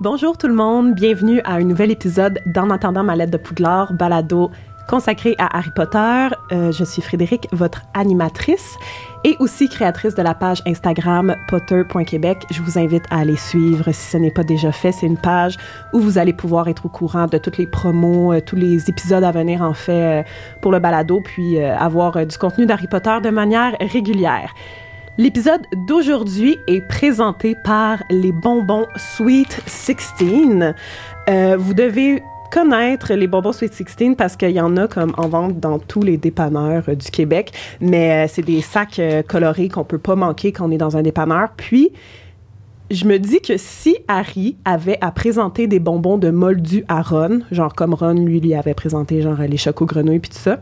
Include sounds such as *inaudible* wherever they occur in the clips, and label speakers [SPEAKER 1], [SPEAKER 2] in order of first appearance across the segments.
[SPEAKER 1] Bonjour tout le monde, bienvenue à un nouvel épisode d'En attendant ma lettre de Poudlard, balado consacré à Harry Potter. Euh, je suis Frédéric, votre animatrice et aussi créatrice de la page Instagram potter.québec. Je vous invite à aller suivre si ce n'est pas déjà fait. C'est une page où vous allez pouvoir être au courant de toutes les promos, euh, tous les épisodes à venir en fait euh, pour le balado, puis euh, avoir euh, du contenu d'Harry Potter de manière régulière. L'épisode d'aujourd'hui est présenté par les bonbons Sweet 16. Euh, vous devez connaître les bonbons Sweet 16 parce qu'il y en a comme en vente dans tous les dépanneurs euh, du Québec, mais euh, c'est des sacs euh, colorés qu'on peut pas manquer quand on est dans un dépanneur. Puis, je me dis que si Harry avait à présenter des bonbons de moldu à Ron, genre comme Ron lui lui avait présenté genre euh, les chocos grenouilles puis tout ça,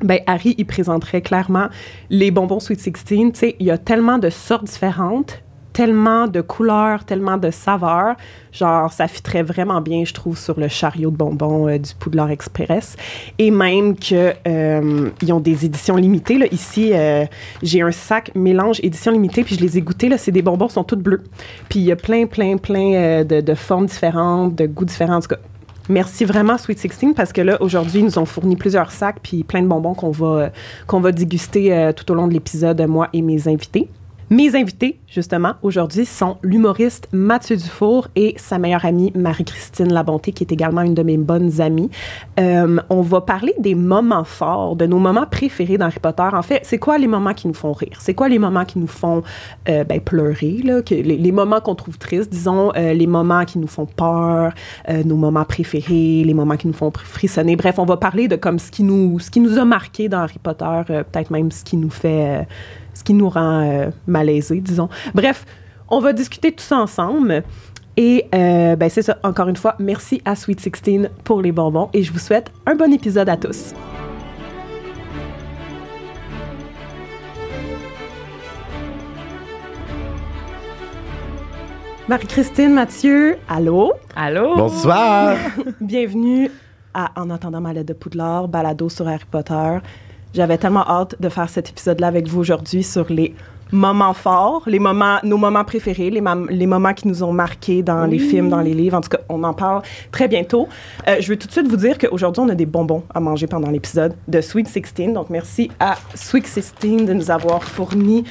[SPEAKER 1] ben Harry il présenterait clairement les bonbons Sweet 16, tu sais, il y a tellement de sortes différentes, tellement de couleurs, tellement de saveurs, genre ça fitterait vraiment bien je trouve sur le chariot de bonbons euh, du Poudlard Express et même que euh, ils ont des éditions limitées là ici euh, j'ai un sac mélange édition limitée puis je les ai goûtés là, c'est des bonbons sont toutes bleus. Puis il y a plein plein plein euh, de, de formes différentes, de goûts différents en tout cas. Merci vraiment Sweet 16 parce que là aujourd'hui ils nous ont fourni plusieurs sacs puis plein de bonbons qu'on va euh, qu'on va déguster euh, tout au long de l'épisode moi et mes invités. Mes invités justement aujourd'hui sont l'humoriste Mathieu Dufour et sa meilleure amie Marie-Christine Labonté qui est également une de mes bonnes amies. Euh, on va parler des moments forts, de nos moments préférés dans Harry Potter. En fait, c'est quoi les moments qui nous font rire C'est quoi les moments qui nous font euh, ben, pleurer là, que- les, les moments qu'on trouve tristes, disons euh, les moments qui nous font peur, euh, nos moments préférés, les moments qui nous font frissonner. Bref, on va parler de comme ce qui nous ce qui nous a marqué dans Harry Potter, euh, peut-être même ce qui nous fait euh, ce qui nous rend euh, malaisés, disons. Bref, on va discuter tout ça ensemble. Et euh, ben, c'est ça, encore une fois, merci à Sweet 16 pour les bonbons et je vous souhaite un bon épisode à tous. Marie-Christine, Mathieu, allô?
[SPEAKER 2] Allô?
[SPEAKER 3] Bonsoir!
[SPEAKER 1] Bienvenue à En attendant ma lettre de Poudlard, balado sur Harry Potter. J'avais tellement hâte de faire cet épisode-là avec vous aujourd'hui sur les moments forts, les moments, nos moments préférés, les, mam- les moments qui nous ont marqués dans les films, dans les livres. En tout cas, on en parle très bientôt. Euh, je veux tout de suite vous dire qu'aujourd'hui, on a des bonbons à manger pendant l'épisode de Sweet 16. Donc, merci à Sweet 16 de nous avoir fourni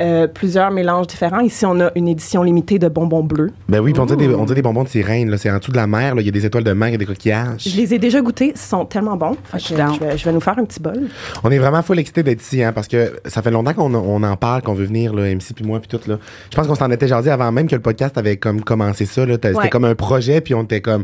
[SPEAKER 1] euh, plusieurs mélanges différents. Ici, on a une édition limitée de bonbons bleus.
[SPEAKER 3] *laughs* Ben oui, puis on dit, des, on dit des bonbons de sirène, là. C'est en dessous de la mer, là. Il y a des étoiles de mer, il y a des
[SPEAKER 1] Je
[SPEAKER 3] coquillages.
[SPEAKER 1] les ai déjà goûtés, ils sont tellement bons. Fait
[SPEAKER 2] je suis
[SPEAKER 1] que
[SPEAKER 2] down.
[SPEAKER 1] vais, je vais nous faire un petit bol.
[SPEAKER 3] On est vraiment full excités d'être ici, hein, parce que ça fait longtemps qu'on on en parle, qu'on veut venir, là, MC puis moi, puis tout, là. Je pense qu'on s'en était jasé avant même que le podcast avait comme commencé ça, là. T'as- C'était
[SPEAKER 1] Ouais.
[SPEAKER 3] comme un projet, puis on était comme,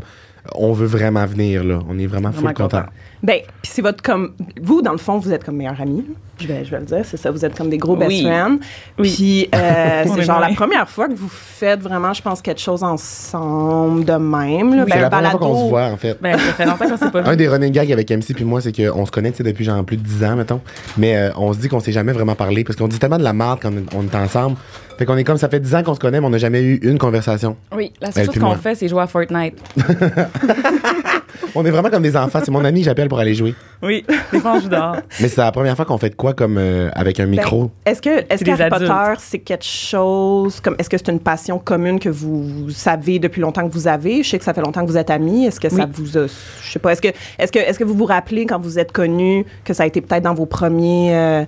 [SPEAKER 3] on veut vraiment venir, là. On est vraiment
[SPEAKER 2] Vraiment
[SPEAKER 3] full content.
[SPEAKER 2] content.
[SPEAKER 1] Ben, puis c'est votre comme vous dans le fond, vous êtes comme meilleurs amis. Je vais, je vais le dire, c'est ça. Vous êtes comme des gros best
[SPEAKER 2] Oui.
[SPEAKER 1] friends. Puis *laughs* euh,
[SPEAKER 2] On
[SPEAKER 1] c'est
[SPEAKER 2] est
[SPEAKER 1] genre la
[SPEAKER 2] moins.
[SPEAKER 1] première fois que vous faites vraiment, je pense, quelque chose ensemble de même. Là.
[SPEAKER 3] C'est
[SPEAKER 1] Ben,
[SPEAKER 3] la
[SPEAKER 1] un
[SPEAKER 3] première fois
[SPEAKER 1] balado.
[SPEAKER 3] qu'on se voit, en fait.
[SPEAKER 2] Ben, ça fait longtemps qu'on s'est pas
[SPEAKER 3] Un
[SPEAKER 2] vu.
[SPEAKER 3] des running gags avec MC puis moi, c'est qu'on se connaît tu sais, depuis genre plus de 10 ans, mettons. Mais euh, on se dit qu'on s'est jamais vraiment parlé parce qu'on dit tellement de la merde quand on est ensemble. Fait qu'on est comme ça fait 10 ans qu'on se connaît, mais on n'a jamais eu une conversation.
[SPEAKER 2] Oui, la seule
[SPEAKER 3] Elle
[SPEAKER 2] chose
[SPEAKER 3] puis
[SPEAKER 2] qu'on
[SPEAKER 3] moi.
[SPEAKER 2] fait, c'est jouer à Fortnite.
[SPEAKER 3] On est vraiment comme des enfants. C'est mon ami, j'appelle pour aller jouer.
[SPEAKER 2] Oui, des fois, on joue dehors.
[SPEAKER 3] Mais c'est la première fois qu'on fait de quoi comme euh, avec un
[SPEAKER 1] Ben,
[SPEAKER 3] micro.
[SPEAKER 1] Est-ce que, est-ce que
[SPEAKER 2] C'est des
[SPEAKER 1] Harry
[SPEAKER 2] adultes.
[SPEAKER 1] Potter, c'est quelque chose comme, est-ce que c'est une passion commune que vous, vous savez depuis longtemps que vous avez? Je sais que ça fait longtemps que vous êtes amis. Est-ce que ça
[SPEAKER 2] Oui.
[SPEAKER 1] vous a, je sais pas, est-ce que, est-ce que, est-ce que vous vous rappelez quand vous êtes connus que ça a été peut-être dans vos premiers, euh,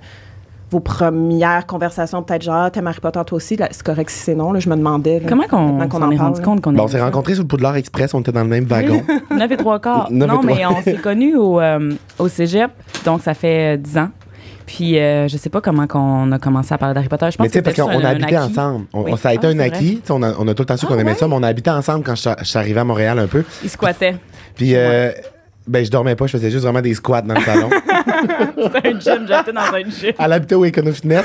[SPEAKER 1] vos premières conversations, peut-être genre, Ah, t'aimes Harry Potter toi aussi? Là, c'est correct si c'est non, là, je me demandais. là,
[SPEAKER 2] *laughs* Comment qu'on
[SPEAKER 1] maintenant
[SPEAKER 2] on s'en est rendu
[SPEAKER 1] là.
[SPEAKER 2] compte qu'on
[SPEAKER 3] Ben, on
[SPEAKER 2] est.
[SPEAKER 3] s'est rencontrés sous le Poudlard Express, on était dans le même
[SPEAKER 2] *laughs*
[SPEAKER 3] wagon.
[SPEAKER 2] 9 et 3 quarts.
[SPEAKER 3] Neuf et
[SPEAKER 2] Non,
[SPEAKER 3] trois.
[SPEAKER 2] mais on s'est connus au, euh, au cégep, donc ça fait euh, 10 ans. Puis, euh, je sais pas comment qu'on a commencé à parler d'Harry Potter. Je pense
[SPEAKER 3] mais tu sais,
[SPEAKER 2] que
[SPEAKER 3] parce
[SPEAKER 2] c'était
[SPEAKER 3] qu'on
[SPEAKER 2] juste un- un
[SPEAKER 3] habitait
[SPEAKER 2] acquis.
[SPEAKER 3] ensemble. On-
[SPEAKER 2] Oui.
[SPEAKER 3] on- ça a été
[SPEAKER 2] Ah,
[SPEAKER 3] un
[SPEAKER 2] c'est Ah
[SPEAKER 3] acquis. Tu sais, On a, on a tout le temps su qu'on aimait ça, mais on a habité ensemble quand je, je suis arrivé à Montréal un peu.
[SPEAKER 2] Ils *laughs* squattaient.
[SPEAKER 3] Puis, euh, ben, je dormais pas, je faisais juste vraiment des squats dans le salon.
[SPEAKER 2] C'était un gym, j'étais dans un gym.
[SPEAKER 3] à l'habitait au Econo Fitness.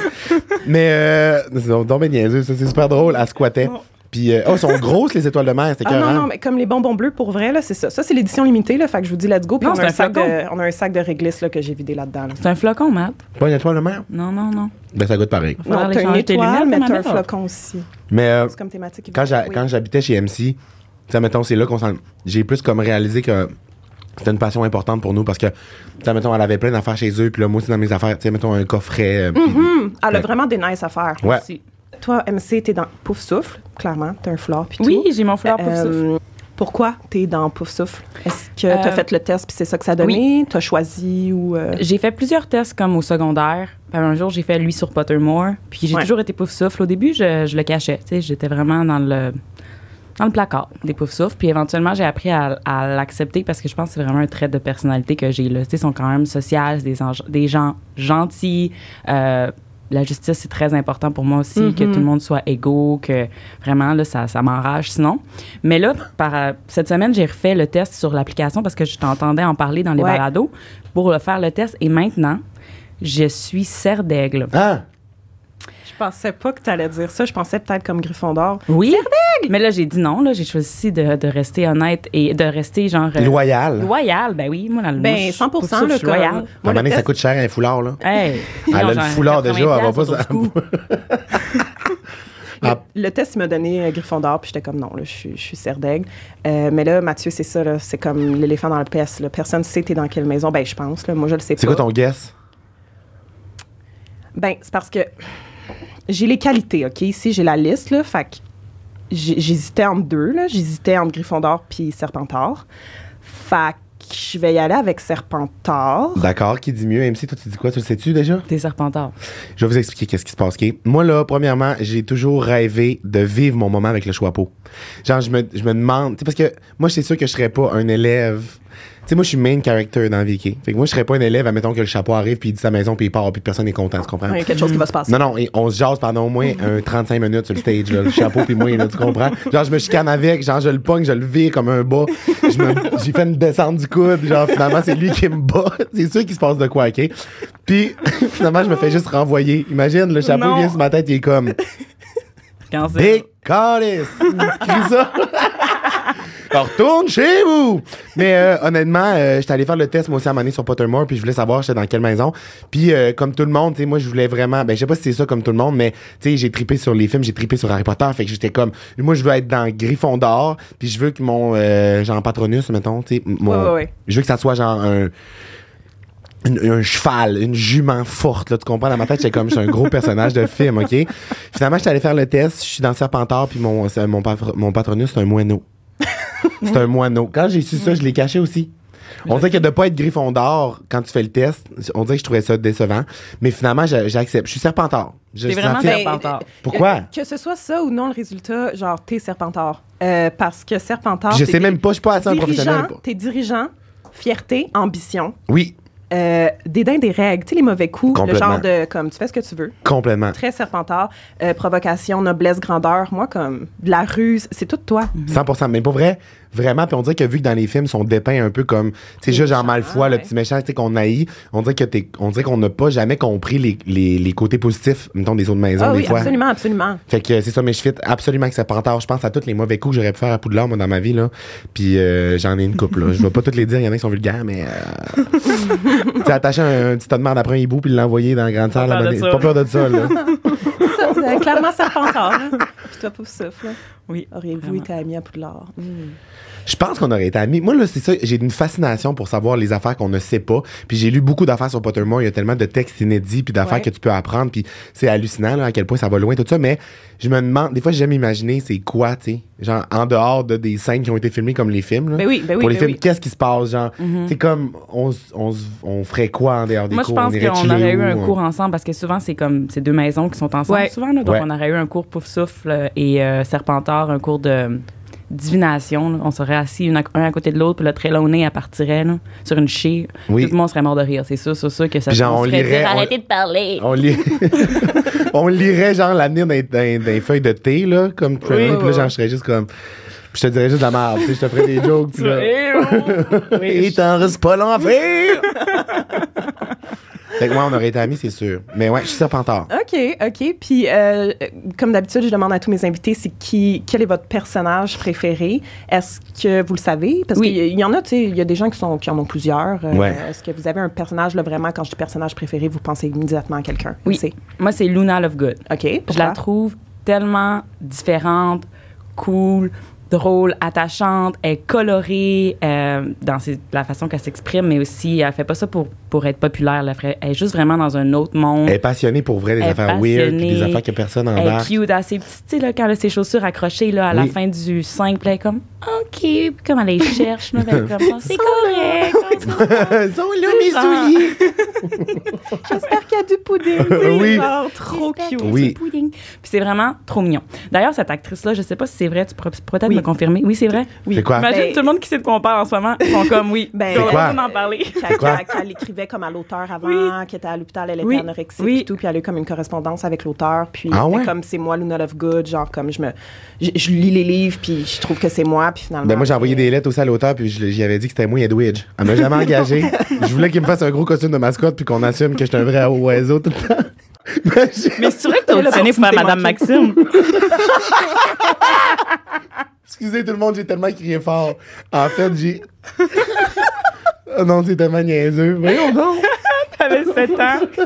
[SPEAKER 3] mais, euh, c'est donc donc bien niaiseux, ça, c'est super drôle. Elle squattait. Puis, euh, oh, elles sont grosses, les étoiles de mer, c'est
[SPEAKER 1] Ah non,
[SPEAKER 3] écœurant.
[SPEAKER 1] non, mais comme les bonbons bleus pour vrai, là, c'est ça. Ça, c'est l'édition limitée, là. Fait que je vous dis, let's go. Puis
[SPEAKER 2] Non,
[SPEAKER 1] on,
[SPEAKER 2] c'est
[SPEAKER 1] a un
[SPEAKER 2] un
[SPEAKER 1] sac
[SPEAKER 2] flacon.
[SPEAKER 1] de, on a un sac de réglisse, là, que j'ai vidé là-dedans. là.
[SPEAKER 2] C'est un flocon, Matt.
[SPEAKER 3] Pas une étoile de mer?
[SPEAKER 2] Non, non, non.
[SPEAKER 3] Ben, ça goûte pareil.
[SPEAKER 2] Faudrait
[SPEAKER 1] Non,
[SPEAKER 2] aller
[SPEAKER 1] t'as une
[SPEAKER 2] changer tes
[SPEAKER 1] étoile,
[SPEAKER 2] lunettes,
[SPEAKER 1] mais
[SPEAKER 2] ma
[SPEAKER 1] t'as un
[SPEAKER 2] belle.
[SPEAKER 1] flocon aussi.
[SPEAKER 3] Mais, euh,
[SPEAKER 1] C'est comme thématique.
[SPEAKER 3] quand, j'a-
[SPEAKER 1] Oui.
[SPEAKER 3] quand j'habitais chez MC, ça mettons, c'est là qu'on s'en. J'ai plus comme réalisé que c'était une passion importante pour nous parce que, ça mettons, elle avait plein
[SPEAKER 1] Mm-hmm.
[SPEAKER 3] d'affaires chez eux, puis là, moi aussi dans mes affaires, tu sais, mettons un coffret. euh, puis-
[SPEAKER 1] Elle a
[SPEAKER 3] Ouais.
[SPEAKER 1] vraiment des nice affaires.
[SPEAKER 3] Ouais.
[SPEAKER 2] Aussi.
[SPEAKER 1] Toi, MC, t'es dans Pouf Souffle, clairement. T'es un flore, puis
[SPEAKER 2] Oui,
[SPEAKER 1] tout.
[SPEAKER 2] j'ai mon fleur pour
[SPEAKER 1] Euh,
[SPEAKER 2] souffle.
[SPEAKER 1] Pourquoi t'es dans Pouf Souffle? Est-ce que t'as
[SPEAKER 2] Euh,
[SPEAKER 1] fait le test, puis c'est ça que ça a donné? T'as choisi ou... euh,
[SPEAKER 2] J'ai fait plusieurs tests comme au secondaire. Puis un jour, j'ai fait lui sur Pottermore. Puis j'ai
[SPEAKER 1] Ouais.
[SPEAKER 2] toujours été pouf souffle. Au début, je, je le cachais. Tu sais, j'étais vraiment dans le dans le placard des pouf souffles. Puis éventuellement, j'ai appris à, à l'accepter parce que je pense que c'est vraiment un trait de personnalité que j'ai. là. Tu sais, ils sont quand même sociales, c'est des, ange- des gens gentils. Euh, la justice, c'est très important pour moi aussi,
[SPEAKER 1] Mm-hmm.
[SPEAKER 2] que tout le monde soit égaux, que vraiment, là, ça, ça m'enrage sinon. Mais là, par, euh, cette semaine, j'ai refait le test sur l'application parce que je t'entendais en parler dans les
[SPEAKER 1] Ouais.
[SPEAKER 2] balados pour le faire le test. Et maintenant, je suis serre d'aigle.
[SPEAKER 1] Euh,
[SPEAKER 3] Ah!
[SPEAKER 1] Je pensais pas que t'allais dire ça. Je pensais peut-être comme Gryffondor.
[SPEAKER 2] Oui. Mais là, j'ai dit non. Là, j'ai choisi de, de rester honnête et de rester genre. euh,
[SPEAKER 3] Loyal.
[SPEAKER 2] Loyal, ben oui, moi, dans le moi,
[SPEAKER 1] Ben,
[SPEAKER 2] je-
[SPEAKER 1] 100
[SPEAKER 2] pour ça, je
[SPEAKER 1] le
[SPEAKER 2] suis loyal.
[SPEAKER 3] À un moment donné, ça coûte cher un foulard, là.
[SPEAKER 2] Hey,
[SPEAKER 3] Elle a le foulard déjà, elle va pas se- *laughs* Ah,
[SPEAKER 1] Le test, il m'a donné euh, Gryffondor, puis j'étais comme non, là, je suis, je suis serre d'aigle. Euh, mais là, Mathieu, c'est ça, là, c'est comme l'éléphant dans le peste. là. Personne ne sait t'es dans quelle maison. Ben, je pense, là, moi, je le sais pas.
[SPEAKER 3] c'est quoi ton guess?
[SPEAKER 1] Ben, c'est parce que j'ai les qualités, OK? Ici, j'ai la liste, là, fait que j'ai- j'hésitais entre deux, là. J'hésitais entre Gryffondor puis Serpentard. Fait que je vais y aller avec Serpentard.
[SPEAKER 3] D'accord, qui dit mieux? MC, toi, tu dis quoi? Tu le sais-tu déjà?
[SPEAKER 2] T'es serpentard.
[SPEAKER 3] Je vais vous expliquer qu'est-ce qui se passe. ok? Moi, là, premièrement, j'ai toujours rêvé de vivre mon moment avec le choix Genre, je me, je me demande, tu sais, parce que moi, c'est sûr que je serais pas un élève. Tu sais, moi, je suis main character dans Vicky. Fait que moi, je serais pas un élève, admettons que le chapeau arrive, puis il dit sa maison, puis il part, puis personne n'est content, tu comprends?
[SPEAKER 1] Il y a quelque chose qui va se passer.
[SPEAKER 3] Non, non, et on se jase pendant au moins un 35 minutes sur le stage, là, le chapeau puis moi, là, tu comprends? Genre, je me chicane avec, genre, je le pogne, je le vire comme un bas. Je me- J'ai fait une descente du coude, genre, finalement, c'est lui qui me bat. *laughs* C'est sûr qu'il se passe de quoi, OK? Puis, *laughs* finalement, je me fais juste renvoyer. Imagine, le chapeau
[SPEAKER 2] Non.
[SPEAKER 3] vient sur ma tête, il est comme
[SPEAKER 2] Quand
[SPEAKER 3] « Big Carlis! » Crie ça! Alors, retourne chez vous! Mais euh, honnêtement, euh, j'étais allé faire le test moi aussi à un moment donné, sur Pottermore, puis je voulais savoir j'étais dans quelle maison. Puis euh, comme tout le monde, tu sais, moi je voulais vraiment, ben je sais pas si c'est ça comme tout le monde, mais tu sais, j'ai tripé sur les films, j'ai tripé sur Harry Potter, fait que j'étais comme, moi je veux être dans Gryffondor, puis je veux que mon euh, genre patronus, mettons, tu sais, m- mon-
[SPEAKER 1] Ouais, ouais, ouais.
[SPEAKER 3] je veux que ça soit genre un une- un cheval, une jument forte, là, tu comprends? Dans ma tête, j'étais comme, je suis un gros personnage de film, OK? Finalement, j'étais allé faire le test, je suis dans Serpentard, puis mon, c'est- mon, patro- mon patronus, c'est
[SPEAKER 2] *laughs*
[SPEAKER 3] un moineau. c'est un moineau. Quand j'ai su ça, je l'ai caché aussi. On dirait que de pas être griffon d'or quand tu fais le test, on dirait que je trouvais ça décevant. Mais finalement, j'a- j'accepte. Je suis serpentard. Je
[SPEAKER 2] T'es
[SPEAKER 3] je
[SPEAKER 2] vraiment
[SPEAKER 3] sentais-
[SPEAKER 1] Ben,
[SPEAKER 2] serpentard.
[SPEAKER 3] Pourquoi?
[SPEAKER 1] Que ce soit ça ou non le résultat, genre, t'es Serpentard. Euh, parce que Serpentard.
[SPEAKER 3] Je
[SPEAKER 1] t'es
[SPEAKER 3] sais même pas, je suis pas assez un
[SPEAKER 1] dirigeant,
[SPEAKER 3] professionnel. pour-
[SPEAKER 1] T'es dirigeant, fierté, ambition,
[SPEAKER 3] Oui,
[SPEAKER 1] euh, dédain des règles, tu sais, les mauvais coups, le
[SPEAKER 3] Complètement.
[SPEAKER 1] genre de comme tu fais ce que tu veux.
[SPEAKER 3] complètement.
[SPEAKER 1] Très Serpentard, euh, provocation, noblesse, grandeur. Moi, comme de la ruse, c'est tout toi.
[SPEAKER 3] 100 mais pas vrai vraiment puis on dirait que vu que dans les films ils sont dépeints un peu comme tu sais juste Jean Malfoy le
[SPEAKER 1] ouais.
[SPEAKER 3] petit méchant tu sais qu'on haït on dirait que t'es- on dirait qu'on n'a pas jamais compris les, les, les côtés positifs mettons des autres maisons
[SPEAKER 1] Ah
[SPEAKER 3] des
[SPEAKER 1] oui,
[SPEAKER 3] fois
[SPEAKER 1] absolument, absolument.
[SPEAKER 3] fait que euh, c'est ça mais je fit absolument que ça pantard je pense à tous les mauvais coups que j'aurais pu faire à Poudlard moi dans ma vie là puis euh, j'en ai une couple là je vais pas toutes les dire il y en a qui sont vulgaires mais euh... tu sais attacher un, un petit tas de merde après un hibou puis l'envoyer dans la grande salle
[SPEAKER 2] peur
[SPEAKER 3] à
[SPEAKER 2] de
[SPEAKER 3] donner-
[SPEAKER 2] ça.
[SPEAKER 3] pas peur de ça là
[SPEAKER 1] Ça, euh, clairement, Serpentard. là. Puis toi, pouf souffle. là.
[SPEAKER 2] Oui.
[SPEAKER 1] Auriez-vous
[SPEAKER 2] Vraiment.
[SPEAKER 1] été amis à Poudlard?
[SPEAKER 3] Je pense qu'on aurait été amis. Moi, là, c'est ça, j'ai une fascination pour savoir les affaires qu'on ne sait pas. Puis j'ai lu beaucoup d'affaires sur Pottermore. Il y a tellement de textes inédits, puis d'affaires
[SPEAKER 1] Ouais.
[SPEAKER 3] que tu peux apprendre. Puis c'est hallucinant, là, à quel point ça va loin, tout ça. Mais je me demande, des fois, j'aime imaginer c'est quoi, tu sais. Genre, en dehors de des scènes qui ont été filmées comme les films, là.
[SPEAKER 1] Ben oui, ben oui,
[SPEAKER 3] Pour les
[SPEAKER 1] ben
[SPEAKER 3] films,
[SPEAKER 1] oui.
[SPEAKER 3] qu'est-ce qui se passe, genre? C'est comme, on, s- on, s- on ferait quoi en dehors
[SPEAKER 2] Mhm.
[SPEAKER 3] des
[SPEAKER 2] Moi, je
[SPEAKER 3] cours?
[SPEAKER 2] pense
[SPEAKER 3] irait
[SPEAKER 2] qu'on
[SPEAKER 3] chiller
[SPEAKER 2] aurait eu
[SPEAKER 3] où,
[SPEAKER 2] un
[SPEAKER 3] hein?
[SPEAKER 2] cours ensemble parce que souvent, c'est comme ces deux maisons qui sont ensemble
[SPEAKER 1] Ouais.
[SPEAKER 2] souvent. Là, donc,
[SPEAKER 3] Ouais.
[SPEAKER 2] on aurait eu un cours Pouf Souffle et euh, Serpentard, un cours de euh, divination. là. On serait assis une à- un à côté de l'autre, puis le Trelawney partirait là, sur une chie.
[SPEAKER 3] Oui.
[SPEAKER 2] Tout le monde serait mort de rire. C'est sûr, c'est sûr que ça
[SPEAKER 3] Puis genre,
[SPEAKER 2] on
[SPEAKER 3] on
[SPEAKER 2] se ferait
[SPEAKER 3] lirait,
[SPEAKER 2] dire,
[SPEAKER 3] on-
[SPEAKER 2] Arrêtez de parler.
[SPEAKER 3] On, lit- *laughs* on lirait genre l'avenir d'un, d'un, d'un feuille de thé, là, comme Trelawney,
[SPEAKER 1] oui,
[SPEAKER 3] puis là, genre,
[SPEAKER 1] oui.
[SPEAKER 3] je serais juste comme. puis je te dirais juste de la merde, tu sais, je te ferais des jokes,
[SPEAKER 1] *laughs*
[SPEAKER 3] puis là.
[SPEAKER 2] Eh
[SPEAKER 1] Euh,
[SPEAKER 2] oh!
[SPEAKER 3] Et t'en restes pas long à faire! fait que ouais, on aurait été amis, c'est sûr. Mais ouais, je suis serpentard.
[SPEAKER 1] OK, OK. Puis, euh, euh, comme d'habitude, je demande à tous mes invités c'est qui, quel est votre personnage préféré. Est-ce que vous le savez? Parce
[SPEAKER 2] Oui.
[SPEAKER 1] qu'il y- il y en a, tu sais, il y a des gens qui, sont, qui en ont plusieurs. Euh,
[SPEAKER 3] Ouais.
[SPEAKER 1] Est-ce que vous avez un personnage, là, vraiment, quand je dis personnage préféré, vous pensez immédiatement à quelqu'un?
[SPEAKER 2] Oui.
[SPEAKER 1] C'est-
[SPEAKER 2] Moi, c'est Luna Lovegood.
[SPEAKER 1] OK.
[SPEAKER 2] Je la
[SPEAKER 1] pourquoi?
[SPEAKER 2] trouve tellement différente, cool, drôle, attachante, elle est colorée euh, dans ses- la façon qu'elle s'exprime, mais aussi, elle fait pas ça pour, pour être populaire. là. Elle est juste vraiment dans un autre monde.
[SPEAKER 3] Elle est passionnée pour vrai des
[SPEAKER 2] Elle est
[SPEAKER 3] affaires weird, puis des
[SPEAKER 2] passionnée.
[SPEAKER 3] affaires que personne
[SPEAKER 2] Elle est
[SPEAKER 3] n'embarque.
[SPEAKER 2] cute, elle a ses petites, tu sais, là, quand elle a ses chaussures accrochées là, à
[SPEAKER 3] Oui.
[SPEAKER 2] la fin du 5, puis elle est comme, OK, puis comme elle les cherche, là, ben, elle est comme, Oh,
[SPEAKER 3] *laughs*
[SPEAKER 2] c'est correct. on se comprend.
[SPEAKER 3] Sont là
[SPEAKER 2] hein? C'est
[SPEAKER 3] mes
[SPEAKER 2] genre-
[SPEAKER 3] souliers!
[SPEAKER 1] J'espère qu'il y a du
[SPEAKER 3] *laughs*
[SPEAKER 1] pudding. tu sais,
[SPEAKER 3] Oui.
[SPEAKER 1] genre, trop
[SPEAKER 2] J'espère
[SPEAKER 1] cute.
[SPEAKER 2] qu'il y a
[SPEAKER 3] Oui.
[SPEAKER 2] du pudding. Puis c'est vraiment trop mignon. D'ailleurs, cette actrice-là, je sais pas si c'est vrai, tu pourrais tu pourrais peut-être
[SPEAKER 1] Oui.
[SPEAKER 2] me confirmer. Oui, c'est vrai.
[SPEAKER 1] Oui.
[SPEAKER 3] C'est quoi?
[SPEAKER 2] Imagine
[SPEAKER 1] Ben-
[SPEAKER 2] tout le monde qui sait de quoi on parle en ce moment, ils sont comme, oui,
[SPEAKER 1] Ben,
[SPEAKER 2] ben, on
[SPEAKER 3] C'est quoi?
[SPEAKER 2] va
[SPEAKER 1] *laughs*
[SPEAKER 2] en parler.
[SPEAKER 1] Qu'elle
[SPEAKER 3] quoi?
[SPEAKER 1] qu'elle- qu'elle écrivait comme à l'auteur avant, qui était à l'hôpital, elle était
[SPEAKER 2] Oui.
[SPEAKER 1] anorexique
[SPEAKER 2] Oui.
[SPEAKER 1] et tout, puis elle a eu comme une correspondance avec l'auteur, puis
[SPEAKER 3] Ah
[SPEAKER 1] c'était
[SPEAKER 3] ouais?
[SPEAKER 1] comme c'est moi Luna Love Good, genre comme je me, je, je lis les livres puis je trouve que c'est moi, puis finalement.
[SPEAKER 3] Ben moi, j'ai envoyé des lettres aussi à l'auteur, puis je- j'y avais dit que c'était moi, Edwidge. Elle m'a *laughs* jamais engagé. Je voulais qu'il me fasse un gros costume de mascotte, puis qu'on assume que j'étais un vrai oiseau tout le temps. *laughs* Ben, Imagine.
[SPEAKER 2] Mais c'est vrai que t'as auditionné pour faire Madame Maxime.
[SPEAKER 1] *laughs*
[SPEAKER 3] Excusez tout le monde, j'ai tellement crié fort. En fait, j'ai. *laughs* oh non, c'est tellement niaiseux. Voyons donc.
[SPEAKER 2] T'avais 7 ans.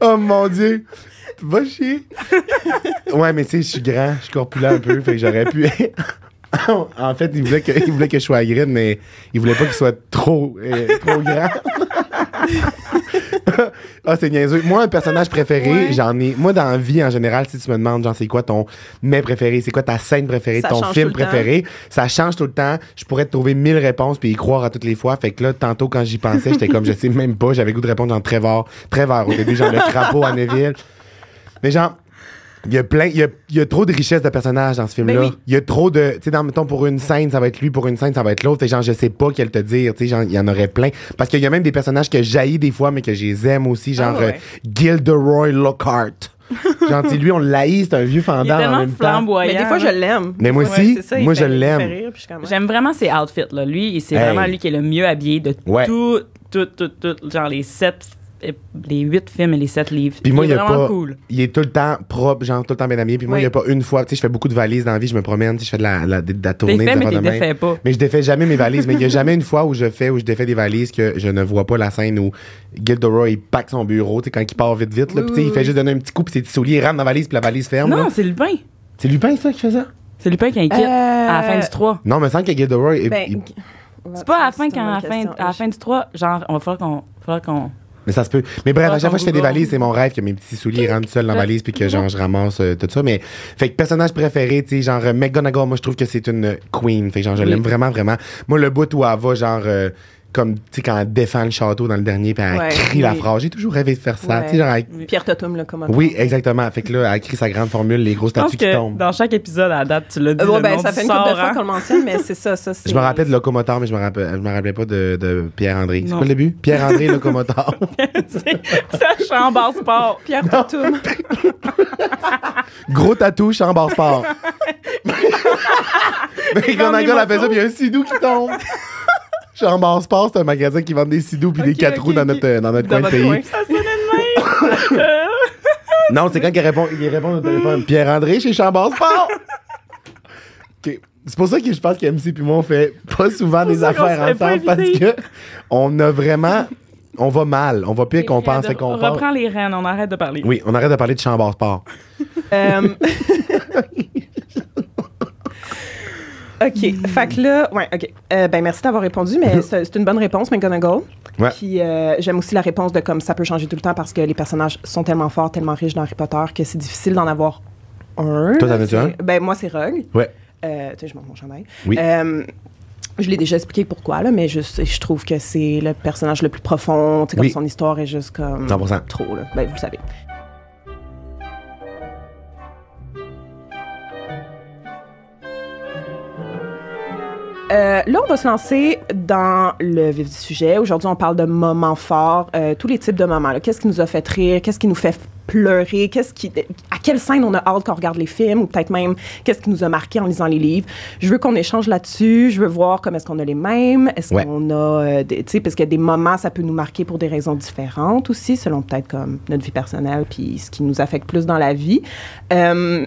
[SPEAKER 3] Oh mon dieu. Va chier. Ouais, mais tu sais, je suis grand, je suis corpulent un peu, fait que j'aurais pu. *laughs* en fait, il voulait, que, il voulait que je sois agride, mais il voulait pas qu'il soit trop, euh, trop grand. *laughs* ah, c'est niaiseux. Moi, un personnage préféré,
[SPEAKER 2] Ouais.
[SPEAKER 3] j'en ai. Moi, dans la vie, en général, si tu me demandes, genre, c'est quoi ton mets préféré, c'est quoi ta scène préférée,
[SPEAKER 1] Ça
[SPEAKER 3] ton
[SPEAKER 1] change
[SPEAKER 3] film
[SPEAKER 1] tout le temps.
[SPEAKER 3] préféré, ça change tout le temps. Je pourrais te trouver mille réponses puis y croire à toutes les fois. Fait que là, tantôt, quand j'y pensais, j'étais comme, je sais même pas, j'avais le goût de répondre genre Trevor, Trevor au début, genre le crapaud à Neville. Mais genre, il y a plein, il y a, il y a trop de richesse de personnages dans ce film-là.
[SPEAKER 1] Ben oui.
[SPEAKER 3] Il y a trop de, tu sais, dans mettons pour une scène, ça va être lui, pour une scène, ça va être l'autre. Et genre, je sais pas quel te dire, tu sais, genre, il y en aurait plein. Parce qu'il y a même des personnages que j'haïs des fois, mais que je les aime aussi, genre
[SPEAKER 1] Ah ouais, ouais.
[SPEAKER 3] euh, Gilderoy Lockhart. genre, tu sais, lui, on l'haït, c'est un vieux
[SPEAKER 2] Il est
[SPEAKER 3] fandard en
[SPEAKER 2] tellement
[SPEAKER 3] même temps.
[SPEAKER 2] flamboyant.
[SPEAKER 1] mais des fois je l'aime.
[SPEAKER 3] Mais moi
[SPEAKER 1] Ouais,
[SPEAKER 3] aussi,
[SPEAKER 1] c'est ça, il
[SPEAKER 3] moi,
[SPEAKER 1] fait-
[SPEAKER 3] je
[SPEAKER 1] il fait
[SPEAKER 3] l'aime.
[SPEAKER 1] rire, puis je suis comme,
[SPEAKER 2] J'aime vraiment ses outfits. Là. Lui, c'est
[SPEAKER 3] Hey.
[SPEAKER 2] vraiment lui qui est le mieux habillé de
[SPEAKER 3] Ouais.
[SPEAKER 2] tout, tout, tout, tout. Genre les sept, les huit films et les sept livres.
[SPEAKER 3] Puis moi, il
[SPEAKER 2] il
[SPEAKER 3] y
[SPEAKER 2] est
[SPEAKER 3] a
[SPEAKER 2] vraiment
[SPEAKER 3] pas.
[SPEAKER 2] cool.
[SPEAKER 3] Il est tout le temps propre, genre tout le temps bien habillé. Puis moi, il
[SPEAKER 2] Oui.
[SPEAKER 3] y a pas une fois, tu sais, je fais beaucoup de valises dans la vie, je me promène, tu sais, je fais de la, la- de la
[SPEAKER 2] T'es
[SPEAKER 3] tournée.
[SPEAKER 2] fait,
[SPEAKER 3] des
[SPEAKER 2] mais
[SPEAKER 3] affaires
[SPEAKER 2] t'es
[SPEAKER 3] de même.
[SPEAKER 2] défait pas.
[SPEAKER 3] Mais je défais jamais mes valises. mais il n'y a jamais une fois où je fais où je défais des valises que je ne vois pas la scène où Gilderoy il pack son bureau, tu sais, quand il part vite vite
[SPEAKER 1] Oui,
[SPEAKER 3] là, puis tu sais,
[SPEAKER 1] oui,
[SPEAKER 3] il fait
[SPEAKER 1] oui.
[SPEAKER 3] juste donner un petit coup, puis ses petits souliers il rentre dans la valise, puis la valise ferme. là.
[SPEAKER 2] Non, c'est Lupin.
[SPEAKER 3] C'est Lupin ça qui fait ça
[SPEAKER 2] C'est Lupin qui inquiète
[SPEAKER 1] Euh,
[SPEAKER 2] à la fin du 3.
[SPEAKER 3] Non, mais sans que Gilderoy il-
[SPEAKER 1] ben,
[SPEAKER 3] il-
[SPEAKER 1] ouais,
[SPEAKER 2] C'est pas à la fin,
[SPEAKER 1] une
[SPEAKER 2] quand, à la
[SPEAKER 1] bonne
[SPEAKER 2] fin,
[SPEAKER 1] question.
[SPEAKER 2] à la fin du 3, genre, on va falloir qu'on. falloir qu'on...
[SPEAKER 3] mais ça se peut. Mais bref, à
[SPEAKER 2] Ah,
[SPEAKER 3] chaque fois que je fais des
[SPEAKER 2] Google.
[SPEAKER 3] valises, c'est mon rêve que mes petits souliers rentrent seuls dans la valise puis que genre je ramasse euh, tout ça mais fait que personnage préféré, tu sais genre euh, McGonagall, moi je trouve que c'est une euh, queen, fait que genre je
[SPEAKER 2] Oui.
[SPEAKER 3] l'aime vraiment vraiment. Moi le bout où elle va genre euh, comme tu sais quand elle défend le château dans le dernier puis elle
[SPEAKER 1] Ouais,
[SPEAKER 3] crie la
[SPEAKER 1] oui.
[SPEAKER 3] phrase, j'ai toujours rêvé de faire ça.
[SPEAKER 1] Ouais.
[SPEAKER 3] Tu sais genre elle-
[SPEAKER 1] Pierre Totum là comment
[SPEAKER 3] Oui, exactement. Fait que là, elle écrit sa grande formule, les grosses
[SPEAKER 2] Je pense
[SPEAKER 3] statues qui
[SPEAKER 2] que
[SPEAKER 3] tombent.
[SPEAKER 2] dans chaque épisode à la date, tu l'as dit.
[SPEAKER 1] Euh, ouais,
[SPEAKER 2] le
[SPEAKER 1] ben,
[SPEAKER 2] nom
[SPEAKER 1] ça
[SPEAKER 2] du
[SPEAKER 1] fait une couple de
[SPEAKER 2] sort,
[SPEAKER 1] fois
[SPEAKER 2] hein.
[SPEAKER 1] qu'on le mentionne, mais c'est ça, ça c'est.
[SPEAKER 3] Je me rappelle de Locomotor, mais je me rappelle, je me rappelais pas de, de Pierre-André. C'est
[SPEAKER 2] Non.
[SPEAKER 3] quoi le début?
[SPEAKER 2] *laughs*
[SPEAKER 3] Pierre-André Locomotor.
[SPEAKER 2] C'est- ça chambre en sport.
[SPEAKER 1] Pierre Totum.
[SPEAKER 3] Gros tatouche en barre
[SPEAKER 2] *laughs*
[SPEAKER 3] sport. Mais quand
[SPEAKER 2] Dans
[SPEAKER 3] la
[SPEAKER 2] les
[SPEAKER 3] gueule, elle fait
[SPEAKER 2] manteaux.
[SPEAKER 3] ça, puis il y a un sidou qui tombe. Jean Bar Sport, c'est un magasin qui vend des sidoux puis des
[SPEAKER 2] Ok,
[SPEAKER 3] quatre
[SPEAKER 2] ok,
[SPEAKER 3] roues dans
[SPEAKER 2] ok.
[SPEAKER 3] notre, euh, dans notre
[SPEAKER 1] Dans
[SPEAKER 3] coin de
[SPEAKER 1] votre
[SPEAKER 3] pays.
[SPEAKER 1] coin.
[SPEAKER 2] Ça sonnait de même. Euh,
[SPEAKER 3] Non, c'est quand il répond, il répond
[SPEAKER 2] *laughs*
[SPEAKER 3] au téléphone. Pierre-André chez Chambord Sport. OK. C'est pour ça que je pense que MC puis moi, on fait pas souvent des
[SPEAKER 2] ça qu'on
[SPEAKER 3] affaires
[SPEAKER 2] se fait pas
[SPEAKER 3] ensemble parce
[SPEAKER 2] inviter.
[SPEAKER 3] que on a vraiment. On va mal. On va pire qu'on pense et qu'on
[SPEAKER 2] On
[SPEAKER 3] pense.
[SPEAKER 2] reprend Euh, les rênes, on arrête de parler.
[SPEAKER 3] Oui, on arrête de parler de Chambord Sport. *laughs*
[SPEAKER 1] Euh, OK. Fait que là, ouais, OK. Euh, ben, merci d'avoir répondu,
[SPEAKER 3] *laughs*
[SPEAKER 1] mais c'est c'est une bonne réponse, McGonagall.
[SPEAKER 3] Ouais.
[SPEAKER 1] Puis euh, j'aime aussi la réponse de comme ça peut changer tout le temps parce que les personnages sont tellement forts, tellement riches dans Harry Potter que c'est difficile d'en avoir un.
[SPEAKER 3] Toi, t'en as-tu
[SPEAKER 1] C'est-
[SPEAKER 3] un?
[SPEAKER 1] Ben, moi, c'est Rogue.
[SPEAKER 3] Ouais.
[SPEAKER 1] Euh, tu sais, je monte mon chandail.
[SPEAKER 3] Oui.
[SPEAKER 1] Euh, je l'ai déjà expliqué pourquoi, là, mais je, je trouve que c'est le personnage le plus profond. tu sais, Comme
[SPEAKER 3] Oui.
[SPEAKER 1] Son histoire est juste comme
[SPEAKER 3] 100%.
[SPEAKER 1] trop. Là. Ben, vous le savez. Euh, là, on va se lancer dans le vif du sujet. Aujourd'hui, on parle de moments forts, euh, tous les types de moments. là. Qu'est-ce qui nous a fait rire? Qu'est-ce qui nous fait pleurer? Qu'est-ce qui, à quelle scène on a hâte qu'on regarde les films? Ou peut-être même, qu'est-ce qui nous a marqué en lisant les livres? Je veux qu'on échange là-dessus. Je veux voir comme est-ce qu'on a les mêmes. Est-ce
[SPEAKER 3] Ouais.
[SPEAKER 1] qu'on a... euh, des- tu sais, parce que des moments, ça peut nous marquer pour des raisons différentes aussi, selon peut-être comme notre vie personnelle puis ce qui nous affecte plus dans la vie. Euh,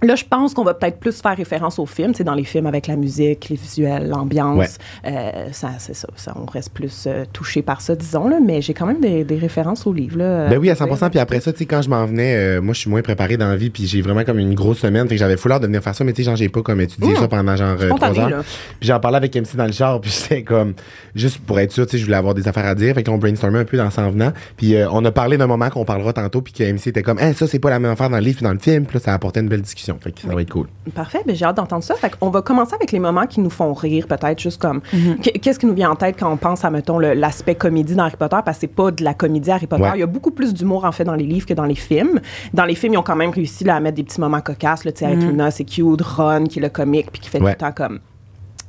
[SPEAKER 1] Là, je pense qu'on va peut-être plus faire référence au film, tu sais, dans les films avec la musique, les visuels, l'ambiance. Euh, ça, c'est ça, ça, on reste plus euh, touché par ça, disons, là, mais j'ai quand même des, des références au livre. Là,
[SPEAKER 3] Ben oui, à 100 Puis après ça, tu sais, quand je m'en venais, euh, moi, je suis moins préparé dans la vie. Puis j'ai vraiment comme une grosse semaine. Fait que j'avais foulard de venir faire ça. Mais tu sais, genre, j'ai pas comme étudié ça pendant genre euh,
[SPEAKER 1] Spontané,
[SPEAKER 3] trois
[SPEAKER 1] là.
[SPEAKER 3] heures. Puis j'en parlais avec MC dans le char. Puis *laughs* j'étais comme, juste pour être sûr, tu sais, je voulais avoir des affaires à dire. Fait qu'on brainstormait un peu dans s'en venant. Puis euh, on a parlé d'un moment qu'on parlera tantôt. Puis que MC était comme, hey, ça, c'est pas la même affaire dans le livre puis dans le film. Puis là, ça apportait une belle discussion. Fait que ça va être cool.
[SPEAKER 1] Parfait, ben j'ai hâte d'entendre ça. Fait on va commencer avec les moments qui nous font rire, peut-être, juste comme. qu- Qu'est-ce qui nous vient en tête quand on pense à, mettons, le- l'aspect comédie dans Harry Potter, parce que c'est pas de la comédie Harry Potter.
[SPEAKER 3] Ouais.
[SPEAKER 1] Il y a beaucoup plus d'humour, en fait, dans les livres que dans les films. Dans les films, ils ont quand même réussi là, à mettre des petits moments cocasses, là, tu sais, avec Luna, c'est cute, Ron, qui est le comique, puis qui fait
[SPEAKER 3] Ouais.
[SPEAKER 1] tout le temps comme.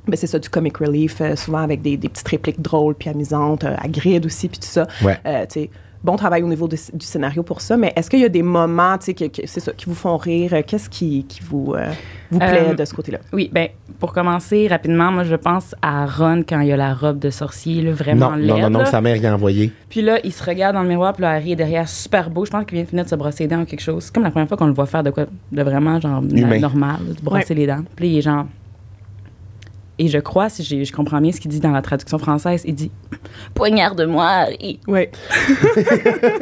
[SPEAKER 1] Ben c'est ça, du comic relief, euh, souvent avec des, des petites répliques drôles puis amusantes, euh, à grid aussi, puis tout ça.
[SPEAKER 3] Ouais.
[SPEAKER 1] Euh, tu sais, bon travail au niveau de- du scénario pour ça, mais est-ce qu'il y a des moments, tu sais, que- que- c'est ça, qui vous font rire? euh, Qu'est-ce qui, qui vous, euh, vous plaît
[SPEAKER 2] Euh,
[SPEAKER 1] de ce côté-là?
[SPEAKER 2] Oui, ben pour commencer rapidement, moi je pense à Ron quand il a la robe de sorcier, là, vraiment
[SPEAKER 3] non,
[SPEAKER 2] laide.
[SPEAKER 3] non, non, non,
[SPEAKER 2] là.
[SPEAKER 3] sa mère y a envoyé.
[SPEAKER 2] Puis là, il se regarde dans le miroir, puis là, Harry est derrière, super beau. Je pense qu'il vient de finir de se brosser les dents ou quelque chose. C'est comme la première fois qu'on le voit faire de quoi de vraiment genre na-
[SPEAKER 3] Humain.
[SPEAKER 2] normal, là, de brosser
[SPEAKER 1] Ouais.
[SPEAKER 2] les dents. Puis là, il est genre. Et je crois, si j'ai- je comprends bien ce qu'il dit dans la traduction française, il dit Poignarde-moi, Harry.
[SPEAKER 1] Oui.
[SPEAKER 3] *laughs*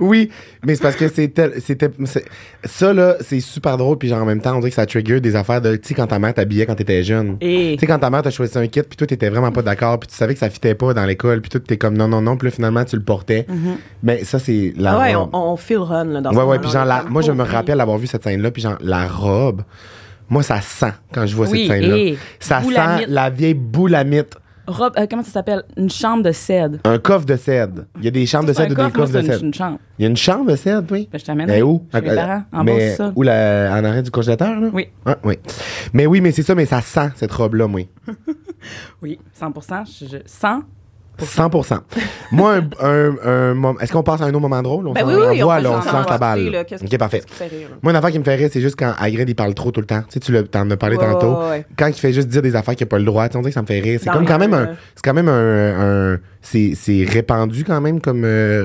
[SPEAKER 3] Oui, mais c'est parce que c'est tel- c'était c'est- ça là, c'est super drôle puis genre en même temps on dirait que ça trigger des affaires de tu sais quand ta mère t'habillait quand t'étais jeune.
[SPEAKER 1] Et
[SPEAKER 3] Tu sais quand ta mère t'a choisi un kit puis toi t'étais vraiment pas d'accord puis tu savais que ça fitait pas dans l'école puis toi t'es comme non non non puis là, finalement tu le portais.
[SPEAKER 2] Mhm.
[SPEAKER 3] Mais ça c'est la
[SPEAKER 1] Ah ouais, on,
[SPEAKER 3] robe.
[SPEAKER 1] on feel run là, dans ce
[SPEAKER 3] ouais ouais
[SPEAKER 1] moment-là,
[SPEAKER 3] puis genre
[SPEAKER 1] on est
[SPEAKER 3] la-
[SPEAKER 1] comme,
[SPEAKER 3] moi je me
[SPEAKER 1] oh, oui.
[SPEAKER 3] rappelle avoir vu cette scène là puis genre la robe. Moi ça sent quand je vois
[SPEAKER 2] Oui,
[SPEAKER 3] cette scène là.
[SPEAKER 2] et
[SPEAKER 3] ça sent
[SPEAKER 2] boulamite.
[SPEAKER 3] la vieille boulamite,
[SPEAKER 2] Robe, euh, comment ça s'appelle Une chambre de cèdre.
[SPEAKER 3] un coffre de cèdre. Il y a des chambres de
[SPEAKER 2] C'est pas un
[SPEAKER 3] cèdre, et des
[SPEAKER 2] coffre, moi,
[SPEAKER 3] coffres de
[SPEAKER 2] c'est une-
[SPEAKER 3] cèdre.
[SPEAKER 2] une chambre.
[SPEAKER 3] Il y a une chambre de cèdre, oui.
[SPEAKER 2] Ben, je t'amène.
[SPEAKER 3] Mais où?
[SPEAKER 2] Chez mes parents, en bas,
[SPEAKER 3] mais
[SPEAKER 2] c'est ça.
[SPEAKER 3] Où, la, en arrêt du congélateur, là?
[SPEAKER 2] Oui.
[SPEAKER 3] Ah, oui. Mais oui, mais c'est ça, mais ça sent, cette robe-là, moi.
[SPEAKER 2] Oui, 100 je, je- 100
[SPEAKER 3] 100 Moi, un, un, un mom- Est-ce qu'on passe à un autre moment drôle? On
[SPEAKER 1] Ben
[SPEAKER 3] s'en
[SPEAKER 1] oui, oui,
[SPEAKER 3] renvoie,
[SPEAKER 1] on
[SPEAKER 3] là,
[SPEAKER 1] peut s'en
[SPEAKER 3] on se lance la
[SPEAKER 1] renvoyer,
[SPEAKER 3] balle.
[SPEAKER 1] là. Qu'est-ce qui-
[SPEAKER 3] OK, parfait.
[SPEAKER 1] qu'est-ce qui fait rire, là?
[SPEAKER 3] Moi, une affaire qui me fait rire, c'est juste quand Hagrid, il parle trop tout le temps. Tu sais, tu le- t'en as parlé
[SPEAKER 1] Ouais,
[SPEAKER 3] tantôt.
[SPEAKER 1] ouais, ouais.
[SPEAKER 3] Quand il fait juste dire des affaires qu'il n'a pas le droit, tu sais, on dirait que ça me fait rire. C'est
[SPEAKER 1] Dans
[SPEAKER 3] comme
[SPEAKER 1] les
[SPEAKER 3] quand même
[SPEAKER 1] rues,
[SPEAKER 3] un...
[SPEAKER 1] là.
[SPEAKER 3] C'est quand même un... un- c'est c'est répandu quand même comme... euh,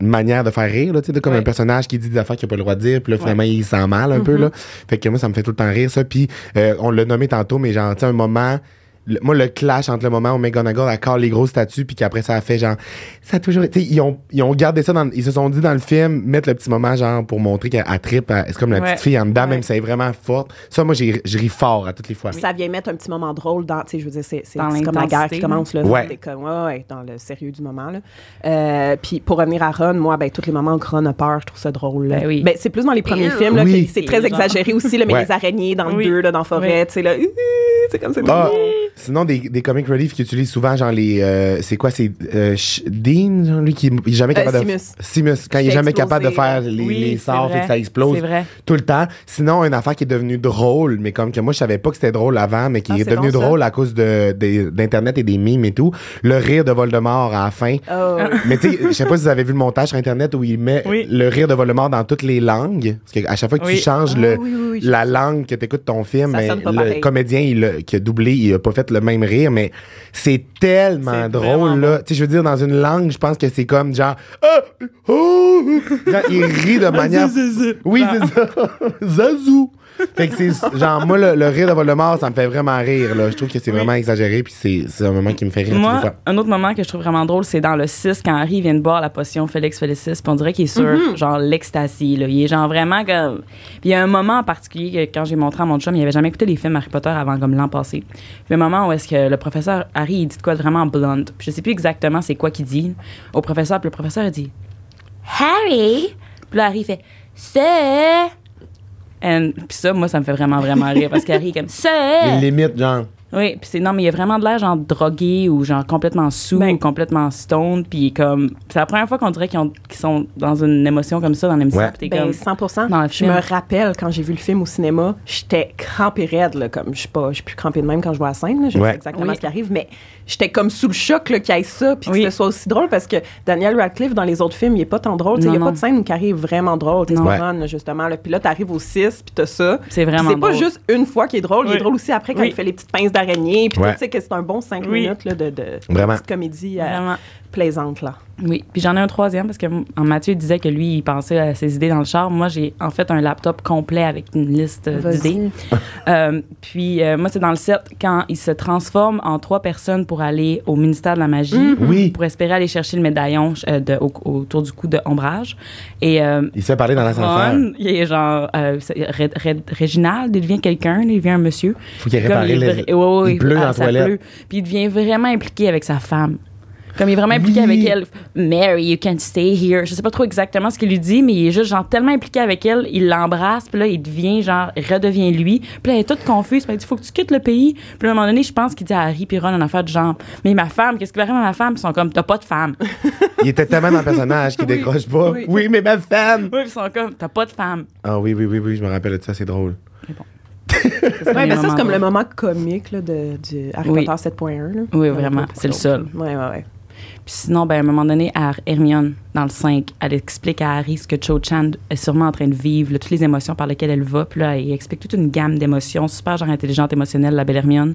[SPEAKER 3] manière de faire rire, là, tu sais, de comme
[SPEAKER 2] Ouais.
[SPEAKER 3] un personnage qui dit des affaires qu'il n'a pas le droit de dire, puis là, finalement, il s'en mal un peu, là.
[SPEAKER 2] Mm-hmm.
[SPEAKER 3] Fait que moi, ça me fait tout le temps rire, ça. Puis, euh, on l'a nommé tantôt, mais genre, tu sais, un moment... le- moi, le clash entre le moment où McGonagall accorde les grosses statues, puis qu'après ça, a fait genre... Ça a toujours été... Ils ont, ils ont gardé ça dans... Ils se sont dit dans le film, mettre le petit moment, genre, pour montrer qu'elle elle trippe. elle- C'est comme la
[SPEAKER 2] Ouais.
[SPEAKER 3] petite fille en dedans, même
[SPEAKER 2] Ouais.
[SPEAKER 3] si elle est vraiment forte. Ça, moi, j'ai- je ris fort à toutes les fois.
[SPEAKER 1] Ça vient mettre un petit moment drôle dans, tu sais, je veux dire, c'est c'est-
[SPEAKER 2] Dans
[SPEAKER 1] c'est comme la
[SPEAKER 2] l'intensité, hein.
[SPEAKER 1] guerre qui
[SPEAKER 2] là.
[SPEAKER 1] commence, là.
[SPEAKER 3] Ouais.
[SPEAKER 1] T'es comme, ouais, ouais, dans le sérieux du moment, là. Euh, puis pour revenir à Ron, moi, ben, tous les moments où Ron a peur, je trouve ça drôle, là.
[SPEAKER 2] Ben oui.
[SPEAKER 1] c'est plus dans les premiers
[SPEAKER 2] Ew.
[SPEAKER 1] films, là,
[SPEAKER 3] Oui.
[SPEAKER 1] que c'est très
[SPEAKER 2] Genre.
[SPEAKER 1] exagéré aussi, là, mais
[SPEAKER 3] Ouais.
[SPEAKER 1] les araignées dans le
[SPEAKER 2] Oui.
[SPEAKER 1] 2, là, dans la forêt, tu sais, là, *laughs* hi, hi, c'est comme ça.
[SPEAKER 3] Ah, sinon, des, des comic relief qui utilisent souvent, genre les. euh, c'est quoi, c'est euh, Ch- Dean, genre, lui qui est jamais
[SPEAKER 1] Euh,
[SPEAKER 3] capable de.
[SPEAKER 1] Simus.
[SPEAKER 3] Simus. Quand il est
[SPEAKER 1] fait
[SPEAKER 3] jamais
[SPEAKER 1] exploser,
[SPEAKER 3] capable de faire
[SPEAKER 1] là.
[SPEAKER 3] les,
[SPEAKER 2] Oui,
[SPEAKER 3] les
[SPEAKER 2] c'est
[SPEAKER 3] sorts, fait
[SPEAKER 2] vrai.
[SPEAKER 3] que ça explose
[SPEAKER 2] C'est vrai.
[SPEAKER 3] tout le temps. Sinon, une affaire qui est devenue drôle, mais comme que moi, je savais pas que c'était drôle avant, mais qui
[SPEAKER 1] Ah,
[SPEAKER 3] est
[SPEAKER 1] c'est
[SPEAKER 3] devenue
[SPEAKER 1] bon, ça.
[SPEAKER 3] drôle à cause de- des- d'Internet et des mimes et tout. Le rire de Voldemort à la fin.
[SPEAKER 1] Oh,
[SPEAKER 3] Mais tu sais, je sais pas si vous avez vu le montage sur Internet où il met
[SPEAKER 2] Oui.
[SPEAKER 3] le rire de Voldemort dans toutes les langues. Parce qu'à chaque fois que
[SPEAKER 2] Oui.
[SPEAKER 3] tu changes
[SPEAKER 1] Ah,
[SPEAKER 3] le,
[SPEAKER 1] oui, oui, oui, je
[SPEAKER 3] la langue que t'écoutes ton film,
[SPEAKER 1] Ça
[SPEAKER 3] ben,
[SPEAKER 1] sonne pas
[SPEAKER 3] le
[SPEAKER 1] pareil.
[SPEAKER 3] comédien il a- qui a doublé, il a pas fait le même rire, mais c'est tellement
[SPEAKER 2] C'est
[SPEAKER 3] drôle,
[SPEAKER 2] vraiment
[SPEAKER 3] là. Tu sais, je veux dire, dans une langue, je pense que c'est comme genre. Ah! Oh! Genre, il
[SPEAKER 2] *laughs*
[SPEAKER 3] rit de manière. Oui, c'est ça. *laughs* Zazou. Fait que c'est genre, moi, le, le rire de Voldemort, ça me fait vraiment rire, là. Je trouve que c'est vraiment exagéré, puis c'est c'est un moment qui me fait rire. tous les
[SPEAKER 2] Moi,
[SPEAKER 3] fois.
[SPEAKER 2] un autre moment que je trouve vraiment drôle, c'est dans le 6, quand Harry vient de boire la potion Félix Felicis, puis on dirait qu'il est sur, genre, l'ecstasy, là. Il est genre vraiment comme... Puis il y a un moment en particulier que quand j'ai montré à mon chum, il avait jamais écouté les films Harry Potter avant, comme, l'an passé. Le moment où est-ce que le professeur Harry, il dit de quoi de vraiment blunt. Puis je sais plus exactement c'est quoi qu'il dit au professeur, puis le professeur, il dit « Harry! » Puis là, Harry fait « C'est... » And- Puis ça, moi, ça me fait vraiment, vraiment rire, parce qu'Harry est comme « C'est... »
[SPEAKER 3] Il limite, genre.
[SPEAKER 2] Oui, puis c'est non, mais il y a vraiment de l'air genre drogué ou genre complètement sous
[SPEAKER 1] Ben-
[SPEAKER 2] ou complètement stone, puis comme c'est la première fois qu'on dirait qu'ils ont- qu'ils sont dans une émotion comme ça dans l'émission.
[SPEAKER 3] Ouais.
[SPEAKER 2] puis t'es
[SPEAKER 1] Ben,
[SPEAKER 2] comme-
[SPEAKER 1] 100
[SPEAKER 2] dans le
[SPEAKER 1] Je
[SPEAKER 2] film.
[SPEAKER 1] me rappelle quand j'ai vu le film au cinéma, j'étais crampée raide, là, comme je suis pas, je suis plus crampée de même quand je vois la scène, là, je
[SPEAKER 3] Ouais.
[SPEAKER 1] sais exactement
[SPEAKER 2] Oui.
[SPEAKER 1] ce qui arrive, mais j'étais comme sous le choc là, qu'il y ait ça, puis que
[SPEAKER 2] Oui.
[SPEAKER 1] ce soit aussi drôle, parce que Daniel Radcliffe, dans les autres films, il est pas tant drôle, tu sais, il y a
[SPEAKER 2] Non,
[SPEAKER 1] pas
[SPEAKER 2] non.
[SPEAKER 1] de scène où il arrive vraiment drôle, tu sais,
[SPEAKER 2] Non.
[SPEAKER 1] c'est Ron, là, justement, là, puis là, t'arrives au 6, puis t'as ça.
[SPEAKER 2] C'est
[SPEAKER 1] Puis
[SPEAKER 2] vraiment
[SPEAKER 1] C'est pas
[SPEAKER 2] drôle.
[SPEAKER 1] juste une fois qu'il est drôle, il est
[SPEAKER 2] Oui.
[SPEAKER 1] drôle aussi après quand
[SPEAKER 2] Oui.
[SPEAKER 1] il fait les petites pinces d'araignée, puis
[SPEAKER 3] Ouais.
[SPEAKER 1] tu sais que c'est un bon 5
[SPEAKER 2] Oui.
[SPEAKER 1] minutes là, de, de
[SPEAKER 3] Vraiment.
[SPEAKER 1] petite comédie. euh,
[SPEAKER 2] Vraiment.
[SPEAKER 1] plaisante, là.
[SPEAKER 2] Oui, puis j'en ai un troisième parce que m- en Mathieu disait que lui, il pensait à ses idées dans le char. Moi, j'ai en fait un laptop complet avec une liste euh, d'idées.
[SPEAKER 1] Vas-y.
[SPEAKER 2] Euh, puis euh, moi, c'est dans le set quand il se transforme en trois personnes pour aller au ministère de la magie,
[SPEAKER 3] Mm-hmm. Oui.
[SPEAKER 2] pour espérer aller chercher le médaillon euh, de- au- autour du cou de Ombrage. Et euh,
[SPEAKER 3] Il se fait parler dans l'ascenseur.
[SPEAKER 2] Ron, il est genre euh, c'est- Ré- Ré- Réginald, il devient quelqu'un, il devient un monsieur.
[SPEAKER 3] Faut qu'il
[SPEAKER 2] Puis comme
[SPEAKER 3] répare
[SPEAKER 2] il est
[SPEAKER 3] les-
[SPEAKER 2] vra- Ouais, ouais,
[SPEAKER 3] il pleut
[SPEAKER 2] ah,
[SPEAKER 3] dans la
[SPEAKER 2] ça
[SPEAKER 3] toilette.
[SPEAKER 2] pleut. Puis il devient vraiment impliqué avec sa femme. Comme il est vraiment impliqué avec
[SPEAKER 3] Oui.
[SPEAKER 2] elle. Mary, you can stay here. Je sais pas trop exactement ce qu'il lui dit, mais il est juste genre tellement impliqué avec elle, il l'embrasse, puis là il devient genre il redevient lui. Puis là elle est toute confuse, puis elle dit faut que tu quittes le pays. Puis là, à un moment donné, je pense qu'il dit à Harry puis Ron en affaire de genre mais ma femme, qu'est-ce qui va arriver à ma femme Ils sont comme t'as pas de femme. *laughs*
[SPEAKER 3] Il était tellement dans le personnage qu'il décroche pas. Oui.
[SPEAKER 2] Oui.
[SPEAKER 3] mais ma femme!
[SPEAKER 2] Oui, ils sont comme t'as pas de femme.
[SPEAKER 3] Ah oui, oui, oui, oui, je me rappelle de ça, c'est drôle.
[SPEAKER 1] Ouais,
[SPEAKER 2] les
[SPEAKER 1] ben ça, c'est
[SPEAKER 2] moments
[SPEAKER 1] comme le
[SPEAKER 2] drôles.
[SPEAKER 1] moment comique là, de, du Harry
[SPEAKER 2] Oui.
[SPEAKER 1] Potter 7.1. là.
[SPEAKER 2] Oui,
[SPEAKER 1] On
[SPEAKER 2] vraiment,
[SPEAKER 1] voit pas
[SPEAKER 2] c'est le
[SPEAKER 1] l'autre.
[SPEAKER 2] seul.
[SPEAKER 1] Ouais, ouais, ouais.
[SPEAKER 2] Puis sinon, ben, à un moment donné, à Hermione, dans le 5, elle explique à Harry ce que Cho Chan est sûrement en train de vivre, là, toutes les émotions par lesquelles elle va. Puis là, il explique toute une gamme d'émotions, super genre intelligente, émotionnelle, la belle Hermione.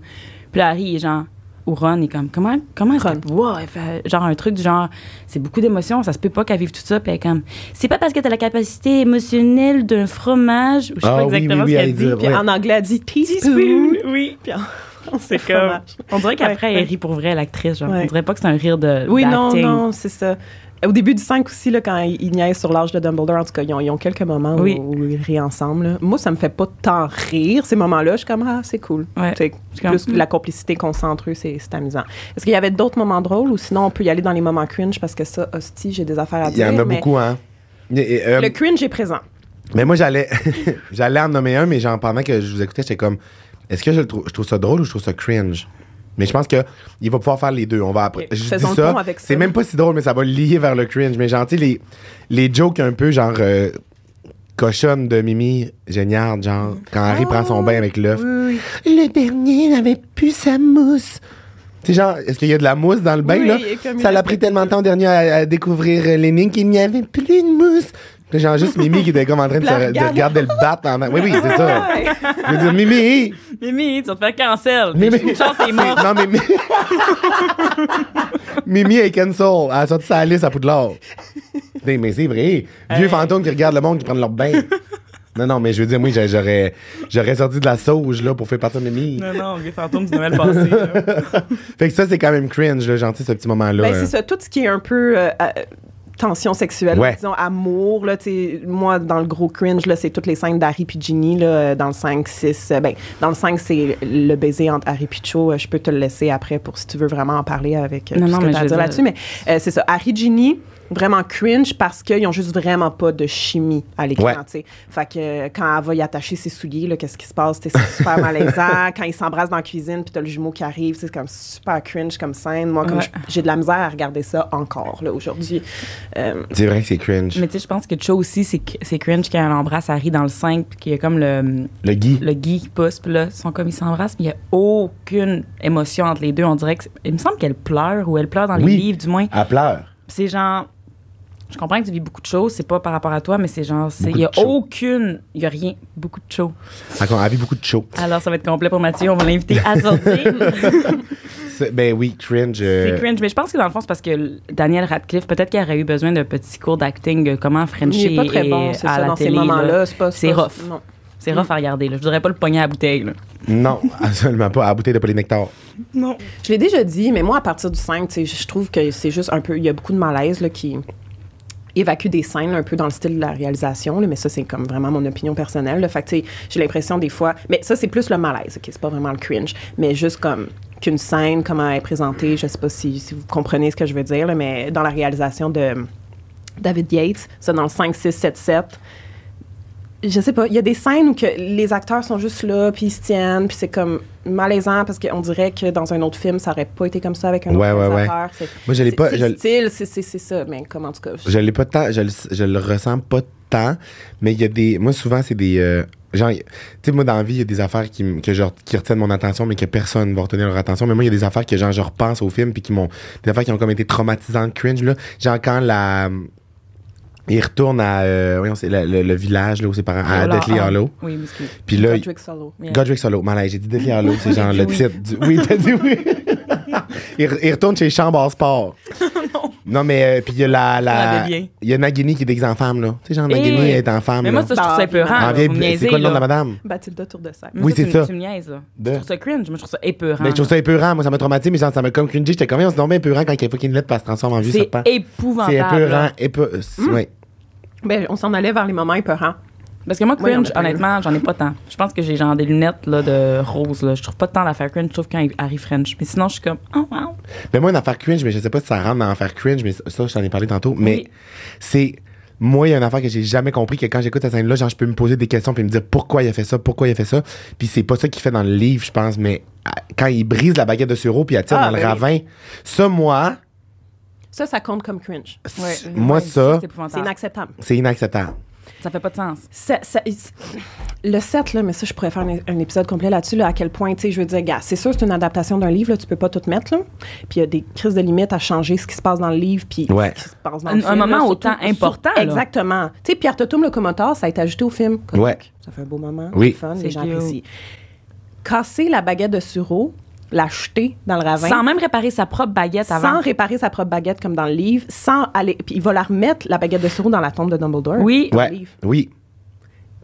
[SPEAKER 2] Puis là, Harry est genre, ou Ron, il est comme, comment, comment est-ce
[SPEAKER 1] Ron.
[SPEAKER 2] que- wow, elle fait- genre un truc du genre, c'est beaucoup d'émotions, ça se peut pas qu'elle vive tout ça. Puis elle est comme, c'est pas parce que t'as la capacité émotionnelle d'un fromage, ou je sais
[SPEAKER 3] Ah
[SPEAKER 2] pas
[SPEAKER 3] oui,
[SPEAKER 2] exactement
[SPEAKER 3] oui,
[SPEAKER 2] ce
[SPEAKER 3] oui, elle
[SPEAKER 2] qu'elle dit.
[SPEAKER 3] dit,
[SPEAKER 1] Puis
[SPEAKER 3] Ouais.
[SPEAKER 1] en anglais, elle dit teaspoon.
[SPEAKER 2] Teaspoon, oui.
[SPEAKER 1] Puis en *laughs* français,
[SPEAKER 2] C'est comme,
[SPEAKER 1] fromage.
[SPEAKER 2] on dirait qu'après,
[SPEAKER 1] Ouais, ouais.
[SPEAKER 2] elle rit pour vrai, l'actrice. Genre,
[SPEAKER 1] Ouais.
[SPEAKER 2] on dirait pas que c'est un rire de.
[SPEAKER 1] Oui, non,
[SPEAKER 2] d'acting.
[SPEAKER 1] non, c'est ça. Au début du 5 aussi, là, quand ils ils niaisent sur l'âge de Dumbledore, en tout cas, ils ont, ils ont quelques moments où-
[SPEAKER 2] Oui.
[SPEAKER 1] où, ils rient ensemble. là. Moi, ça me fait pas tant rire, ces moments-là. Je suis comme, ah, c'est cool.
[SPEAKER 2] Ouais.
[SPEAKER 1] Tu sais,
[SPEAKER 2] suis comme,
[SPEAKER 1] Plus
[SPEAKER 2] hmm.
[SPEAKER 1] la complicité qu'on sent entre eux, c'est c'est amusant. Est-ce qu'il y avait d'autres moments drôles ou sinon, on peut y aller dans les moments cringe parce que ça, hostie, j'ai des affaires à
[SPEAKER 3] Il y
[SPEAKER 1] dire.
[SPEAKER 3] en a
[SPEAKER 1] Ah, mais
[SPEAKER 3] beaucoup, hein. Et- et, euh,
[SPEAKER 1] Le cringe est présent.
[SPEAKER 3] Mais moi, j'allais *laughs* j'allais en nommer un, mais genre, pendant que je vous écoutais, j'étais comme, est-ce que je, le trouve, je trouve ça drôle ou je trouve ça cringe? Mais je pense que il va pouvoir faire les deux. On va après.
[SPEAKER 1] Ok,
[SPEAKER 3] Je dis
[SPEAKER 1] faisons le
[SPEAKER 3] ça.
[SPEAKER 1] pont avec ça.
[SPEAKER 3] C'est même pas si drôle, mais ça va lier vers le cringe. Mais genre, tu sais, les, les jokes un peu genre euh, cochonne de Mimi, génial, genre, quand Harry prend son bain avec l'œuf.
[SPEAKER 1] Oui,
[SPEAKER 3] Le dernier n'avait plus sa mousse. Tu sais, genre, est-ce qu'il y a de la mousse dans le bain,
[SPEAKER 1] Oui,
[SPEAKER 3] là?
[SPEAKER 1] et comme il
[SPEAKER 3] Ça
[SPEAKER 1] a
[SPEAKER 3] l'a
[SPEAKER 1] fait-
[SPEAKER 3] pris tellement de temps au dernier à, à découvrir euh, l'énigme qu'il n'y avait plus de mousse. Puis Genre, juste Mimi qui était comme en train de,
[SPEAKER 1] La
[SPEAKER 3] se- de
[SPEAKER 1] regarde.
[SPEAKER 3] regarder le battre. en- Oui, oui, c'est ça.
[SPEAKER 1] Ouais.
[SPEAKER 3] Je veux
[SPEAKER 1] *laughs*
[SPEAKER 3] dire, Mimi!
[SPEAKER 2] Mimi, tu vas te faire cancel.
[SPEAKER 3] Mimi!
[SPEAKER 2] Une chance, t'es mort.
[SPEAKER 3] Non, mais... *laughs* Mimi est cancel. Elle a sorti sa liste à Poudlard. Putain, mais c'est vrai. Vieux fantôme qui regarde le monde qui prend leur bain. Non, non, mais je veux dire, moi, j'a- j'aurais, j'aurais sorti de la sauge, là, pour faire partir Mimi.
[SPEAKER 2] *laughs* Non, non, les fantômes du Noël passé. là.
[SPEAKER 3] Fait que ça, c'est quand même cringe, là, gentil, ce petit moment-là.
[SPEAKER 1] Ben,
[SPEAKER 3] hein.
[SPEAKER 1] c'est ça, tout ce qui est un peu euh, euh, tension sexuelle,
[SPEAKER 3] Ouais.
[SPEAKER 1] disons amour, là, tu sais, moi, dans le gros cringe, là, c'est toutes les scènes d'Harry puis Ginny, là, euh, dans le 5, 6, euh, ben, dans le 5, c'est le baiser entre Harry puis Cho, euh, je peux te le laisser après pour si tu veux vraiment en parler avec euh,
[SPEAKER 2] Non,
[SPEAKER 1] tout
[SPEAKER 2] non,
[SPEAKER 1] ce que
[SPEAKER 2] mais
[SPEAKER 1] t'as à
[SPEAKER 2] je
[SPEAKER 1] dire
[SPEAKER 2] veux
[SPEAKER 1] là-dessus, mais euh, c'est ça, Harry Ginny, vraiment cringe parce qu'ils ont juste vraiment pas de chimie à l'écran,
[SPEAKER 3] Ouais.
[SPEAKER 1] tu sais. Fait que euh, quand elle va y attacher ses souliers, là, qu'est-ce qui se passe, tu sais, c'est super malaisant, quand ils s'embrassent dans la cuisine puis t'as le jumeau qui arrive, c'est comme super cringe comme scène, moi, comme
[SPEAKER 2] Ouais.
[SPEAKER 1] je- j'ai de la misère à regarder ça encore là aujourd'hui. Euh,
[SPEAKER 3] C'est vrai que c'est cringe.
[SPEAKER 2] Mais tu sais, je pense que Cho aussi, c'est c'est cringe quand elle embrasse Harry dans le 5, puis qu'il y a comme le,
[SPEAKER 3] Le Guy.
[SPEAKER 2] le Guy qui pousse, puis là, ils sont comme ils s'embrassent, mais il n'y a aucune émotion entre les deux. On dirait que. c'est- Il me semble qu'elle pleure, ou elle pleure dans
[SPEAKER 3] Oui.
[SPEAKER 2] les livres, du moins.
[SPEAKER 3] Elle pleure.
[SPEAKER 2] C'est genre. Je comprends que tu vis beaucoup de choses, c'est pas par rapport à toi, mais c'est genre. c'est- Il n'y a
[SPEAKER 3] Beaucoup de Cho.
[SPEAKER 2] aucune. Il n'y a rien. Beaucoup de Cho.
[SPEAKER 3] Elle, elle vit beaucoup de show.
[SPEAKER 2] Alors, ça va être complet pour Mathieu. On va l'inviter à sortir.
[SPEAKER 3] C'est- Ben oui, cringe. euh,
[SPEAKER 2] C'est cringe, mais je pense que dans le fond, c'est parce que l- Daniel Radcliffe, peut-être qu'elle aurait eu besoin d'un petit cours d'acting, euh, comment Frenchie
[SPEAKER 1] il est pas très bon, c'est
[SPEAKER 2] à
[SPEAKER 1] ça,
[SPEAKER 2] la
[SPEAKER 1] dans ces
[SPEAKER 2] télé, là.
[SPEAKER 1] moments-là, c'est pas
[SPEAKER 2] C'est
[SPEAKER 1] pas-
[SPEAKER 2] rough.
[SPEAKER 1] non. Mm.
[SPEAKER 2] C'est rough à regarder. Là. Je voudrais pas le pogner à la bouteille. Là.
[SPEAKER 3] Non, *laughs* absolument pas. À la bouteille de polynectar.
[SPEAKER 2] Non.
[SPEAKER 1] Je l'ai déjà dit, mais moi à partir du 5, tu sais, je trouve que c'est juste un peu il y a beaucoup de malaise là, qui évacue des scènes là, un peu dans le style de la réalisation, là, mais ça c'est comme vraiment mon opinion personnelle. Le fait que, tu sais, j'ai l'impression des fois, mais ça c'est plus le malaise, ok, c'est pas vraiment le cringe, mais juste comme qu'une scène comment elle est présentée, je sais pas si, si vous comprenez ce que je veux dire, là, mais dans la réalisation de David Yates, ça dans le 5, 6, 7, 7. Je sais pas, il y a des scènes où que les acteurs sont juste là, puis ils se tiennent, puis c'est comme malaisant parce qu'on dirait que dans un autre film, ça aurait pas été comme ça avec un
[SPEAKER 3] Ouais,
[SPEAKER 1] autre
[SPEAKER 3] ouais, ouais.
[SPEAKER 1] réalisateur. C'est-
[SPEAKER 3] Moi, je l'ai
[SPEAKER 1] c'est-
[SPEAKER 3] pas-
[SPEAKER 1] C'est
[SPEAKER 3] je
[SPEAKER 1] le
[SPEAKER 3] l-
[SPEAKER 1] style, c'est- c'est c'est ça, mais comme en tout cas. je-
[SPEAKER 3] Je l'ai pas tant, je le, je le ressens pas tant, mais il y a des. Moi, souvent, c'est des. euh, genre, tu sais, moi, dans la vie, il y a des affaires qui, me- que je re- qui retiennent mon attention, mais que personne va retenir leur attention. Mais moi, il y a des affaires que, genre, je repense au film, puis qui m'ont. Des affaires qui ont comme été traumatisantes, cringe, là. Genre, quand la. Il retourne à. euh, voyons, c'est la- le, le village, là, où ses parents. À
[SPEAKER 2] Alors,
[SPEAKER 3] Deathly
[SPEAKER 2] ah,
[SPEAKER 3] Hollow.
[SPEAKER 2] Oui, excuse.
[SPEAKER 3] Puis là.
[SPEAKER 1] Patrick Solo.
[SPEAKER 2] Yeah.
[SPEAKER 3] Godric Solo. Malaise, j'ai dit Deathly Hallows,
[SPEAKER 2] *laughs*
[SPEAKER 3] c'est genre
[SPEAKER 2] dit
[SPEAKER 3] le
[SPEAKER 2] oui. *laughs*
[SPEAKER 3] titre. Du... Oui, t'as dit oui. il, re- il retourne chez Chambord Sport. Non, mais euh, puis il y a la. la-
[SPEAKER 2] Ah, des biens.
[SPEAKER 3] Il y a Nagini qui est déguisée en femme, là. Tu sais, genre, Nagini
[SPEAKER 2] Eh!
[SPEAKER 3] est en femme.
[SPEAKER 2] Mais moi,
[SPEAKER 3] là.
[SPEAKER 2] ça, je trouve ça épeurant.
[SPEAKER 1] Ah,
[SPEAKER 3] En
[SPEAKER 2] là,
[SPEAKER 3] vieille-
[SPEAKER 2] vous me
[SPEAKER 3] c'est
[SPEAKER 2] niaisez,
[SPEAKER 3] quoi le
[SPEAKER 2] là.
[SPEAKER 3] nom de la madame?
[SPEAKER 1] Bathilda Tour de Seine.
[SPEAKER 2] Mais
[SPEAKER 3] Oui,
[SPEAKER 2] tu-
[SPEAKER 3] c'est ça.
[SPEAKER 2] Tu me niaises, là.
[SPEAKER 3] De-
[SPEAKER 2] Je trouve ça cringe. Moi, je trouve ça épeurant.
[SPEAKER 3] Mais je trouve ça épeurant. Moi, ça m'a traumatisé, mais genre, ça m'a comme cringy. J'étais comme, on se tombe épeurant quand il faut qu'une lettre passe se transforme en vieux
[SPEAKER 2] C'est
[SPEAKER 3] serpent.
[SPEAKER 2] épouvantable.
[SPEAKER 3] C'est épeurant.
[SPEAKER 2] là. Hmm?
[SPEAKER 3] Épe... euh, Oui.
[SPEAKER 1] Ben, on s'en allait vers les moments épeurants.
[SPEAKER 2] Parce que moi,
[SPEAKER 1] Moi, il y en a
[SPEAKER 2] cringe,
[SPEAKER 1] plein.
[SPEAKER 2] honnêtement, j'en ai pas tant. Je pense que j'ai genre des lunettes là, de rose. Là. Je trouve pas tant l'affaire cringe, sauf quand Harry French. Mais sinon, je suis comme. Oh, wow.
[SPEAKER 3] Mais Ben, moi, une affaire cringe, mais je sais pas si ça rentre dans l'affaire cringe, mais ça, j'en ai parlé tantôt. Mais
[SPEAKER 2] Oui.
[SPEAKER 3] c'est. Moi, il y a une affaire que j'ai jamais compris, que quand j'écoute cette scène-là, genre, je peux me poser des questions puis me dire pourquoi il a fait ça, pourquoi il a fait ça. Puis c'est pas ça qu'il fait dans le livre, je pense, mais à- quand il brise la baguette de sureau puis elle tire
[SPEAKER 1] Ah,
[SPEAKER 3] dans le
[SPEAKER 1] ben oui.
[SPEAKER 3] ravin, ça, moi,
[SPEAKER 1] Ça, ça compte comme cringe.
[SPEAKER 2] Ouais,
[SPEAKER 3] c- moi,
[SPEAKER 2] ouais,
[SPEAKER 3] ça,
[SPEAKER 2] C'est
[SPEAKER 1] C'est
[SPEAKER 2] épouvantable.
[SPEAKER 1] inacceptable.
[SPEAKER 3] c'est inacceptable.
[SPEAKER 2] Ça fait pas de sens.
[SPEAKER 1] Ça- ça- il- le 7, là, mais ça, je pourrais faire un, un épisode complet là-dessus, là, à quel point, tu sais, je veux dire, gars, c'est sûr, c'est une adaptation d'un livre, là, tu peux pas tout mettre, là. Puis il y a des crises de limites à changer ce qui se passe dans le livre, puis
[SPEAKER 3] Ouais.
[SPEAKER 1] ce qui se passe dans
[SPEAKER 2] Un-
[SPEAKER 1] le film.
[SPEAKER 2] un moment
[SPEAKER 1] là,
[SPEAKER 2] autant important, là.
[SPEAKER 1] Exactement. Tu sais, Pierre Totum, le commentaire, ça a été ajouté au film. Correct.
[SPEAKER 3] Ouais.
[SPEAKER 1] Ça fait un beau moment,
[SPEAKER 3] Oui.
[SPEAKER 1] c'est fun,
[SPEAKER 2] C'est
[SPEAKER 1] les gens
[SPEAKER 2] cute.
[SPEAKER 1] apprécient. Casser la baguette de sureau, la jeter dans le ravin.
[SPEAKER 2] Sans même réparer sa propre baguette
[SPEAKER 1] sans
[SPEAKER 2] avant.
[SPEAKER 1] réparer sa propre baguette comme dans le livre, sans aller. Puis il va la remettre, la baguette de sureau, dans la tombe de Dumbledore.
[SPEAKER 2] Oui.
[SPEAKER 1] Dans le
[SPEAKER 3] Ouais.
[SPEAKER 1] livre.
[SPEAKER 3] Oui,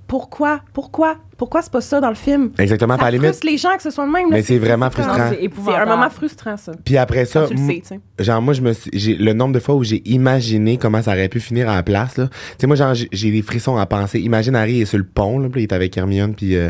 [SPEAKER 1] Pourquoi? Pourquoi? Pourquoi c'est pas ça dans le film?
[SPEAKER 3] exactement,
[SPEAKER 1] Ça
[SPEAKER 3] par la limite.
[SPEAKER 1] frustre les gens que ce soit le même. là.
[SPEAKER 3] Mais c'est vraiment
[SPEAKER 1] comme-
[SPEAKER 3] frustrant.
[SPEAKER 2] Non, c'est
[SPEAKER 1] C'est un
[SPEAKER 2] épouvantable.
[SPEAKER 1] moment frustrant, ça.
[SPEAKER 3] Puis après ça,
[SPEAKER 1] Quand tu le
[SPEAKER 3] m-
[SPEAKER 1] sais, tu sais.
[SPEAKER 3] genre moi je me suis, j'ai le nombre de fois où j'ai imaginé comment ça aurait pu finir à la place là. Tu sais moi genre j'ai j'ai des frissons à penser. Imagine Harry est sur le pont là, puis il est avec Hermione puis euh,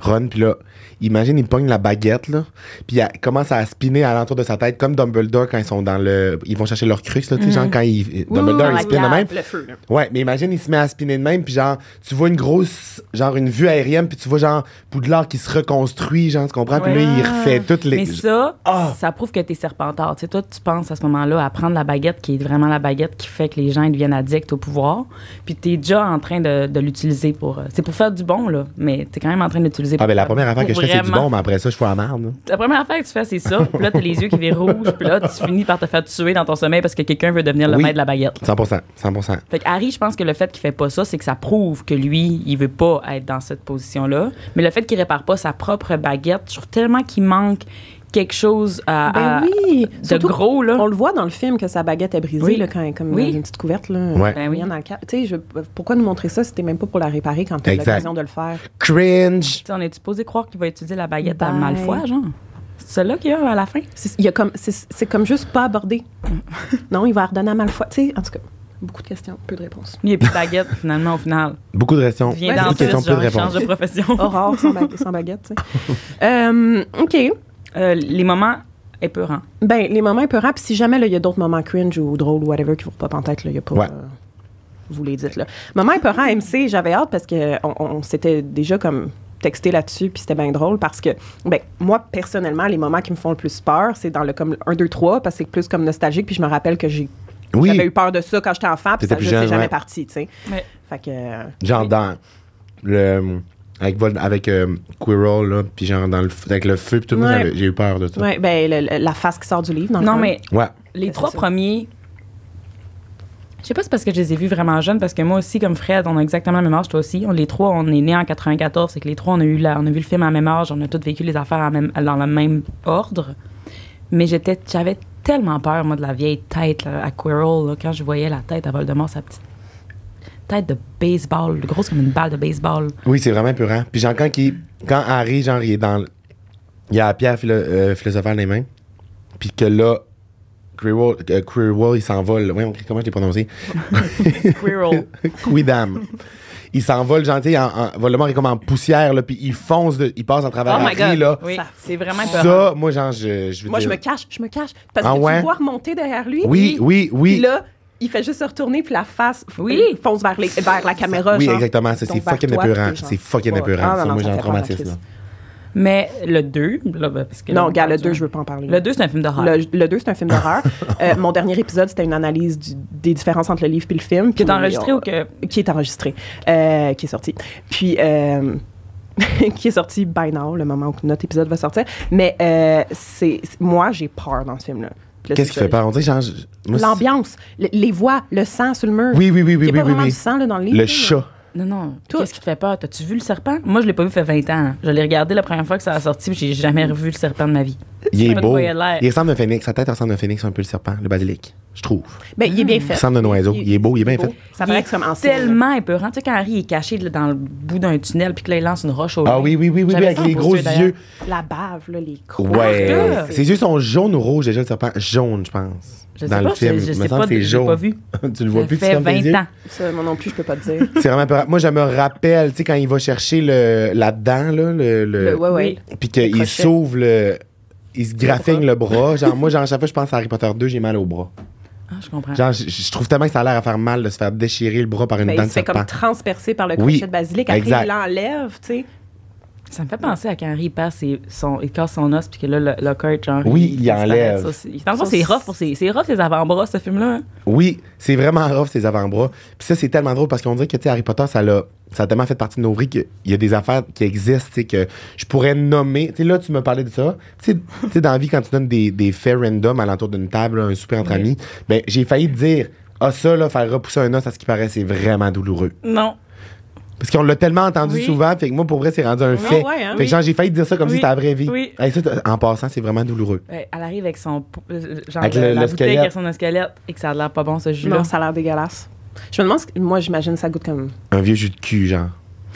[SPEAKER 3] Ron puis là, imagine il pogne la baguette là, puis elle commence à spinner à l'entour de sa tête comme Dumbledore quand ils sont dans le ils vont chercher leur crux là, tu sais genre quand ils Dumbledore
[SPEAKER 1] Dans
[SPEAKER 3] il
[SPEAKER 1] Mhm. la
[SPEAKER 3] spin de
[SPEAKER 1] cave,
[SPEAKER 3] même.
[SPEAKER 1] le feu, là.
[SPEAKER 3] Ouais, mais imagine, il se met à spinner de même, puis genre, tu vois une grosse, genre, une vue aérienne, puis tu vois, genre, Poudlard qui se reconstruit, genre, tu comprends, puis
[SPEAKER 2] Ouais.
[SPEAKER 3] là, il refait toutes les.
[SPEAKER 2] Ah. Mais ça,
[SPEAKER 3] Ah!
[SPEAKER 2] ça prouve que t'es serpentard. Tu sais, toi, tu penses à ce moment-là à prendre la baguette qui est vraiment la baguette qui fait que les gens ils deviennent addicts au pouvoir. Puis t'es déjà en train de, de l'utiliser pour. euh, c'est pour faire du bon, là. Mais t'es quand même en train d'utiliser
[SPEAKER 3] Ah,
[SPEAKER 2] pour.
[SPEAKER 3] ben la première affaire que je
[SPEAKER 2] pour
[SPEAKER 3] fais, c'est du
[SPEAKER 2] vraiment-
[SPEAKER 3] bon, mais après ça, je fais la merde. là.
[SPEAKER 2] La première affaire que tu fais, c'est ça. Puis là, t'as les yeux qui virent rouges. Puis là, tu finis par te faire tuer dans ton sommeil parce que quelqu'un veut devenir le
[SPEAKER 3] Oui.
[SPEAKER 2] maître de la baguette.
[SPEAKER 3] 100%, 100%.
[SPEAKER 2] Fait que Harry, je pense que le fait qu'il fait pas ça, c'est que ça prouve que lui, il veut pas être dans cette position-là. Mais le fait qu'il répare pas sa propre baguette, je trouve tellement qu'il manque quelque chose à, à-
[SPEAKER 1] Ben oui.
[SPEAKER 2] de
[SPEAKER 1] Surtout,
[SPEAKER 2] gros, là.
[SPEAKER 1] On le voit dans le film que sa baguette est brisée,
[SPEAKER 2] Oui.
[SPEAKER 1] là, quand, comme
[SPEAKER 2] Oui.
[SPEAKER 1] dans une petite couverte. Là.
[SPEAKER 3] Ouais.
[SPEAKER 2] Ben oui.
[SPEAKER 1] Rien dans le cadre. Tu sais, je- pourquoi nous montrer ça si t'es même pas pour la réparer quand t'as
[SPEAKER 3] Exact.
[SPEAKER 1] l'occasion de le faire?
[SPEAKER 3] Cringe!
[SPEAKER 2] Tu sais, on est supposé croire qu'il va utiliser la baguette à
[SPEAKER 1] Bye.
[SPEAKER 2] Malfoy, genre? C'est celle-là qu'il y a à la fin?
[SPEAKER 1] C'est il y a comme, c'est- c'est comme juste pas
[SPEAKER 2] *laughs*
[SPEAKER 1] abordé. non, il va redonner à Malfoy. Tu sais, en tout cas, beaucoup de questions, peu de réponses.
[SPEAKER 2] Il n'y a plus de baguette, *laughs* finalement, au final.
[SPEAKER 3] Beaucoup de raisons.
[SPEAKER 2] Viens
[SPEAKER 1] Oh. Ouais,
[SPEAKER 2] dans
[SPEAKER 3] Beaucoup de
[SPEAKER 1] c'est
[SPEAKER 2] ce
[SPEAKER 3] questions, peu
[SPEAKER 2] genre,
[SPEAKER 3] de
[SPEAKER 2] il change
[SPEAKER 3] réponses.
[SPEAKER 2] de profession.
[SPEAKER 1] Aurore sans, bagu- sans baguette, tu sais. Euh, OK.
[SPEAKER 2] Euh, les moments épeurants.
[SPEAKER 1] Ben, les moments épeurants, puis si jamais là, il y a d'autres moments cringe ou drôles ou whatever qui vous repopent en tête, là, il n'y a pas.
[SPEAKER 3] Ouais.
[SPEAKER 1] euh, vous les dites, là. Moment épeurant à MC, j'avais hâte parce qu'on on, on s'était déjà comme texté là-dessus, puis c'était bien drôle parce que, ben, moi, personnellement, les moments qui me font le plus peur, c'est dans le comme 1, 2, 3, parce que c'est plus comme nostalgique, puis je me rappelle que j'ai.
[SPEAKER 3] Oui.
[SPEAKER 1] J'avais eu peur de ça quand j'étais enfant, puis
[SPEAKER 3] T'étais
[SPEAKER 1] ça
[SPEAKER 3] plus
[SPEAKER 1] juste c'est
[SPEAKER 3] jeune,
[SPEAKER 1] jamais
[SPEAKER 3] ouais.
[SPEAKER 1] parti, tu sais.
[SPEAKER 2] Ouais.
[SPEAKER 1] Fait que. euh,
[SPEAKER 3] Genre dans le. Avec, Vol- avec euh, Quirrell, là, puis genre dans le, f- avec le feu, puis tout le
[SPEAKER 1] Ouais.
[SPEAKER 3] monde, j'avais- j'ai eu peur de ça.
[SPEAKER 1] ouais,
[SPEAKER 3] Ouais.
[SPEAKER 1] ben, le- le- la face qui sort du livre, dans le
[SPEAKER 2] Non,
[SPEAKER 1] fond.
[SPEAKER 2] mais Les
[SPEAKER 1] Ben, C'est
[SPEAKER 2] trois
[SPEAKER 1] ça.
[SPEAKER 2] premiers. Je sais pas si c'est parce que je les ai vus vraiment jeunes, parce que moi aussi, comme Fred, on a exactement la même âge, toi aussi. On, les trois, on est nés en 94, c'est que les trois, on a, eu la- on a vu le film à la même âge, on a tous vécu les affaires à même, dans le même ordre. Mais j'étais, j'avais tellement peur, moi, de la vieille tête là, à Quirrell, là, quand je voyais la tête à Voldemort, sa petite tête de baseball, grosse comme une balle de baseball.
[SPEAKER 3] Oui, c'est vraiment épeurant. Puis genre, quand, il- quand Harry, genre, il est dans. le- Il a la pierre philo- euh, philosophale dans les mains, puis que là, Quirrell, euh, Quirrell, il s'envole. Ouais, on- comment je l'ai prononcé?
[SPEAKER 2] *laughs*
[SPEAKER 3] *laughs*
[SPEAKER 2] Quirrell.
[SPEAKER 3] Quidam. Il s'envole gentil, en, en, Voldemort est comme en poussière, là, puis il fonce, de- il passe à travers Harry, ben, là.
[SPEAKER 2] Oh Oui,
[SPEAKER 1] Oh Ça-
[SPEAKER 2] c'est vraiment épeurant.
[SPEAKER 3] Ça, moi, genre, je, je veux
[SPEAKER 1] Moi, je
[SPEAKER 3] dire-
[SPEAKER 1] me cache, je me cache. Parce
[SPEAKER 3] Ah
[SPEAKER 1] que
[SPEAKER 3] ouais?
[SPEAKER 1] tu vois remonter derrière lui.
[SPEAKER 3] Oui, oui, oui.
[SPEAKER 1] Puis là, il fait juste se retourner, puis la face
[SPEAKER 2] Oui.
[SPEAKER 1] euh, fonce vers, les, vers la caméra.
[SPEAKER 3] Oui,
[SPEAKER 1] genre.
[SPEAKER 3] exactement. ça,
[SPEAKER 1] Donc,
[SPEAKER 3] C'est
[SPEAKER 1] vers
[SPEAKER 3] fucking
[SPEAKER 1] toi, puis
[SPEAKER 3] épeurant.
[SPEAKER 1] t'es genre-
[SPEAKER 3] C'est fucking
[SPEAKER 1] Ouais.
[SPEAKER 3] épeurant.
[SPEAKER 1] Ah,
[SPEAKER 3] ça,
[SPEAKER 1] non, non, ça
[SPEAKER 3] moi, j'ai
[SPEAKER 1] fait peur,
[SPEAKER 3] un
[SPEAKER 1] la
[SPEAKER 3] traumatisme.
[SPEAKER 1] crise.
[SPEAKER 3] là.
[SPEAKER 2] Mais le 2, là, ben, parce que... là,
[SPEAKER 1] Non,
[SPEAKER 2] on
[SPEAKER 1] regarde, le
[SPEAKER 2] parle
[SPEAKER 1] 2,
[SPEAKER 2] du-
[SPEAKER 1] je veux pas en parler.
[SPEAKER 2] Le 2, c'est un film d'horreur.
[SPEAKER 1] Le, le 2, c'est un film d'horreur. Euh, mon dernier épisode, c'était une analyse du- des différences entre le livre puis le film.
[SPEAKER 2] Qui est
[SPEAKER 1] Puis,
[SPEAKER 2] enregistré
[SPEAKER 1] euh,
[SPEAKER 2] ou que...
[SPEAKER 1] Qui est enregistré. Euh, qui est sorti. Puis... euh, *laughs* qui est sorti by now, le moment où notre épisode va sortir. Mais euh, c'est c'est- moi, j'ai peur dans ce film-là. Puis là,
[SPEAKER 3] Qu'est-ce qui
[SPEAKER 1] c'est
[SPEAKER 3] fait
[SPEAKER 1] ça,
[SPEAKER 3] peur? On dirait, genre. je- moi, c'est-
[SPEAKER 1] L'ambiance, le- les voix, le sang sur le mur.
[SPEAKER 3] Oui, oui, oui,
[SPEAKER 1] Il
[SPEAKER 3] oui,
[SPEAKER 1] y a
[SPEAKER 3] oui,
[SPEAKER 1] pas
[SPEAKER 3] oui.
[SPEAKER 1] vraiment
[SPEAKER 3] oui.
[SPEAKER 1] du sang là, dans le livre.
[SPEAKER 3] Le
[SPEAKER 1] là.
[SPEAKER 3] chat.
[SPEAKER 2] Non, non.
[SPEAKER 1] Tout.
[SPEAKER 2] Qu'est-ce qui te fait peur? T'as-tu vu le serpent? Moi, je l'ai pas vu, fait 20 ans. Je l'ai regardé la première fois que ça a sorti, puis j'ai jamais revu le serpent de ma vie.
[SPEAKER 3] Il
[SPEAKER 2] C'est
[SPEAKER 3] est
[SPEAKER 2] pas de
[SPEAKER 3] beau.
[SPEAKER 2] quoi il a l'air.
[SPEAKER 3] Il ressemble à un phénix. Sa tête ressemble à un phénix, un peu le serpent, le basilic. je trouve.
[SPEAKER 1] Ben, il est bien fait.
[SPEAKER 3] Il ressemble à un oiseau. Il est beau, il est bien fait.
[SPEAKER 1] Ça
[SPEAKER 2] Il
[SPEAKER 1] paraît
[SPEAKER 2] est
[SPEAKER 1] que c'est comme ancien.
[SPEAKER 2] tellement épeurant. Tu sais, quand Harry est caché là, dans le bout d'un tunnel, puis que là, il lance une roche au
[SPEAKER 3] Ah
[SPEAKER 2] lit.
[SPEAKER 3] oui, oui, oui, oui,
[SPEAKER 2] J'avais
[SPEAKER 3] avec
[SPEAKER 2] ça
[SPEAKER 3] les
[SPEAKER 2] en
[SPEAKER 3] gros
[SPEAKER 2] posture, d'ailleurs.
[SPEAKER 3] yeux.
[SPEAKER 1] La bave, là, les crocs.
[SPEAKER 3] Ouais.
[SPEAKER 2] Parce que-
[SPEAKER 3] Ses yeux sont jaunes ou rouges, déjà, le serpent. Jaune, je pense.
[SPEAKER 2] Je sais
[SPEAKER 3] dans
[SPEAKER 2] pas,
[SPEAKER 3] le film.
[SPEAKER 2] je- je
[SPEAKER 3] Il me
[SPEAKER 2] sais
[SPEAKER 3] semble
[SPEAKER 2] pas,
[SPEAKER 3] que c'est
[SPEAKER 2] je l'ai
[SPEAKER 3] jaune.
[SPEAKER 2] pas vu.
[SPEAKER 3] *laughs* tu le vois
[SPEAKER 2] Ça
[SPEAKER 3] plus, tu
[SPEAKER 2] fait
[SPEAKER 3] fermes tes
[SPEAKER 2] 20
[SPEAKER 3] yeux.
[SPEAKER 2] ans.
[SPEAKER 1] Ah, Ça, moi non plus, je peux pas te dire.
[SPEAKER 3] C'est vraiment épeurant. Moi, je me rappelle, tu sais, quand il va chercher le, là-dedans, là, le, le-
[SPEAKER 1] Le- ouais, ouais.
[SPEAKER 3] puis
[SPEAKER 1] Le
[SPEAKER 3] qu'il
[SPEAKER 1] crochet.
[SPEAKER 3] s'ouvre le. Il se graffigne le bras. Genre, moi, genre, chaque fois que je pense à Harry Potter 2, j'ai mal au bras.
[SPEAKER 2] Ah, je comprends.
[SPEAKER 3] Genre, je, je trouve tellement que ça a l'air à faire mal de se faire déchirer le bras par une
[SPEAKER 1] Ben,
[SPEAKER 3] dent
[SPEAKER 1] il
[SPEAKER 3] de
[SPEAKER 1] se fait
[SPEAKER 3] serpent.
[SPEAKER 1] comme transpercer par le crochet
[SPEAKER 3] Oui,
[SPEAKER 1] de basilic. Après,
[SPEAKER 3] exact.
[SPEAKER 1] il l'enlève, tu sais.
[SPEAKER 2] Ça me fait penser à quand Harry passe ses- son, il casse son os, puis que là, le, le Kurt, genre.
[SPEAKER 3] Oui, il
[SPEAKER 2] disparaît.
[SPEAKER 3] enlève.
[SPEAKER 2] Ça, c'est- Dans le fond, c'est rough pour ses, c'est rough ses avant-bras, ce film-là. hein.
[SPEAKER 3] Oui, c'est vraiment rough, ses avant-bras. Puis ça, c'est tellement drôle parce qu'on dirait que, tu sais, Harry Potter, ça l'a. Ça a tellement fait partie de nos vies qu'il y a des affaires qui existent, tu sais, que je pourrais nommer. Tu sais, là, tu me parlais de ça. Tu sais- tu sais, dans la vie, quand tu donnes des, des faits random à l'entour d'une table, là, un souper entre amis, ben, j'ai failli te dire, ah, ça, là, faire repousser un os, à ce qui paraît, c'est vraiment douloureux.
[SPEAKER 2] Non.
[SPEAKER 3] Parce qu'on l'a tellement entendu
[SPEAKER 2] Oui.
[SPEAKER 3] souvent, fait que moi, pour vrai, c'est rendu un fait.
[SPEAKER 1] ouais, hein,
[SPEAKER 3] fait que,
[SPEAKER 1] oui.
[SPEAKER 3] genre, j'ai failli te dire ça comme
[SPEAKER 2] Oui,
[SPEAKER 3] si c'était la vraie vie.
[SPEAKER 2] oui.
[SPEAKER 3] Hey, ça, t'as- en passant, c'est vraiment douloureux.
[SPEAKER 2] Euh, Elle arrive avec son. p- euh, Genre,
[SPEAKER 3] Avec
[SPEAKER 2] le-
[SPEAKER 3] le-
[SPEAKER 2] la
[SPEAKER 3] le
[SPEAKER 2] bouteille
[SPEAKER 3] squelette.
[SPEAKER 2] avec son squelette, et que ça a l'air pas bon, ce jus-là.
[SPEAKER 1] Non, ça a l'air dégueulasse. Je me demande, ce- moi, j'imagine ça goûte comme.
[SPEAKER 3] Un vieux jus de cul, genre.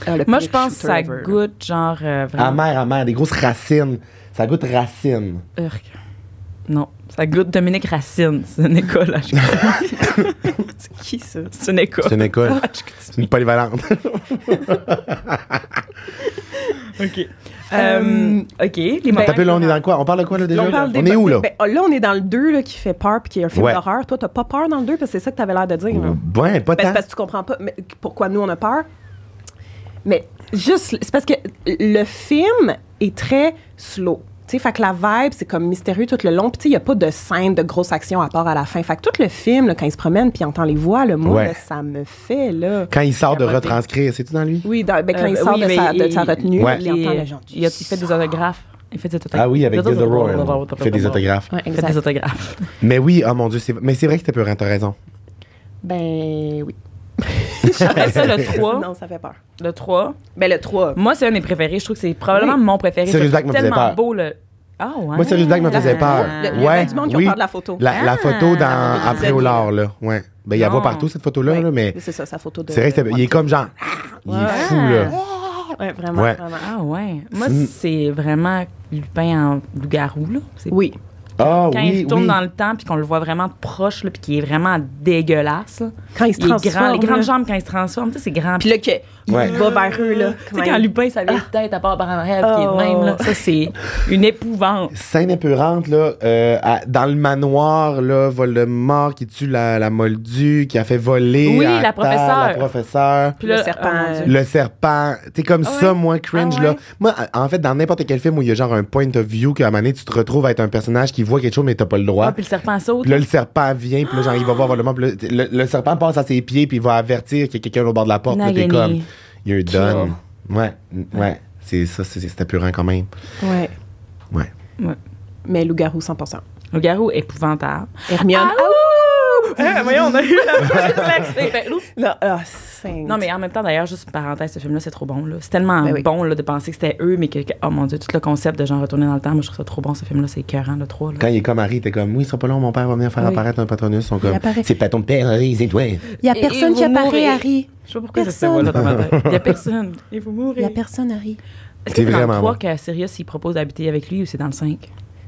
[SPEAKER 1] euh, le
[SPEAKER 2] Moi,
[SPEAKER 1] pire
[SPEAKER 2] je pense que ça
[SPEAKER 1] shooter ever, là.
[SPEAKER 2] goûte, genre.
[SPEAKER 3] Ah,
[SPEAKER 2] euh, vraiment-
[SPEAKER 3] Amer, amer, des grosses racines. Ça goûte racine.
[SPEAKER 2] Urk. Non, ça goûte Dominique Racine. C'est une école, là. je-
[SPEAKER 1] *laughs* C'est qui ça?
[SPEAKER 2] C'est une école.
[SPEAKER 3] C'est une école.
[SPEAKER 1] *laughs*
[SPEAKER 3] C'est une polyvalente.
[SPEAKER 1] Ben,
[SPEAKER 2] OK. Euh, OK.
[SPEAKER 1] Ben,
[SPEAKER 2] Les
[SPEAKER 3] T'as
[SPEAKER 2] montagnes-
[SPEAKER 3] peu là, on est dans quoi? On parle de quoi, là, déjà?
[SPEAKER 1] on parle des-
[SPEAKER 3] est où, là?
[SPEAKER 1] ben, oh, là, on est dans le 2 là, qui fait peur puis qui est un film
[SPEAKER 3] Ouais. Mm.
[SPEAKER 1] d'horreur. Toi, t'as pas peur dans le 2 parce que c'est ça que t'avais l'air de dire. là.
[SPEAKER 3] Ouais, pas
[SPEAKER 1] Ben, c'est
[SPEAKER 3] tant.
[SPEAKER 1] parce que tu comprends pas mais pourquoi nous on a peur. Mais juste, c'est parce que le film est très slow. Tu sais, fait que la vibe, c'est comme mystérieux tout le long. Puis, tu sais, il n'y a pas de scène de grosse action à part à la fin. Fait que tout le film, là, quand il se promène puis il entend les voix, le moi,
[SPEAKER 3] Ouais.
[SPEAKER 1] là, ça me fait, là.
[SPEAKER 3] Quand il sort de
[SPEAKER 2] Capoté.
[SPEAKER 3] retranscrire, c'est-tu dans lui?
[SPEAKER 1] Oui, dans- ben, quand
[SPEAKER 2] Euh,
[SPEAKER 1] il
[SPEAKER 2] ben
[SPEAKER 1] sort
[SPEAKER 2] oui,
[SPEAKER 1] de,
[SPEAKER 2] mais
[SPEAKER 1] sa, de
[SPEAKER 2] il-
[SPEAKER 1] sa retenue,
[SPEAKER 3] Ouais.
[SPEAKER 1] puis il entend le
[SPEAKER 2] les-
[SPEAKER 1] genre.
[SPEAKER 2] il, a- il fait des autographes. Il fait des autographes.
[SPEAKER 3] Ah oui, avec
[SPEAKER 2] Des
[SPEAKER 3] Gilda
[SPEAKER 2] autographes.
[SPEAKER 3] Roy. Il fait des autographes.
[SPEAKER 1] Ouais,
[SPEAKER 2] Il fait des
[SPEAKER 1] exact.
[SPEAKER 2] autographes.
[SPEAKER 3] Mais oui, oh mon Dieu, c'est- mais c'est vrai que t'as peur, hein, t'as raison.
[SPEAKER 1] Ben oui.
[SPEAKER 2] Après ça,
[SPEAKER 1] *laughs*
[SPEAKER 2] le 3.
[SPEAKER 1] Non, ça fait peur.
[SPEAKER 2] Le 3.
[SPEAKER 1] Ben le 3.
[SPEAKER 2] Moi, c'est un des préférés. Je trouve que c'est probablement
[SPEAKER 1] Oui.
[SPEAKER 2] mon préféré.
[SPEAKER 3] Serious
[SPEAKER 2] C'est
[SPEAKER 3] Black me faisait
[SPEAKER 2] tellement
[SPEAKER 3] peur.
[SPEAKER 2] beau, le. Ah ouais.
[SPEAKER 3] Moi, Sirius Black me faisait peur.
[SPEAKER 1] Le- il y a
[SPEAKER 3] ouais,
[SPEAKER 1] bien du monde qui a
[SPEAKER 3] oui.
[SPEAKER 1] peur de la photo.
[SPEAKER 3] La, la
[SPEAKER 2] Ah.
[SPEAKER 3] photo dans
[SPEAKER 2] Ah.
[SPEAKER 3] après au lard, là. Ouais. Ben, il y en
[SPEAKER 2] Non.
[SPEAKER 3] a partout, cette photo-là,
[SPEAKER 1] Ah. Ouais.
[SPEAKER 3] là, mais
[SPEAKER 1] C'est ça, sa photo de.
[SPEAKER 3] c'est vrai que c'était- il est comme genre. ah, Il est fou, là.
[SPEAKER 1] Ouais, vraiment,
[SPEAKER 3] Ouais.
[SPEAKER 1] vraiment.
[SPEAKER 2] Ah ouais. Moi,
[SPEAKER 3] C'est-
[SPEAKER 2] c'est vraiment Lupin en loup-garou, là. C'est-
[SPEAKER 1] Oui.
[SPEAKER 3] Ah
[SPEAKER 2] Quand
[SPEAKER 3] oui,
[SPEAKER 2] il tourne
[SPEAKER 3] oui.
[SPEAKER 2] dans le temps, puis qu'on le voit vraiment de proche, là, puis qu'il est vraiment dégueulasse. là.
[SPEAKER 1] Quand il se
[SPEAKER 2] Il est
[SPEAKER 1] transforme.
[SPEAKER 2] grand, les grandes
[SPEAKER 1] là.
[SPEAKER 2] jambes quand il se transforme, tu sais, c'est grand.
[SPEAKER 1] Puis là, que, il
[SPEAKER 3] Ouais.
[SPEAKER 1] va vers eux, là.
[SPEAKER 2] tu sais, quand Lupin, ça vient de tête à part par en arrière, puis
[SPEAKER 1] Oh.
[SPEAKER 2] il est de même, là. Ça, c'est une épouvante.
[SPEAKER 3] Scène épeurante, là, euh, à- dans le manoir, là, Voldemort qui tue la, la moldue, qui a fait voler
[SPEAKER 2] Oui, la
[SPEAKER 3] à terre la
[SPEAKER 2] professeure.
[SPEAKER 3] professeure.
[SPEAKER 2] *laughs* Puis
[SPEAKER 1] Le
[SPEAKER 2] là,
[SPEAKER 1] serpent.
[SPEAKER 2] oh mon Dieu.
[SPEAKER 3] Le serpent. T'es comme
[SPEAKER 2] Ah
[SPEAKER 3] ça,
[SPEAKER 2] ouais?
[SPEAKER 3] moi, cringe,
[SPEAKER 2] Ah ouais?
[SPEAKER 3] là. Moi, en fait, dans n'importe quel film où il y a genre un point of view, qu'à un moment donné, tu te retrouves à être un personnage qui voit quelque chose, mais t'as pas le droit.
[SPEAKER 2] Ah, puis le Ah! serpent saute.
[SPEAKER 3] Puis là, le serpent vient, puis là, genre, il va voir Voldemort. puis là, t- le, le serpent passe à ses pieds, puis il va avertir qu'il y a quelqu'un au bord de la porte. Puis là, t'es comme,
[SPEAKER 2] Nagani.
[SPEAKER 3] you're
[SPEAKER 2] Kill.
[SPEAKER 3] done. Ouais, n- ouais. C'est ça, c'est- c'est épeurant quand même.
[SPEAKER 1] Ouais.
[SPEAKER 3] Ouais.
[SPEAKER 2] Ouais.
[SPEAKER 1] Mais loup-garou, 100%.
[SPEAKER 2] Le garou épouvantable.
[SPEAKER 1] Hermione.
[SPEAKER 2] Ah, ouh! Eh, voyons, on a eu *laughs* la C'est fait, ouh.
[SPEAKER 1] Non, ah, sainte.
[SPEAKER 2] Non, mais en même temps, d'ailleurs, juste une parenthèse, ce film-là, c'est trop bon. là. C'est tellement
[SPEAKER 1] Ben oui.
[SPEAKER 2] bon là, de penser que c'était eux, mais que, que- oh mon Dieu, tout le concept de genre retourner dans le temps, moi, je trouve ça trop bon, ce film-là, c'est écœurant, le 3.
[SPEAKER 3] Quand il est comme Harry, t'es comme, oui, ils sont pas longs, mon père va venir faire
[SPEAKER 1] Oui.
[SPEAKER 3] apparaître un patronus. Ils sont comme,
[SPEAKER 1] apparaît.
[SPEAKER 3] c'est pas ton père, Harry, c'est toi.
[SPEAKER 1] Il n'y a
[SPEAKER 2] Et-
[SPEAKER 1] personne
[SPEAKER 2] et
[SPEAKER 1] qui
[SPEAKER 2] vous
[SPEAKER 1] apparaît,
[SPEAKER 2] mourrez.
[SPEAKER 1] Harry.
[SPEAKER 2] Je sais pas pourquoi
[SPEAKER 1] j'ai
[SPEAKER 2] cette
[SPEAKER 1] cette voix-là
[SPEAKER 2] dans ma tête. *laughs* Il y a personne. Et vous
[SPEAKER 1] Il n'y a
[SPEAKER 2] mourrez.
[SPEAKER 1] personne, Harry.
[SPEAKER 2] Est-ce que
[SPEAKER 3] C'est
[SPEAKER 2] c'est dans le
[SPEAKER 3] vraiment
[SPEAKER 2] 3
[SPEAKER 3] bon.
[SPEAKER 2] que Sirius, il propose d'habiter avec lui ou c'est dans le 5?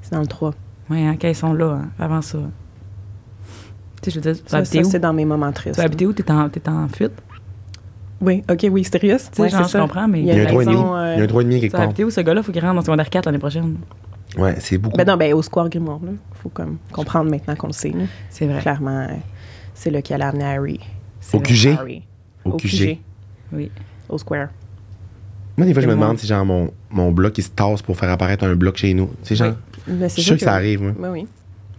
[SPEAKER 1] C'est dans le 3.
[SPEAKER 2] Ouais, hein, quand ils sont là, hein, avant ça. Tu sais, je veux dire, tu vas
[SPEAKER 1] Ça,
[SPEAKER 2] habiter
[SPEAKER 1] ça,
[SPEAKER 2] où?
[SPEAKER 1] c'est
[SPEAKER 2] Tu
[SPEAKER 1] dans mes moments tristes.
[SPEAKER 2] vas habiter où? T'es en, t'es en fuite?
[SPEAKER 1] Oui, OK, oui, sérieux.
[SPEAKER 2] Tu sais, genre, je comprends, mais...
[SPEAKER 1] Il y
[SPEAKER 3] Il y a un
[SPEAKER 1] une
[SPEAKER 3] droit et demi.
[SPEAKER 1] raison, euh,
[SPEAKER 3] Il y a un droit et demi quelque
[SPEAKER 2] Tu vas
[SPEAKER 3] part.
[SPEAKER 2] habiter où, ce gars-là? Faut qu'il rentre dans secondaire 4 l'année prochaine.
[SPEAKER 3] Ouais, c'est beaucoup.
[SPEAKER 1] Ben non, ben au Square Grimoire, là. Faut comme comprendre maintenant qu'on le sait, là.
[SPEAKER 2] C'est vrai.
[SPEAKER 1] Clairement, euh, c'est là qui allait amener Harry.
[SPEAKER 2] C'est
[SPEAKER 3] Au
[SPEAKER 2] vrai.
[SPEAKER 3] QG.
[SPEAKER 1] Harry.
[SPEAKER 3] Au QG.
[SPEAKER 2] Oui.
[SPEAKER 1] Au Square.
[SPEAKER 3] Moi, des fois, je me
[SPEAKER 2] Tellement.
[SPEAKER 3] demande si, genre, mon, mon bloc, il se tasse pour faire apparaître un bloc chez nous. Tu sais, genre,
[SPEAKER 1] Mais
[SPEAKER 2] Oui.
[SPEAKER 3] je
[SPEAKER 1] c'est
[SPEAKER 3] suis sûr que ça
[SPEAKER 1] oui.
[SPEAKER 3] arrive, moi.
[SPEAKER 1] Ben oui.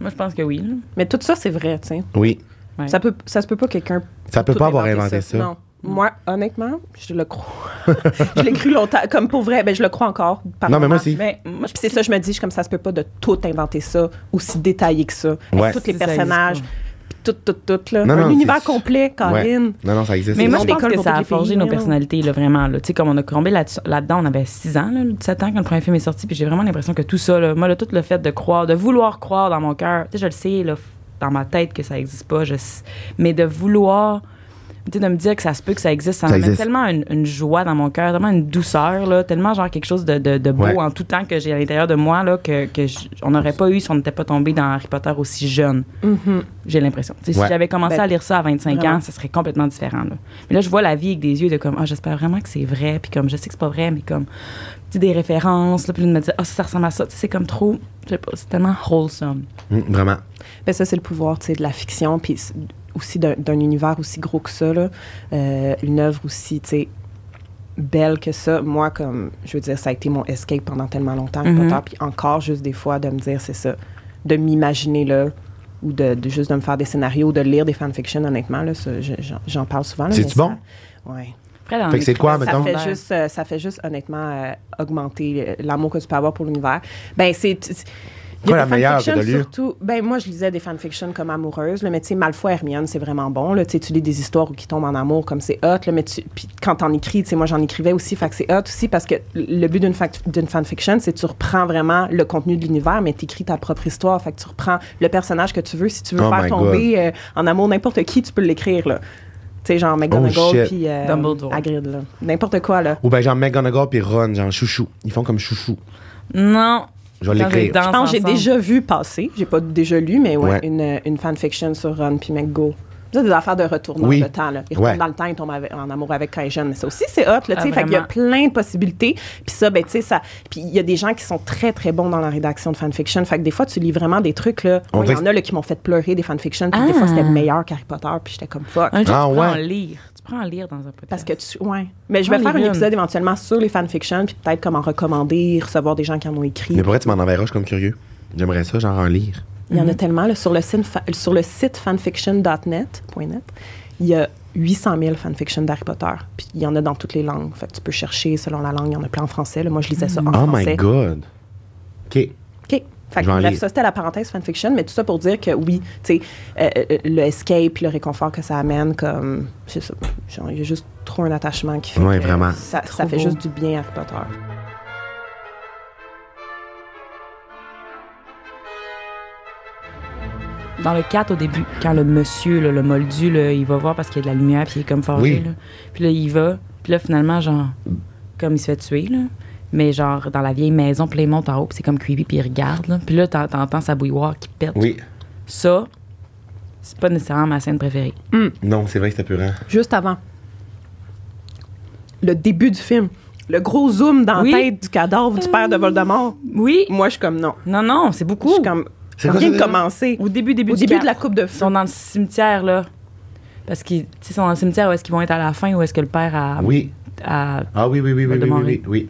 [SPEAKER 2] Moi, je pense que oui. là.
[SPEAKER 1] Mais tout ça, c'est vrai, tu sais.
[SPEAKER 3] Oui.
[SPEAKER 2] Ouais.
[SPEAKER 1] Ça, peut, ça se peut pas quelqu'un.
[SPEAKER 3] Ça peut
[SPEAKER 1] tout
[SPEAKER 3] pas avoir
[SPEAKER 1] inventer
[SPEAKER 3] inventé ça.
[SPEAKER 1] Non. Moi, honnêtement, je le crois. *laughs* je l'ai cru longtemps. Comme pour vrai, ben, je le crois encore. par
[SPEAKER 3] Non, mais
[SPEAKER 1] moment.
[SPEAKER 3] moi aussi.
[SPEAKER 2] Mais moi, je
[SPEAKER 1] Puis c'est ça, je me dis, je suis comme ça, ça se peut pas de tout inventer ça, aussi détaillé que ça.
[SPEAKER 3] Ouais.
[SPEAKER 1] Avec tous les
[SPEAKER 2] Ça, ça
[SPEAKER 1] personnages,
[SPEAKER 2] existe
[SPEAKER 1] puis tout, tout, tout. Là.
[SPEAKER 3] Non,
[SPEAKER 1] un
[SPEAKER 3] non,
[SPEAKER 1] univers
[SPEAKER 3] c'est-
[SPEAKER 1] complet, Corinne.
[SPEAKER 3] Ouais. Non, non, ça existe.
[SPEAKER 2] Mais
[SPEAKER 3] c'est
[SPEAKER 2] moi,
[SPEAKER 1] bon.
[SPEAKER 2] je
[SPEAKER 3] sûr.
[SPEAKER 1] L'école
[SPEAKER 2] pense que
[SPEAKER 1] pour
[SPEAKER 2] ça
[SPEAKER 1] tous
[SPEAKER 2] a
[SPEAKER 1] les
[SPEAKER 2] forgé
[SPEAKER 1] pays,
[SPEAKER 2] nos
[SPEAKER 1] là.
[SPEAKER 2] personnalités, là, vraiment. Là. Tu sais, comme on a tombé là- là-dedans, on avait 6 ans, là, 17 ans quand le premier film est sorti, puis j'ai vraiment l'impression que tout ça, là, moi, là, tout le fait de croire, de vouloir croire dans mon cœur, tu sais, je le sais, là, f- dans ma tête que ça n'existe pas. Je s- mais de vouloir, tu sais, de me dire que ça se peut que ça existe, ça,
[SPEAKER 3] Ça
[SPEAKER 2] me met
[SPEAKER 3] existe.
[SPEAKER 2] tellement une, une joie dans mon cœur, tellement une douceur, là, tellement genre quelque chose de, de- de beau
[SPEAKER 3] Ouais.
[SPEAKER 2] en tout temps que j'ai à l'intérieur de moi, là, que, que je- on n'aurait pas eu si on n'était pas tombé dans Harry Potter aussi jeune
[SPEAKER 1] Mhm.
[SPEAKER 2] j'ai l'impression. Tu sais,
[SPEAKER 3] Ouais.
[SPEAKER 2] Si j'avais commencé
[SPEAKER 1] Ben,
[SPEAKER 2] à lire ça à 25
[SPEAKER 1] vraiment.
[SPEAKER 2] ans, ça serait complètement différent. Là. Mais là, je vois la vie avec des yeux de comme, ah, j'espère vraiment que c'est vrai, puis comme, je sais que c'est pas vrai, mais comme, tu sais, des références, là, puis de me dire, ah, ça, ça ressemble à ça, tu sais, c'est comme trop, je sais pas, c'est tellement wholesome.
[SPEAKER 3] Mm, vraiment.
[SPEAKER 1] Ben, ça, c'est le pouvoir tu sais, de la fiction, puis c- aussi d'un- d'un univers aussi gros que ça, là. Euh, une œuvre aussi tu sais, belle que ça. Moi, comme, je veux dire, ça a été mon escape pendant tellement longtemps, Harry
[SPEAKER 2] Mhm.
[SPEAKER 1] Potter, puis encore juste des fois de me dire, c'est ça, de m'imaginer là, ou de, de juste de me faire des scénarios, de lire des fanfictions, honnêtement, là, ça, je- j'en- j'en parle souvent. là,
[SPEAKER 3] C'est-tu
[SPEAKER 1] mais ça-
[SPEAKER 3] bon?
[SPEAKER 1] Ouais.
[SPEAKER 2] Après, dans
[SPEAKER 3] Fait que c'est
[SPEAKER 2] les-
[SPEAKER 3] quoi,
[SPEAKER 2] ça
[SPEAKER 3] mettons?
[SPEAKER 1] Ça
[SPEAKER 2] fait
[SPEAKER 1] fait, juste, euh, ça fait juste, honnêtement, euh, augmenter euh, l'amour que tu peux avoir pour l'univers. Ben, c'est. t- t- il y
[SPEAKER 3] Quoi
[SPEAKER 1] a
[SPEAKER 3] la
[SPEAKER 1] des
[SPEAKER 3] meilleure que
[SPEAKER 1] fanfictions
[SPEAKER 3] t'as lue?
[SPEAKER 1] Surtout, ben, moi, je lisais des fanfictions comme amoureuse, là, mais tu sais, Malfoy Hermione, c'est vraiment bon. Là, tu sais, tu lis des histoires où qui tombent en amour, comme c'est hot. Là, mais tu, puis quand t'en écris, tu sais, moi, j'en écrivais aussi, fait que c'est hot aussi, parce que le but d'une, fac- d'une fanfiction, c'est que tu reprends vraiment le contenu de l'univers, mais t'écris ta propre histoire. Fait que tu reprends le personnage que tu veux. Si tu veux
[SPEAKER 3] Oh
[SPEAKER 1] faire
[SPEAKER 3] my
[SPEAKER 1] tomber euh, en amour n'importe qui, tu peux l'écrire, là. Tu sais, genre McGonagall,
[SPEAKER 3] Oh, shit.
[SPEAKER 1] puis euh,
[SPEAKER 2] Dumbledore.
[SPEAKER 1] Hagrid, là. N'importe quoi, là.
[SPEAKER 3] Ou ben genre McGonagall puis Ron, genre chouchou. Ils font comme chouchou.
[SPEAKER 2] Non.
[SPEAKER 3] Je vais
[SPEAKER 2] Dans les
[SPEAKER 3] l'écrire.
[SPEAKER 2] dents
[SPEAKER 1] Je pense que j'ai
[SPEAKER 2] ensemble.
[SPEAKER 1] déjà vu passer, j'ai pas déjà lu, mais ouais,
[SPEAKER 3] Ouais.
[SPEAKER 1] Une, euh, une fanfiction sur Ron puis McGo. Ça, c'est des affaires de retournant
[SPEAKER 3] Oui.
[SPEAKER 1] de temps. Là. Ils retournent
[SPEAKER 3] Ouais.
[SPEAKER 1] dans le temps, ils tombent avec- en amour avec quand ils sont jeunes. Mais ça aussi, c'est hot. Là,
[SPEAKER 2] Ah,
[SPEAKER 1] tu sais. fait qu'il y a
[SPEAKER 2] vraiment.
[SPEAKER 1] plein de possibilités. Puis ça, ben, tu sais, ça. Puis il y a des gens qui sont très, très bons dans la rédaction de fanfiction. Fait que des fois, tu lis vraiment des trucs. là.
[SPEAKER 3] On
[SPEAKER 1] Moi, Il y
[SPEAKER 3] dirait-
[SPEAKER 1] en a là, qui m'ont fait pleurer des fanfictions. Puis des fois,
[SPEAKER 2] Ah.
[SPEAKER 1] c'était meilleur qu'Harry Potter. Puis j'étais comme fuck.
[SPEAKER 2] Un jour,
[SPEAKER 3] Ah,
[SPEAKER 2] tu prends
[SPEAKER 3] ouais.
[SPEAKER 2] en lire. Tu prends en lire dans un podcast.
[SPEAKER 1] Parce que tu. Ouais. Mais je vais
[SPEAKER 2] Ah,
[SPEAKER 1] faire
[SPEAKER 2] les
[SPEAKER 1] un
[SPEAKER 2] lunes.
[SPEAKER 1] épisode éventuellement sur les fanfictions. Puis peut-être comment recommander, recevoir des gens qui en ont écrit.
[SPEAKER 3] Mais pour vrai, tu m'en enverras, je suis comme curieux. J'aimerais ça, genre en lire.
[SPEAKER 1] Il y en a tellement. là, sur, le site, fa- sur le site fanfiction.net, point net, il y a 800 000 fanfictions d'Harry Potter. Puis il y en a dans toutes les langues. Fait que tu peux chercher selon la langue. Il y en a plein en français. là. Moi, je lisais ça en
[SPEAKER 3] Oh
[SPEAKER 1] français.
[SPEAKER 3] my god. OK.
[SPEAKER 1] OK. Fait que,
[SPEAKER 3] Je vais en
[SPEAKER 1] bref,
[SPEAKER 3] lire.
[SPEAKER 1] ça, c'était la parenthèse fanfiction, mais tout ça pour dire que oui, tu sais, euh, euh, le escape puis le réconfort que ça amène, comme, c'est ça, genre, il y a juste trop un attachement qui fait
[SPEAKER 3] Ouais,
[SPEAKER 1] que
[SPEAKER 3] vraiment.
[SPEAKER 1] ça,
[SPEAKER 2] Trop
[SPEAKER 1] ça fait
[SPEAKER 2] beau.
[SPEAKER 1] juste du bien à Harry Potter.
[SPEAKER 2] Dans le 4, au début, quand le monsieur, là, le moldu, là, il va voir parce qu'il y a de la lumière, puis il est comme forgé.
[SPEAKER 3] Oui.
[SPEAKER 2] Là. Puis là, il va. Puis là, finalement, genre, comme il se fait tuer, là. Mais genre, dans la vieille maison, puis là, il monte en haut, puis c'est comme creepy, puis il regarde, là. Puis là, t'en- t'entends sa bouilloire qui pète.
[SPEAKER 3] Oui.
[SPEAKER 2] Ça, c'est pas nécessairement ma scène préférée.
[SPEAKER 3] Non, c'est vrai que c'était purant.
[SPEAKER 1] Juste avant, le début du film, le gros zoom dans
[SPEAKER 2] Oui.
[SPEAKER 1] la tête du cadavre du père de Voldemort.
[SPEAKER 2] Oui.
[SPEAKER 1] Moi, je suis comme non.
[SPEAKER 2] Non, non, c'est
[SPEAKER 1] Je
[SPEAKER 2] beaucoup.
[SPEAKER 1] suis comme.
[SPEAKER 3] C'est quoi
[SPEAKER 1] rien
[SPEAKER 3] ça,
[SPEAKER 1] de
[SPEAKER 3] déjà?
[SPEAKER 1] commencer.
[SPEAKER 2] Au début, début
[SPEAKER 1] Au
[SPEAKER 2] du
[SPEAKER 1] début de la
[SPEAKER 2] quatre.
[SPEAKER 1] coupe de
[SPEAKER 2] Ils
[SPEAKER 1] feu.
[SPEAKER 2] sont dans le cimetière, là. Parce qu'ils tu sais, ils sont dans le cimetière où est-ce qu'ils vont être à la fin, où est-ce que le père
[SPEAKER 1] Ah
[SPEAKER 2] a.
[SPEAKER 3] Oui.
[SPEAKER 2] a-
[SPEAKER 3] Ah oui, oui, oui, oui, oui, oui, oui, oui.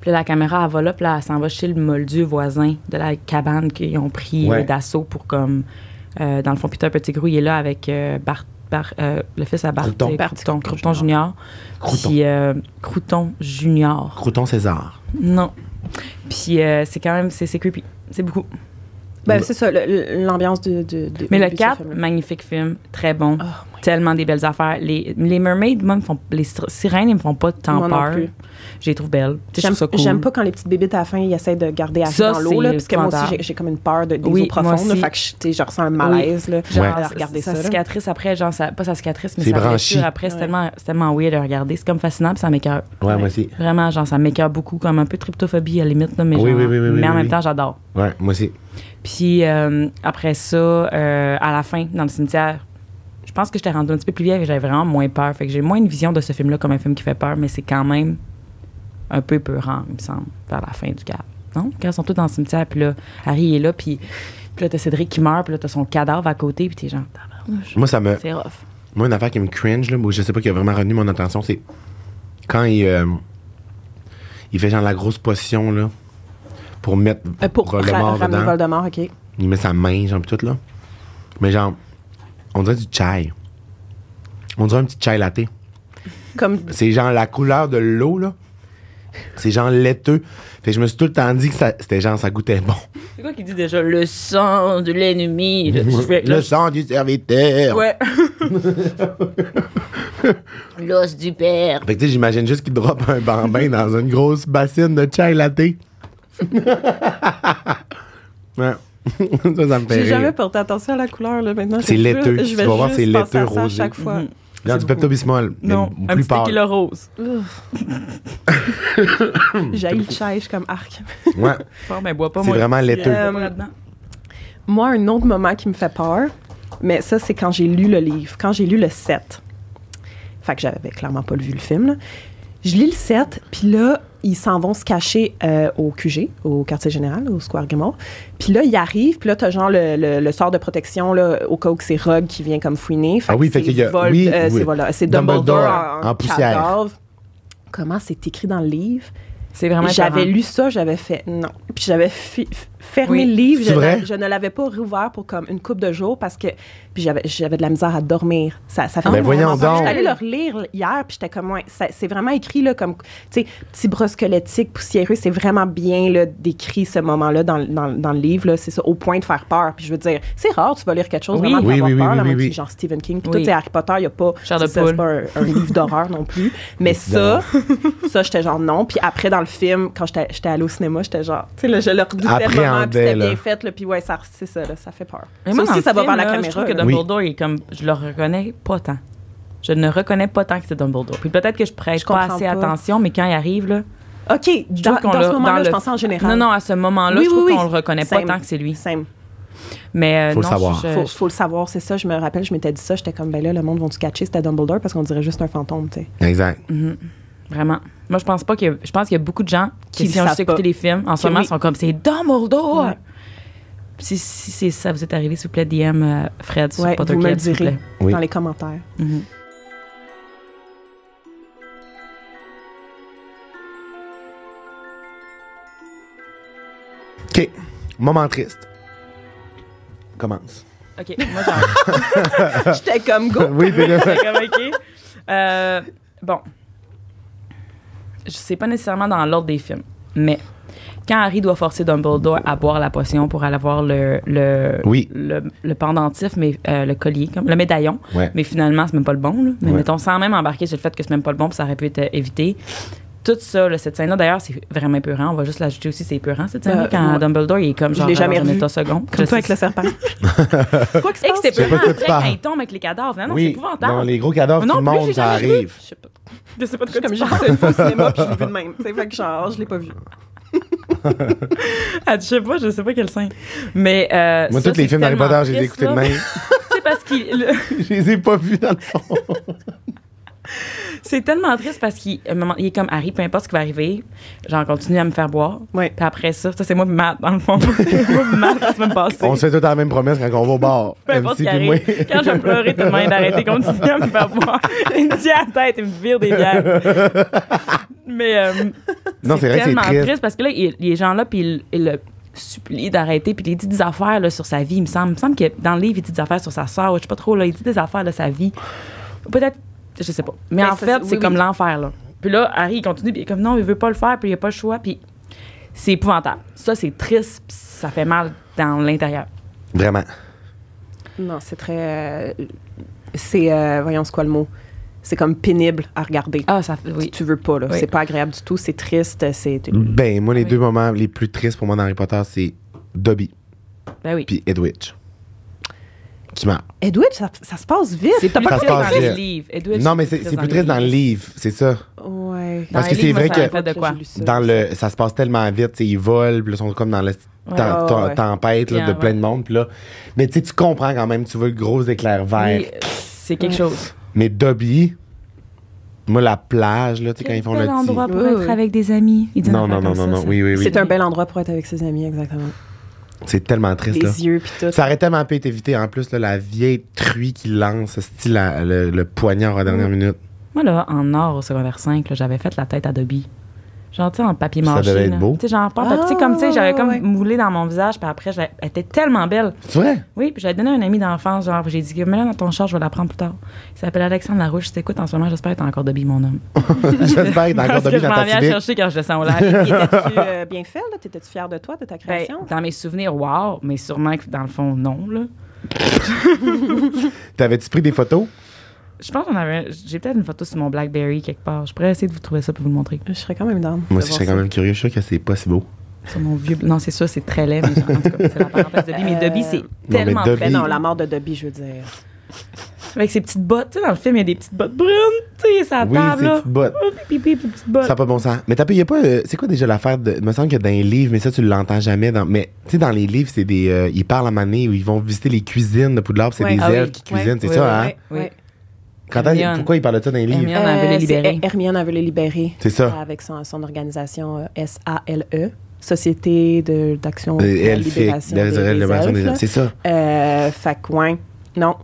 [SPEAKER 2] Puis là, la caméra, elle va là, puis là, elle s'en va chez le moldu voisin de la cabane qu'ils ont pris
[SPEAKER 3] Ouais.
[SPEAKER 2] euh, d'assaut pour comme. euh, dans le fond, Peter Pettigrew, il est là avec euh, Bart- Bar- euh, le fils à Bart,
[SPEAKER 3] Crouton.
[SPEAKER 2] euh,
[SPEAKER 1] Bart
[SPEAKER 2] Crouton,
[SPEAKER 1] Crouton
[SPEAKER 2] Crouton Junior.
[SPEAKER 3] Crouton.
[SPEAKER 2] Puis euh, Crouton Junior.
[SPEAKER 3] Crouton César.
[SPEAKER 2] Non. Puis euh, c'est quand même, c'est c'est creepy. C'est beaucoup.
[SPEAKER 1] Ben, c'est ça, le- le- l'ambiance de, de, de-
[SPEAKER 2] Mais
[SPEAKER 1] du début de
[SPEAKER 2] le
[SPEAKER 1] ce
[SPEAKER 2] 4,
[SPEAKER 1] film-là.
[SPEAKER 2] magnifique film, très bon.
[SPEAKER 1] Oh my
[SPEAKER 2] Tellement des belles affaires. Les, les mermaids, moi, me font, les sir- sirènes, ils me font pas tant
[SPEAKER 1] Moi non
[SPEAKER 2] peur.
[SPEAKER 1] plus.
[SPEAKER 2] Je les trouve belles. Tu sais, je
[SPEAKER 1] J'aime
[SPEAKER 2] trouve ça cool.
[SPEAKER 1] j'aime pas quand les petites bébites à la fin, ils essaient de garder Harry
[SPEAKER 2] Ça,
[SPEAKER 1] dans l'eau, là,
[SPEAKER 2] c'est
[SPEAKER 1] parce que moi aussi,
[SPEAKER 2] épouvantable.
[SPEAKER 1] j'ai- j'ai comme une peur de, des
[SPEAKER 2] Oui,
[SPEAKER 1] eaux profondes,
[SPEAKER 2] moi
[SPEAKER 1] là,
[SPEAKER 2] aussi.
[SPEAKER 1] fait que je- tu sais, je ressens un malaise, là,
[SPEAKER 2] Genre,
[SPEAKER 3] Ouais.
[SPEAKER 1] à
[SPEAKER 2] sa-
[SPEAKER 1] regarder
[SPEAKER 2] sa
[SPEAKER 1] ça. là.
[SPEAKER 2] cicatrice après, genre, ça, pas sa cicatrice, mais
[SPEAKER 3] C'est
[SPEAKER 2] sa
[SPEAKER 3] branchi.
[SPEAKER 2] blessure après, c'est
[SPEAKER 1] Ouais.
[SPEAKER 2] tellement, c'est tellement weird à regarder. C'est comme fascinant, puis ça m'écœure.
[SPEAKER 3] Ouais, moi aussi.
[SPEAKER 2] Vraiment, genre, ça m'écœure beaucoup, comme un peu tryptophobie à la limite, là, mais,
[SPEAKER 3] Oui,
[SPEAKER 2] genre-
[SPEAKER 3] oui, oui, oui,
[SPEAKER 2] mais en
[SPEAKER 3] oui,
[SPEAKER 2] même
[SPEAKER 3] oui.
[SPEAKER 2] temps, j'adore.
[SPEAKER 3] Ouais, moi aussi.
[SPEAKER 2] Puis euh, après ça, euh, à la fin, dans le cimetière, je pense que j'étais rendue un petit peu plus vieille et j'avais vraiment moins peur. Fait que j'ai moins une vision de ce film-là comme un film qui fait peur, mais c'est quand même un peu peurant, il me semble, vers la fin du cadre. Non? Quand ils sont tous dans le cimetière, puis là, Harry est là, puis, puis là, t'as Cédric qui meurt, puis là, t'as son cadavre à côté, puis t'es genre, tabarnouche,
[SPEAKER 3] Moi, ça me.
[SPEAKER 2] c'est rough.
[SPEAKER 3] Moi, une affaire qui me cringe, là, moi, je sais pas qui a vraiment retenu mon attention, c'est quand il. euh, il fait genre la grosse potion, là, pour mettre
[SPEAKER 1] Euh, pour ra-
[SPEAKER 3] Voldemort
[SPEAKER 1] ramener
[SPEAKER 3] dedans.
[SPEAKER 1] Voldemort, OK.
[SPEAKER 3] Il met sa main, genre, pis tout, là. Mais genre, on dirait du chai. On dirait un petit chai latte.
[SPEAKER 1] Comme,
[SPEAKER 3] C'est genre la couleur de l'eau, là. C'est genre laiteux. Fait que je me suis tout le temps dit que ça- c'était genre, ça goûtait bon.
[SPEAKER 2] C'est quoi qui dit déjà le sang de l'ennemi? là, tu fais- là,
[SPEAKER 3] Le sang du serviteur.
[SPEAKER 2] Ouais.
[SPEAKER 4] L'os du père.
[SPEAKER 3] Fait que tu sais, j'imagine juste qu'il droppe un bambin dans *laughs* une grosse bassine de chai latte. ouais. ça, ça me fait
[SPEAKER 1] J'ai jamais
[SPEAKER 3] rire.
[SPEAKER 1] porté attention à la couleur, là, maintenant.
[SPEAKER 3] C'est
[SPEAKER 1] je vais
[SPEAKER 3] laiteux.
[SPEAKER 1] juste-
[SPEAKER 3] Tu
[SPEAKER 1] Je vais
[SPEAKER 3] vas voir,
[SPEAKER 1] juste
[SPEAKER 3] c'est
[SPEAKER 1] penser
[SPEAKER 3] laiteux
[SPEAKER 1] à ça à
[SPEAKER 3] rosé.
[SPEAKER 1] chaque fois.
[SPEAKER 2] Mhm.
[SPEAKER 3] Il y a du
[SPEAKER 2] C'est
[SPEAKER 3] Pepto-Bismol. mais
[SPEAKER 2] Non, un
[SPEAKER 3] plus
[SPEAKER 2] petit
[SPEAKER 3] pâle.
[SPEAKER 2] tequila rose.
[SPEAKER 1] J'ai le chai, je suis comme arc.
[SPEAKER 3] Ouais,
[SPEAKER 2] Fort, mais bois pas
[SPEAKER 3] c'est
[SPEAKER 2] moi.
[SPEAKER 3] vraiment
[SPEAKER 2] Euh,
[SPEAKER 3] laiteux.
[SPEAKER 1] Euh,
[SPEAKER 2] bois pas là-dedans.
[SPEAKER 1] Moi, un autre moment qui me fait peur, mais ça, c'est quand j'ai lu le livre, quand j'ai lu le 7. Fait que j'avais clairement pas vu le film. là. Je lis le 7, puis là, ils s'en vont se cacher euh, au QG, au quartier général, au Square Grimaud. Puis là, ils arrivent, puis là, t'as genre le, le- le sort de protection là, au cas où que c'est Rogue qui vient comme fouiner.
[SPEAKER 3] Ah oui,
[SPEAKER 1] que
[SPEAKER 3] fait
[SPEAKER 1] c'est
[SPEAKER 3] qu'il y a-
[SPEAKER 1] Vol-
[SPEAKER 3] oui,
[SPEAKER 1] euh,
[SPEAKER 3] oui.
[SPEAKER 1] C'est voilà, c'est
[SPEAKER 3] Dumbledore
[SPEAKER 1] Dumbledore, en,
[SPEAKER 3] en poussière.
[SPEAKER 1] cadavre. Comment c'est écrit dans le livre?
[SPEAKER 2] C'est vraiment
[SPEAKER 1] J'avais
[SPEAKER 2] épeurant.
[SPEAKER 1] lu ça, j'avais fait non. Puis j'avais fi- f- fermé
[SPEAKER 2] Oui.
[SPEAKER 1] le livre, je,
[SPEAKER 3] C'est vrai?
[SPEAKER 1] n'a- je ne l'avais pas rouvert pour comme une couple de jours parce que puis j'avais j'avais de la misère à dormir. Ça ça fait
[SPEAKER 3] Ben
[SPEAKER 1] vraiment
[SPEAKER 3] voyons
[SPEAKER 1] peur.
[SPEAKER 3] donc.
[SPEAKER 1] J'étais allée le relire hier puis j'étais comme ouais, ça- c'est vraiment écrit là comme tu sais petit bras squelettique poussiéreux, c'est vraiment bien là, décrit ce moment-là dans, dans, dans le livre là, c'est ça au point de faire peur. Puis je veux dire, c'est rare tu vas lire quelque chose
[SPEAKER 2] Oui.
[SPEAKER 1] vraiment qui
[SPEAKER 3] Oui,
[SPEAKER 1] avoir
[SPEAKER 3] oui, oui,
[SPEAKER 1] peur
[SPEAKER 3] oui,
[SPEAKER 1] là,
[SPEAKER 3] oui,
[SPEAKER 1] même
[SPEAKER 3] oui.
[SPEAKER 1] si genre Stephen King puis
[SPEAKER 2] Oui.
[SPEAKER 1] tout c'est Harry Potter, il y a pas
[SPEAKER 2] Chair de
[SPEAKER 1] c'est ça, c'est
[SPEAKER 2] poule.
[SPEAKER 1] pas un, un livre d'horreur non plus,
[SPEAKER 3] *laughs*
[SPEAKER 1] mais ça ça, j'étais genre non. Puis après, dans le film, quand j'étais j'étais allée au cinéma, j'étais genre, tu sais, là, je leur disais le moment, puis
[SPEAKER 3] Appréhendais,
[SPEAKER 1] c'était
[SPEAKER 3] là.
[SPEAKER 1] bien fait, là, puis ouais, ça, c'est ça, là, ça fait peur.
[SPEAKER 2] Mais
[SPEAKER 1] ça
[SPEAKER 2] moi, dans
[SPEAKER 1] aussi,
[SPEAKER 2] le
[SPEAKER 1] ça va
[SPEAKER 2] film,
[SPEAKER 1] vers la
[SPEAKER 2] là,
[SPEAKER 1] caméra.
[SPEAKER 2] Je trouve que
[SPEAKER 1] là.
[SPEAKER 3] Oui.
[SPEAKER 2] Dumbledore, il est comme, je le reconnais pas tant. Je ne reconnais pas tant que c'est Dumbledore. Puis peut-être que je prête
[SPEAKER 1] Je
[SPEAKER 2] pas
[SPEAKER 1] comprends
[SPEAKER 2] assez
[SPEAKER 1] pas.
[SPEAKER 2] attention, mais quand il arrive, là,
[SPEAKER 1] OK,
[SPEAKER 2] je
[SPEAKER 1] dans,
[SPEAKER 2] trouve qu'on
[SPEAKER 1] dans
[SPEAKER 2] l'a-
[SPEAKER 1] ce
[SPEAKER 2] dans
[SPEAKER 1] moment-là,
[SPEAKER 2] le-
[SPEAKER 1] je pensais en général.
[SPEAKER 2] Non, non, à ce moment-là,
[SPEAKER 1] Oui,
[SPEAKER 2] je trouve
[SPEAKER 1] oui, oui.
[SPEAKER 2] qu'on le reconnaît pas
[SPEAKER 1] Same.
[SPEAKER 2] tant que c'est lui.
[SPEAKER 1] Same.
[SPEAKER 2] Mais euh,
[SPEAKER 3] Faut le
[SPEAKER 2] non,
[SPEAKER 3] savoir.
[SPEAKER 2] je-
[SPEAKER 1] Faut,
[SPEAKER 2] je-
[SPEAKER 1] faut le savoir, c'est ça. Je me rappelle, je m'étais dit ça. J'étais comme, ben là, le monde vont-tu catcher? C'était Dumbledore parce qu'on dirait juste un fantôme, tu sais.
[SPEAKER 3] Exact.
[SPEAKER 2] vraiment. Moi, je pense pas que je pense qu'il y a beaucoup de gens
[SPEAKER 1] Qui
[SPEAKER 2] qui,
[SPEAKER 1] le
[SPEAKER 2] si on
[SPEAKER 1] savent
[SPEAKER 2] juste écouté
[SPEAKER 1] pas.
[SPEAKER 2] les films, en ce
[SPEAKER 1] Que
[SPEAKER 2] moment,
[SPEAKER 1] oui.
[SPEAKER 2] sont comme c'est Dumbledore.
[SPEAKER 1] Ouais.
[SPEAKER 2] Si, si c'est ça vous est arrivé, s'il vous plaît, DM euh, Fred sur
[SPEAKER 1] Ouais, vous
[SPEAKER 2] Pottercat,
[SPEAKER 1] me le
[SPEAKER 2] s'il vous
[SPEAKER 1] direz
[SPEAKER 2] plaît.
[SPEAKER 3] Oui.
[SPEAKER 1] dans les
[SPEAKER 3] *laughs*
[SPEAKER 1] commentaires.
[SPEAKER 2] Mhm.
[SPEAKER 3] OK. Moment triste. Commence.
[SPEAKER 2] Ok, moi j'en
[SPEAKER 1] J'étais comme,
[SPEAKER 2] *laughs*
[SPEAKER 1] go!
[SPEAKER 3] oui, t'es là.
[SPEAKER 2] Fait comme, ok. Euh, bon, je sais pas nécessairement dans l'ordre des films, mais quand Harry doit forcer Dumbledore à boire la potion pour aller voir le le,
[SPEAKER 3] Oui.
[SPEAKER 2] le, le pendentif, mais euh, le collier, comme le médaillon,
[SPEAKER 3] Ouais.
[SPEAKER 2] mais finalement, c'est même pas le bon. là. Mais
[SPEAKER 3] Ouais.
[SPEAKER 2] mettons, sans même embarquer sur le fait que c'est même pas le bon, puis ça aurait pu être euh, évité. Tout ça, là, cette scène-là, d'ailleurs, c'est vraiment épeurant. On va juste l'ajouter aussi, c'est épeurant, cette scène-là,
[SPEAKER 1] Euh,
[SPEAKER 2] quand
[SPEAKER 1] ouais.
[SPEAKER 2] Dumbledore, il est comme
[SPEAKER 1] Je
[SPEAKER 2] genre
[SPEAKER 1] l'ai jamais
[SPEAKER 2] dans un
[SPEAKER 1] revu.
[SPEAKER 2] état second.
[SPEAKER 1] Comme
[SPEAKER 2] Je
[SPEAKER 1] toi
[SPEAKER 2] sais-
[SPEAKER 1] avec le
[SPEAKER 3] *laughs*
[SPEAKER 1] serpent. Quoi que
[SPEAKER 2] Hey, que c'est
[SPEAKER 3] sais
[SPEAKER 2] épeurant
[SPEAKER 3] pas de quoi tu
[SPEAKER 2] après quand
[SPEAKER 3] parles.
[SPEAKER 2] il tombe avec les cadavres. hein, Non, non, c'est
[SPEAKER 3] oui.
[SPEAKER 2] épouvantable.
[SPEAKER 3] Dans les gros cadavres,
[SPEAKER 2] Non
[SPEAKER 3] tout le
[SPEAKER 2] plus,
[SPEAKER 3] monde,
[SPEAKER 2] j'ai
[SPEAKER 3] ça
[SPEAKER 2] jamais vu.
[SPEAKER 3] arrive.
[SPEAKER 1] Je sais pas.
[SPEAKER 2] Je sais pas de quoi
[SPEAKER 1] Comme
[SPEAKER 2] tu
[SPEAKER 1] j'ai
[SPEAKER 2] parles.
[SPEAKER 1] vu ça une fois au cinéma, puis je l'ai vu de même. Tu sais, fait que genre, je l'ai pas vu.
[SPEAKER 2] Ah, *laughs* je sais pas, je sais pas quel scène. Mais. euh,
[SPEAKER 3] Moi,
[SPEAKER 2] ça,
[SPEAKER 3] tous les
[SPEAKER 2] c'est
[SPEAKER 3] films d'Harry
[SPEAKER 2] tellement
[SPEAKER 3] Potter, je les ai
[SPEAKER 2] triste,
[SPEAKER 3] écoutés de
[SPEAKER 2] là.
[SPEAKER 3] même. *laughs*
[SPEAKER 2] C'est parce qu'il. le-
[SPEAKER 3] Je les ai pas vus dans le
[SPEAKER 2] *laughs*
[SPEAKER 3] fond.
[SPEAKER 2] C'est tellement triste parce qu'il à un moment, il est comme Harry, peu importe ce qui va arriver, genre continue à me faire boire.
[SPEAKER 1] Ouais.
[SPEAKER 2] Puis après ça, ça c'est moi puis Matt, dans le fond. *laughs* moi puis Matt la semaine passée.
[SPEAKER 3] On se fait tout la même promesse quand on va au bar.
[SPEAKER 2] *laughs* peu importe ce
[SPEAKER 3] MC,
[SPEAKER 2] qui
[SPEAKER 3] puis moi.
[SPEAKER 2] arrive. Quand je vais pleurer, tout le monde d'arrêter, continue à me faire boire. Une bière à la tête, il me vire des bières. Mais euh,
[SPEAKER 3] Non, c'est vrai que c'est
[SPEAKER 2] tellement
[SPEAKER 3] triste.
[SPEAKER 2] triste parce que là, il- les gens là, puis ils ils le supplient d'arrêter, puis il dit des affaires là, sur sa vie, il me semble. Il me semble que dans le livre, il dit des affaires sur sa soeur, je sais pas trop, là, il dit des affaires de sa vie. Peut-être, je sais pas. Mais,
[SPEAKER 1] Mais ça,
[SPEAKER 2] en fait,
[SPEAKER 1] c'est-
[SPEAKER 2] c'est
[SPEAKER 1] oui,
[SPEAKER 2] comme
[SPEAKER 1] oui.
[SPEAKER 2] l'enfer, là. Puis là, Harry, il continue, puis il est comme non, il veut pas le faire, puis il a pas le choix, puis c'est épouvantable. Ça, c'est triste, puis ça fait mal dans l'intérieur.
[SPEAKER 3] Vraiment.
[SPEAKER 1] Non, c'est très. euh, c'est. euh, voyons, c'est quoi le mot? C'est comme pénible à regarder.
[SPEAKER 2] Ah, ça fait, oui.
[SPEAKER 1] Tu veux pas, là.
[SPEAKER 2] Oui.
[SPEAKER 1] C'est pas agréable du tout. C'est triste. C'est.
[SPEAKER 3] Ben, moi, les deux moments les plus tristes pour moi dans Harry Potter, c'est Dobby
[SPEAKER 2] Ben oui.
[SPEAKER 3] puis Edwidge. Qui meurt.
[SPEAKER 1] Edwidge, ça, ça se passe vite.
[SPEAKER 2] C'est
[SPEAKER 1] T'as
[SPEAKER 2] plus triste
[SPEAKER 3] Ça se
[SPEAKER 2] dans
[SPEAKER 3] passe
[SPEAKER 2] le
[SPEAKER 3] bien.
[SPEAKER 2] livre. Edwidge,
[SPEAKER 3] Non, mais c'est c'est plus triste dans le livre, c'est ça.
[SPEAKER 1] Ouais.
[SPEAKER 2] Dans
[SPEAKER 3] Parce
[SPEAKER 2] le
[SPEAKER 3] que c'est
[SPEAKER 2] livre,
[SPEAKER 3] vrai
[SPEAKER 2] moi, ça
[SPEAKER 3] que
[SPEAKER 2] aurait fait de quoi?
[SPEAKER 1] J'ai lu ça.
[SPEAKER 3] dans le ça se passe tellement vite tu sais, ils volent puis là, ils sont comme dans la tem-
[SPEAKER 1] ouais, ouais.
[SPEAKER 3] tempête là,
[SPEAKER 2] Bien,
[SPEAKER 3] de
[SPEAKER 2] ouais.
[SPEAKER 3] plein de monde puis là mais tu sais, tu comprends quand même tu vois le gros éclair vert
[SPEAKER 2] Oui, euh, c'est quelque chose.
[SPEAKER 3] mais Dobby moi la plage là tu sais quand ils font le petit
[SPEAKER 1] pour être
[SPEAKER 2] avec des amis.
[SPEAKER 3] non non non non non oui oui oui
[SPEAKER 1] C'est un bel endroit pour être avec ses amis, exactement.
[SPEAKER 3] c'est tellement triste
[SPEAKER 1] Les
[SPEAKER 3] là
[SPEAKER 1] yeux, puis tout.
[SPEAKER 3] ça aurait tellement pu être évité en plus là, la vieille truie qui lance style la- le, le poignard à la dernière minute
[SPEAKER 2] Moi, là, en or au secondaire 5, là, j'avais fait la tête à Dobby. Genre, tu sais, en papier
[SPEAKER 3] Ça
[SPEAKER 2] mâché.
[SPEAKER 3] devait être
[SPEAKER 2] là.
[SPEAKER 3] beau.
[SPEAKER 2] Tu sais, genre, pas en papier- tu sais,
[SPEAKER 1] Ah,
[SPEAKER 2] comme, tu sais, j'avais comme
[SPEAKER 1] ouais.
[SPEAKER 2] moulé dans mon visage, puis après, j'avais- elle était tellement belle. *laughs*
[SPEAKER 3] c'est vrai
[SPEAKER 2] Oui, puis j'avais donné à un ami d'enfance, genre, puis j'ai dit, mets-la dans ton char, je vais la prendre plus tard. Il s'appelle Alexandre Larouche, t'écoutes en ce moment, j'espère que t'as encore Dobby, mon homme.
[SPEAKER 3] j'espère que t'as encore
[SPEAKER 2] Parce que
[SPEAKER 3] Dobby
[SPEAKER 2] je
[SPEAKER 3] dans
[SPEAKER 2] m'en
[SPEAKER 3] ta
[SPEAKER 2] viens à
[SPEAKER 3] civique
[SPEAKER 2] chercher quand je le sens au lac.
[SPEAKER 1] Et
[SPEAKER 3] *laughs*
[SPEAKER 1] T'étais-tu euh, bien fait, là? T'étais-tu fière de toi, de ta
[SPEAKER 2] Ben,
[SPEAKER 1] création?
[SPEAKER 2] dans mes souvenirs, wow, mais sûrement que dans le fond, non. Là.
[SPEAKER 3] t'avais-tu pris des photos
[SPEAKER 2] Je pense qu'on avait. J'ai peut-être une photo sur mon Blackberry quelque part. Je pourrais essayer de vous trouver ça pour vous le montrer.
[SPEAKER 1] Je serais quand même down.
[SPEAKER 3] moi
[SPEAKER 1] de
[SPEAKER 3] aussi je
[SPEAKER 1] voir
[SPEAKER 3] serais quand
[SPEAKER 1] ça.
[SPEAKER 3] même curieux je suis sûr que c'est pas si beau
[SPEAKER 2] Sur mon vieux. Non, c'est ça, c'est très laid. Mais genre, en tout cas, c'est la parenthèse de Dobby. Mais Dobby, c'est
[SPEAKER 3] mais
[SPEAKER 2] tellement
[SPEAKER 3] Dobby-
[SPEAKER 1] Ben
[SPEAKER 2] plein
[SPEAKER 1] non, la mort de Dobby, je veux dire.
[SPEAKER 2] Avec ses petites bottes. Tu sais, dans le film, il y a des petites bottes brunes. Tu sais, sa
[SPEAKER 3] Oui,
[SPEAKER 2] table,
[SPEAKER 3] c'est
[SPEAKER 2] là.
[SPEAKER 3] une petite botte.
[SPEAKER 2] Oh, pipi, pipi, les petites bottes.
[SPEAKER 3] Ça n'a pas bon sens. Mais t'as payé pas. euh, c'est quoi déjà l'affaire de. Il me semble que dans les livres, mais ça, tu l'entends jamais. Dans, mais tu sais, dans les livres, c'est des. euh, ils parlent à Mané où ils vont visiter les cuisines de Poudlard, puis c'est
[SPEAKER 1] Ouais.
[SPEAKER 3] des
[SPEAKER 2] Ah oui.
[SPEAKER 3] elfes qui
[SPEAKER 2] Ouais.
[SPEAKER 3] cuisinent. C'est
[SPEAKER 2] Oui,
[SPEAKER 3] ça, hein?
[SPEAKER 2] oui,
[SPEAKER 1] oui.
[SPEAKER 2] oui.
[SPEAKER 1] Oui.
[SPEAKER 3] Quand t'as-
[SPEAKER 2] Hermione.
[SPEAKER 3] pourquoi ils parlent de ça dans les livres?
[SPEAKER 2] Hermione, elle veut les
[SPEAKER 1] Euh, c'est
[SPEAKER 2] libérer.
[SPEAKER 1] Her- Hermione, elle veut les libérer.
[SPEAKER 3] C'est ça.
[SPEAKER 1] Euh, Avec son, son organisation euh, SALE, E, Société de- d'action pour
[SPEAKER 3] Euh,
[SPEAKER 1] la
[SPEAKER 3] Elfique,
[SPEAKER 1] libération
[SPEAKER 3] la
[SPEAKER 1] des- des
[SPEAKER 3] libération des
[SPEAKER 1] elfes, là.
[SPEAKER 3] elfes. C'est ça.
[SPEAKER 1] Euh, fait que, ouais. Non.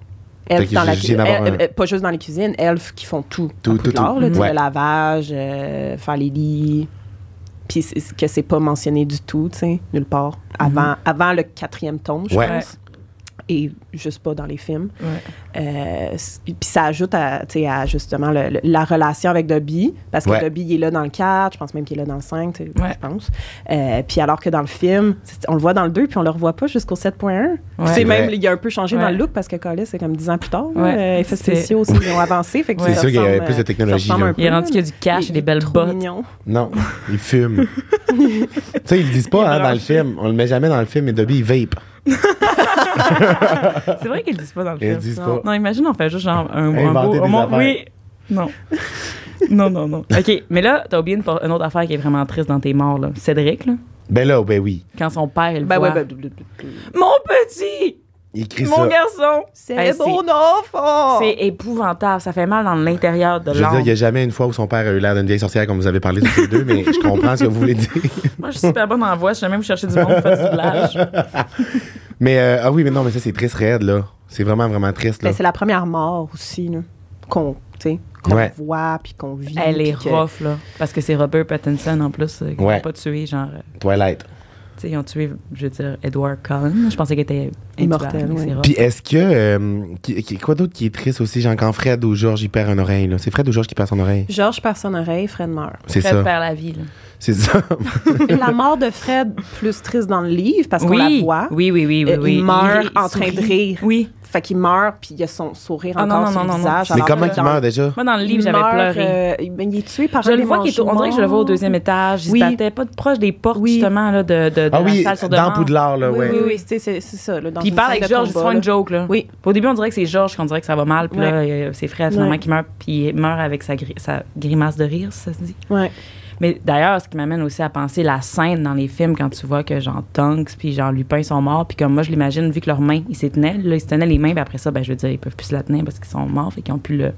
[SPEAKER 1] Elf
[SPEAKER 3] que
[SPEAKER 1] dans
[SPEAKER 3] j'ai-
[SPEAKER 1] la
[SPEAKER 3] j'ai d'abord
[SPEAKER 1] cuisine. Euh,
[SPEAKER 3] un-
[SPEAKER 1] Pas juste dans les cuisines, elfes qui font tout.
[SPEAKER 3] Tout,
[SPEAKER 1] à
[SPEAKER 3] tout, tout.
[SPEAKER 1] Poudlard, là, tu sais,
[SPEAKER 3] Ouais.
[SPEAKER 1] Le lavage, euh, faire les lits. Puis c'est- que c'est pas mentionné du tout, tu sais, nulle part. Avant, avant le quatrième tome, je
[SPEAKER 3] Mhm. Ouais.
[SPEAKER 1] pense. Et juste pas dans les films.
[SPEAKER 2] Ouais.
[SPEAKER 1] Euh, s- puis ça ajoute à, tu sais, à justement le- le- la relation avec Dobby, parce que
[SPEAKER 3] Ouais.
[SPEAKER 1] Dobby, il est là dans le 4, je pense même qu'il est là dans le 5, tu sais,
[SPEAKER 2] Ouais.
[SPEAKER 1] je pense. Euh, puis alors que dans le film, c'est- on le voit dans le 2, puis on le revoit pas jusqu'au 7.1.
[SPEAKER 2] Ouais.
[SPEAKER 1] C'est
[SPEAKER 2] C'est
[SPEAKER 1] même,
[SPEAKER 3] vrai.
[SPEAKER 1] il a un peu changé dans
[SPEAKER 2] Ouais.
[SPEAKER 1] le look, parce que Collis, c'est comme 10 ans plus tard, Euh,
[SPEAKER 2] Ouais.
[SPEAKER 1] les effets
[SPEAKER 2] C'est-
[SPEAKER 1] spéciaux aussi, ils ont avancé. fait que ça
[SPEAKER 2] Ouais.
[SPEAKER 3] C'est sûr qu'il y avait
[SPEAKER 1] ressemble,
[SPEAKER 3] plus de
[SPEAKER 1] euh, ça
[SPEAKER 3] technologie,
[SPEAKER 1] ressemble
[SPEAKER 3] là.
[SPEAKER 1] un peu,
[SPEAKER 2] Il est rendu qu'il y a du
[SPEAKER 1] Il-
[SPEAKER 2] cash et
[SPEAKER 1] il est
[SPEAKER 2] des belles
[SPEAKER 1] trop
[SPEAKER 2] bottes.
[SPEAKER 1] mignon.
[SPEAKER 3] Non,
[SPEAKER 2] *laughs*
[SPEAKER 3] ils fument. tu sais, ils le disent pas hein, dans le film. On le met jamais dans le film, mais Dobby, il vape.
[SPEAKER 2] C'est vrai qu'ils le disent pas dans le
[SPEAKER 3] Ils le
[SPEAKER 2] film.
[SPEAKER 3] disent
[SPEAKER 2] non.
[SPEAKER 3] pas.
[SPEAKER 2] non, imagine, on fait juste genre un un
[SPEAKER 3] Inventer
[SPEAKER 2] beau-
[SPEAKER 3] des
[SPEAKER 2] un mot-
[SPEAKER 3] affaires.
[SPEAKER 2] Oui. Non. *laughs* non, non, non. OK, mais là, t'as oublié une, por- une autre affaire qui est vraiment triste dans tes morts, là. Cédric, là,
[SPEAKER 3] Ben là, ben oui.
[SPEAKER 2] quand son père, il
[SPEAKER 1] Ben
[SPEAKER 2] voit.
[SPEAKER 1] ouais, ben, blou, blou, blou, blou.
[SPEAKER 2] Mon petit!
[SPEAKER 3] Il crie
[SPEAKER 2] Mon
[SPEAKER 3] ça.
[SPEAKER 2] garçon!
[SPEAKER 1] c'est
[SPEAKER 2] Hey,
[SPEAKER 1] mon enfant!
[SPEAKER 2] C'est épouvantable. Ça fait mal dans l'intérieur de
[SPEAKER 3] Je veux dire, il n'y
[SPEAKER 2] l'âme.
[SPEAKER 3] a jamais une fois où son père a eu l'air d'une vieille sorcière comme vous avez parlé tous les deux, mais je comprends ce que vous voulez dire. *laughs*
[SPEAKER 2] Moi, je suis super bonne en voix. Je sais même chercher du monde pour faire du doublage.
[SPEAKER 3] Mais euh, ah oui, mais non, mais ça, c'est triste, raide, là. C'est vraiment, vraiment triste, là.
[SPEAKER 1] Ben, c'est la première mort aussi, là, qu'on tu sais, qu'on
[SPEAKER 3] Ouais.
[SPEAKER 1] voit, *laughs* puis qu'on vit.
[SPEAKER 2] Elle est
[SPEAKER 1] puis que-
[SPEAKER 2] rough, là. Parce que c'est Robert Pattinson, en plus, euh, qui
[SPEAKER 3] Ouais.
[SPEAKER 2] n'a pas tué, genre... euh,
[SPEAKER 3] Twilight.
[SPEAKER 2] Tu sais, ils ont tué, je veux dire, Edward Cullen. Je pensais qu'il était
[SPEAKER 1] Immortel,
[SPEAKER 2] intubable, mais
[SPEAKER 1] ouais.
[SPEAKER 2] c'est rough.
[SPEAKER 3] Puis est-ce que. euh, qui- qui- quoi d'autre qui est triste aussi, genre quand Fred ou Georges, il perd une oreille, là? C'est Fred ou Georges qui perd son oreille?
[SPEAKER 1] Georges perd son oreille, Fred
[SPEAKER 3] *laughs*
[SPEAKER 1] meurt.
[SPEAKER 3] C'est
[SPEAKER 2] Fred
[SPEAKER 3] ça.
[SPEAKER 2] perd la vie, là.
[SPEAKER 3] C'est ça.
[SPEAKER 1] la mort de Fred, plus triste dans le livre, parce qu'on
[SPEAKER 2] oui.
[SPEAKER 1] la voit.
[SPEAKER 2] Oui, oui, oui, oui.
[SPEAKER 1] Euh,
[SPEAKER 2] oui.
[SPEAKER 1] Il meurt
[SPEAKER 2] rit,
[SPEAKER 1] en train de
[SPEAKER 2] sourit.
[SPEAKER 1] rire.
[SPEAKER 2] Oui.
[SPEAKER 1] Fait qu'il meurt, puis il a son sourire
[SPEAKER 2] Ah, non,
[SPEAKER 1] encore
[SPEAKER 2] non,
[SPEAKER 1] sur
[SPEAKER 2] non,
[SPEAKER 1] le
[SPEAKER 2] non, non.
[SPEAKER 1] visage.
[SPEAKER 2] Mais
[SPEAKER 3] mais
[SPEAKER 1] alors
[SPEAKER 3] comment
[SPEAKER 1] que
[SPEAKER 3] qu'il
[SPEAKER 1] dans-
[SPEAKER 3] meurt déjà?
[SPEAKER 2] Moi, dans le
[SPEAKER 1] il
[SPEAKER 2] livre, j'avais
[SPEAKER 1] meurt,
[SPEAKER 2] pleuré.
[SPEAKER 1] euh, ben, il est tué par
[SPEAKER 2] Je
[SPEAKER 1] un
[SPEAKER 2] le vois
[SPEAKER 1] des
[SPEAKER 2] qui est au, on dirait que je le vois au deuxième étage. Il
[SPEAKER 1] Oui.
[SPEAKER 2] se battait pas de proche des portes,
[SPEAKER 1] Oui.
[SPEAKER 2] justement, là, de, de, de
[SPEAKER 3] Ah
[SPEAKER 2] la
[SPEAKER 3] oui,
[SPEAKER 2] salle sur
[SPEAKER 3] dans
[SPEAKER 2] demande.
[SPEAKER 3] Poudlard, là,
[SPEAKER 1] Oui,
[SPEAKER 3] ouais.
[SPEAKER 1] oui, oui, c'est c'est- c'est ça. là, dans
[SPEAKER 2] Puis il
[SPEAKER 1] une
[SPEAKER 2] parle
[SPEAKER 1] scène
[SPEAKER 2] avec
[SPEAKER 1] de
[SPEAKER 2] Georges, il se
[SPEAKER 1] combat,
[SPEAKER 2] fait une
[SPEAKER 1] là.
[SPEAKER 2] joke, là.
[SPEAKER 1] Oui.
[SPEAKER 2] Au début, on dirait que c'est Georges qu'on dirait que ça va mal, puis là, euh, c'est Fred, finalement,
[SPEAKER 1] Ouais.
[SPEAKER 2] qui meurt, puis il meurt avec sa, gri- sa grimace de rire, ça se dit.
[SPEAKER 1] Ouais.
[SPEAKER 2] Mais d'ailleurs, ce qui m'amène aussi à penser la scène dans les films quand tu vois que genre Tonks puis genre Lupin sont morts, puis comme moi je l'imagine, vu que leurs mains, ils se tenaient, là, ils se tenaient les mains, puis après ça, ben je veux dire, ils peuvent plus se la tenir parce qu'ils sont morts, fait qu'ils ont plus le.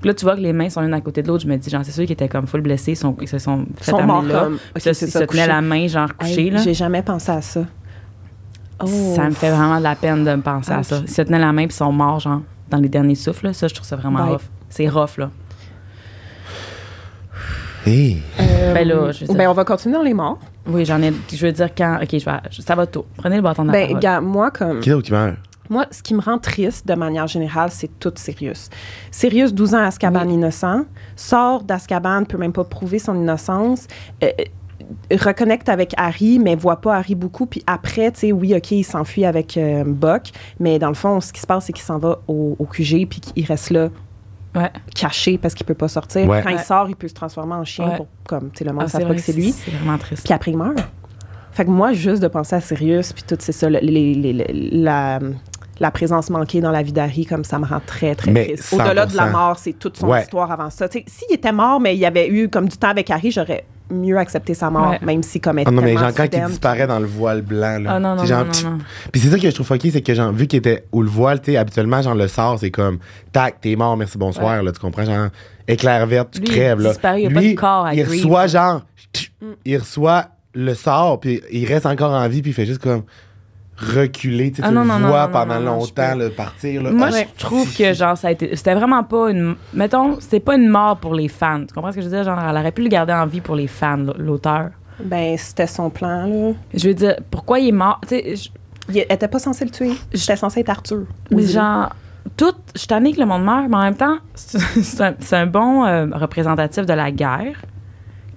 [SPEAKER 2] Puis là, tu vois que les mains sont l'une à côté de l'autre, je me dis, genre, c'est sûr qu'ils étaient comme full blessés, ils, sont- ils se sont
[SPEAKER 1] Ils
[SPEAKER 2] fait
[SPEAKER 1] sont morts
[SPEAKER 2] amener là.
[SPEAKER 1] comme.
[SPEAKER 2] Puis
[SPEAKER 1] Ok,
[SPEAKER 2] ça,
[SPEAKER 1] c'est
[SPEAKER 2] ils
[SPEAKER 1] ça,
[SPEAKER 2] se tenaient
[SPEAKER 1] couché.
[SPEAKER 2] la main, genre couchée,
[SPEAKER 1] Hey,
[SPEAKER 2] là.
[SPEAKER 1] J'ai jamais pensé à ça. Oh.
[SPEAKER 2] Ça me fait vraiment de la peine de me penser à ça.
[SPEAKER 1] Ouch.
[SPEAKER 2] Ils se tenaient la main, puis ils sont morts, genre, dans les derniers souffles, là. Ça, je trouve ça vraiment
[SPEAKER 1] Bye.
[SPEAKER 2] rough. C'est rough, là.
[SPEAKER 3] Hey.
[SPEAKER 1] Euh,
[SPEAKER 2] Ben là, je veux dire-
[SPEAKER 1] ben, on va continuer dans les morts.
[SPEAKER 2] Oui, j'en ai. Je veux dire, quand. OK, je vais. Ça va tôt. Prenez le bâton de la
[SPEAKER 1] Ben,
[SPEAKER 2] parole.
[SPEAKER 1] gars, moi, comme.
[SPEAKER 3] Qui d'autre qui meurt?
[SPEAKER 1] Moi, ce qui me rend triste de manière générale, c'est toute Sirius. Sirius, 12 ans à Azkaban innocent, sort d'Azkaban, peut même pas prouver son innocence. euh, euh, reconnecte avec Harry, mais voit pas Harry beaucoup. Puis après, tu sais, oui, OK, il s'enfuit avec euh, Buck, mais dans le fond, ce qui se passe, c'est qu'il s'en va au, au QG, puis qu'il reste là,
[SPEAKER 2] Ouais.
[SPEAKER 1] caché, parce qu'il peut pas sortir.
[SPEAKER 3] Ouais.
[SPEAKER 1] Quand il
[SPEAKER 2] Ouais.
[SPEAKER 1] sort, il peut se transformer en chien
[SPEAKER 2] Ouais.
[SPEAKER 1] pour, comme, tu sais, le monde
[SPEAKER 2] Ah,
[SPEAKER 1] ne
[SPEAKER 2] c'est
[SPEAKER 1] savent pas
[SPEAKER 2] vrai
[SPEAKER 1] que c'est
[SPEAKER 2] que
[SPEAKER 1] lui.
[SPEAKER 2] C'est vraiment triste.
[SPEAKER 1] Puis après, il meurt. Fait que moi, juste de penser à Sirius, puis tout, c'est ça, le- les- les- les- la, la présence manquée dans la vie d'Harry, comme ça me rend très, très
[SPEAKER 3] Mais
[SPEAKER 1] triste. Au-delà de la
[SPEAKER 3] 100%.
[SPEAKER 1] mort, c'est toute son
[SPEAKER 3] Ouais.
[SPEAKER 1] histoire avant ça. Tu sais, S'il était mort, mais il y avait eu comme du temps avec Harry, j'aurais mieux accepté sa mort,
[SPEAKER 2] Ouais.
[SPEAKER 1] même si comme elle
[SPEAKER 3] Ah non, mais
[SPEAKER 1] tellement
[SPEAKER 3] genre quand il
[SPEAKER 1] soudaine.
[SPEAKER 3] disparaît dans le voile blanc, là.
[SPEAKER 2] Ah non, non,
[SPEAKER 3] C'est genre,
[SPEAKER 2] non,
[SPEAKER 3] pff.
[SPEAKER 2] non, non.
[SPEAKER 3] Puis c'est ça que je trouve fucké, c'est que genre, vu qu'il était où le voile, tu sais, habituellement, genre, le sort, c'est comme, tac, t'es mort, merci, bonsoir, là, tu comprends, genre, éclair vert, tu
[SPEAKER 2] Lui, il
[SPEAKER 3] crèves, là.
[SPEAKER 2] disparaît, il y a pas de corps à
[SPEAKER 3] il
[SPEAKER 2] grieve.
[SPEAKER 3] reçoit, genre, tch, il reçoit le sort, puis il reste encore en vie, puis il fait juste comme reculer, tu sais,
[SPEAKER 2] Ah
[SPEAKER 3] tu
[SPEAKER 2] non,
[SPEAKER 3] le
[SPEAKER 2] non, non,
[SPEAKER 3] vois
[SPEAKER 2] non,
[SPEAKER 3] pendant
[SPEAKER 2] non, non,
[SPEAKER 3] longtemps,
[SPEAKER 2] je
[SPEAKER 3] là, partir, là.
[SPEAKER 2] Moi,
[SPEAKER 3] Ah,
[SPEAKER 2] je
[SPEAKER 3] ouais.
[SPEAKER 2] trouve que genre ça a été c'était vraiment pas une mettons, c'était pas une mort pour les fans. Tu comprends ce que je veux dire genre elle aurait pu le garder en vie pour les fans l- l'auteur.
[SPEAKER 1] Ben, c'était son plan, là.
[SPEAKER 2] Je veux dire pourquoi il est mort, tu sais je-
[SPEAKER 1] Il elle était pas censé le tuer. J'étais censé être Arthur.
[SPEAKER 2] mais genre tout je suis tannée que le monde meurt, mais en même temps, *laughs* c'est c'est un, c'est un bon euh, représentatif de la guerre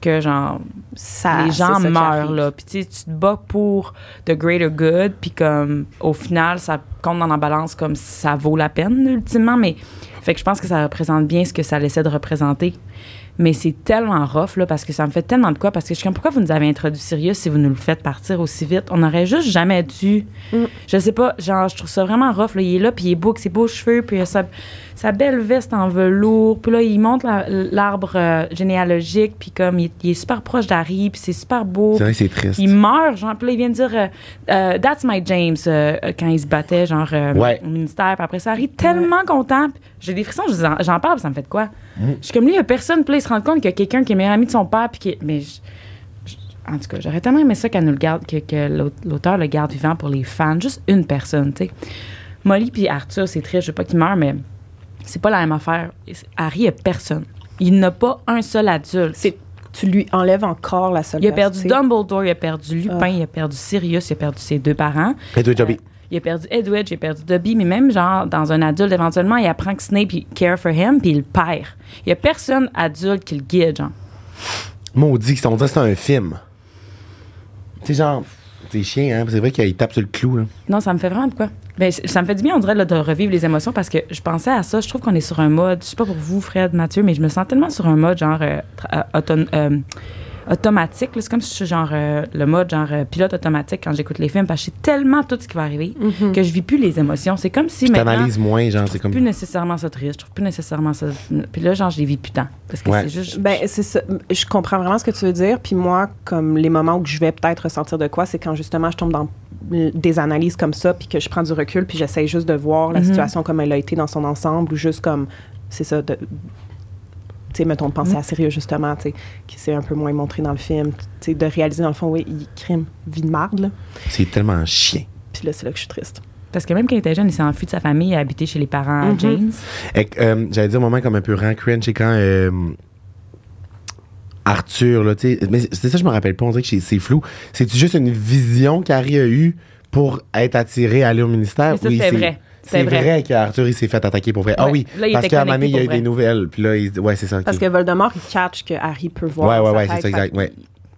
[SPEAKER 2] que genre
[SPEAKER 1] Ça-
[SPEAKER 2] les
[SPEAKER 1] c'est ça
[SPEAKER 2] gens
[SPEAKER 1] qui
[SPEAKER 2] meurent
[SPEAKER 1] arrive.
[SPEAKER 2] là puis tu sais, tu te bats pour the greater good puis comme au final ça compte dans la balance comme ça vaut la peine ultimement mais fait que je pense que ça représente bien ce que ça laissait de représenter Mais c'est tellement rough, là, parce que ça me fait tellement de quoi. Parce que je suis comme, pourquoi vous nous avez introduit Sirius si vous nous le faites partir aussi vite? On aurait juste jamais dû. Je sais pas, genre, je trouve ça vraiment rough. Là. Il est là, puis il est beau, avec ses beaux cheveux, puis il a sa, sa belle veste en velours. Puis là, il monte la- l'arbre euh, généalogique, puis comme, il, il est super proche d'Harry, puis c'est super beau.
[SPEAKER 3] C'est vrai que c'est triste.
[SPEAKER 2] Il meurt, genre, puis là, il vient de dire euh, euh, That's my James euh, euh, quand il se battait, genre, euh,
[SPEAKER 3] Ouais.
[SPEAKER 2] au ministère. Puis après ça, Harry, tellement content. Puis J'ai des frissons, je vous en- j'en parle, puis ça me fait de quoi? Je suis comme lui, il y a personne, puis là, il se rend compte qu'il y a quelqu'un qui est meilleur ami de son père, puis qui. est- Mais je- je- en tout cas, j'aurais tellement aimé ça qu'elle nous le garde, que, que l'aut- l'auteur le garde vivant pour les fans, juste une personne, tu sais. Molly puis Arthur, c'est triste, je veux pas qu'il meure, mais c'est pas la même affaire. Harry, il y a personne. Il n'a pas un seul adulte.
[SPEAKER 1] C'est- Tu lui enlèves encore la seule
[SPEAKER 2] Il a
[SPEAKER 1] place, tu
[SPEAKER 2] perdu
[SPEAKER 1] sais.
[SPEAKER 2] Dumbledore, il a perdu Lupin,
[SPEAKER 1] Ah.
[SPEAKER 2] il a perdu Sirius, il a perdu ses deux parents.
[SPEAKER 3] Et toi, Joby.
[SPEAKER 2] Il a perdu Edwidge, il a perdu Dobby, mais même genre dans un adulte, éventuellement, il apprend que Snape il care for him, puis il le perd. Il y a personne adulte qui le guide, genre.
[SPEAKER 3] Maudit, on dirait que c'est un film. Tu sais, genre, c'est chiant, hein? C'est vrai qu'il tape sur le clou, là.
[SPEAKER 2] Non, ça me fait vraiment de quoi. Ben, c- ça me fait du bien, on dirait, là, de revivre les émotions parce que je pensais à ça. Je trouve qu'on est sur un mode, je sais pas pour vous, Fred, Mathieu, mais je me sens tellement sur un mode genre euh, tra- euh, auton- euh, automatique. là. C'est comme si je suis genre euh, le mode genre euh, pilote automatique quand j'écoute les films parce que je sais tellement tout ce qui va arriver
[SPEAKER 1] Mm-hmm.
[SPEAKER 2] que je vis plus les émotions. C'est comme si
[SPEAKER 3] Tu
[SPEAKER 2] maintenant.
[SPEAKER 3] t'analyses moins, genre, c'est comme.
[SPEAKER 2] plus nécessairement ça triste, je trouve plus nécessairement ça. Puis là, genre, je les vis plus tant. Parce que
[SPEAKER 3] Ouais.
[SPEAKER 2] c'est juste.
[SPEAKER 1] Ben, c'est ça. Je comprends vraiment ce que tu veux dire. Puis moi, comme les moments où je vais peut-être ressentir de quoi, c'est quand justement je tombe dans l- des analyses comme ça, puis que je prends du recul, puis j'essaye juste de voir la
[SPEAKER 2] Mhm.
[SPEAKER 1] situation comme elle a été dans son ensemble, ou juste comme, c'est ça, de, tu sais, mettons, de penser
[SPEAKER 3] Mhm.
[SPEAKER 1] à sérieux, justement, tu sais, qui s'est un peu moins montré dans le film, tu sais, de réaliser, dans le fond, oui, il crime, vie de marde, là.
[SPEAKER 3] C'est tellement chien.
[SPEAKER 1] Puis là, c'est là que je suis triste.
[SPEAKER 2] Parce que même quand il était jeune, il s'est enfui de sa famille et habité chez les parents à
[SPEAKER 1] Mhm.
[SPEAKER 2] James.
[SPEAKER 3] Et que, euh, J'allais dire un moment comme un peu rank cringe, c'est quand euh, Arthur, là, tu sais. Mais c'est ça, je me rappelle pas, on dirait que c'est- c'est flou. C'est-tu juste une vision qu'Harry a eue pour être attiré à aller au ministère?
[SPEAKER 2] Mais ça,
[SPEAKER 3] Oui,
[SPEAKER 2] c'était vrai. C'était
[SPEAKER 3] C'est
[SPEAKER 2] vrai.
[SPEAKER 3] vrai qu'Arthur, il s'est fait attaquer pour vrai. Ah
[SPEAKER 2] Ouais.
[SPEAKER 3] oui,
[SPEAKER 2] Là, il
[SPEAKER 3] parce
[SPEAKER 2] était
[SPEAKER 3] qu'à un moment donné, il y a eu
[SPEAKER 2] connecté pour
[SPEAKER 3] des nouvelles. Puis là, il se- ouais, c'est ça. ok.
[SPEAKER 1] Parce que Voldemort, il catch que Harry peut voir.
[SPEAKER 3] Ouais,
[SPEAKER 1] dans
[SPEAKER 3] ouais,
[SPEAKER 1] sa
[SPEAKER 3] ouais, c'est
[SPEAKER 1] tête,
[SPEAKER 3] ça, exact,
[SPEAKER 1] fait qu'il-
[SPEAKER 3] ouais.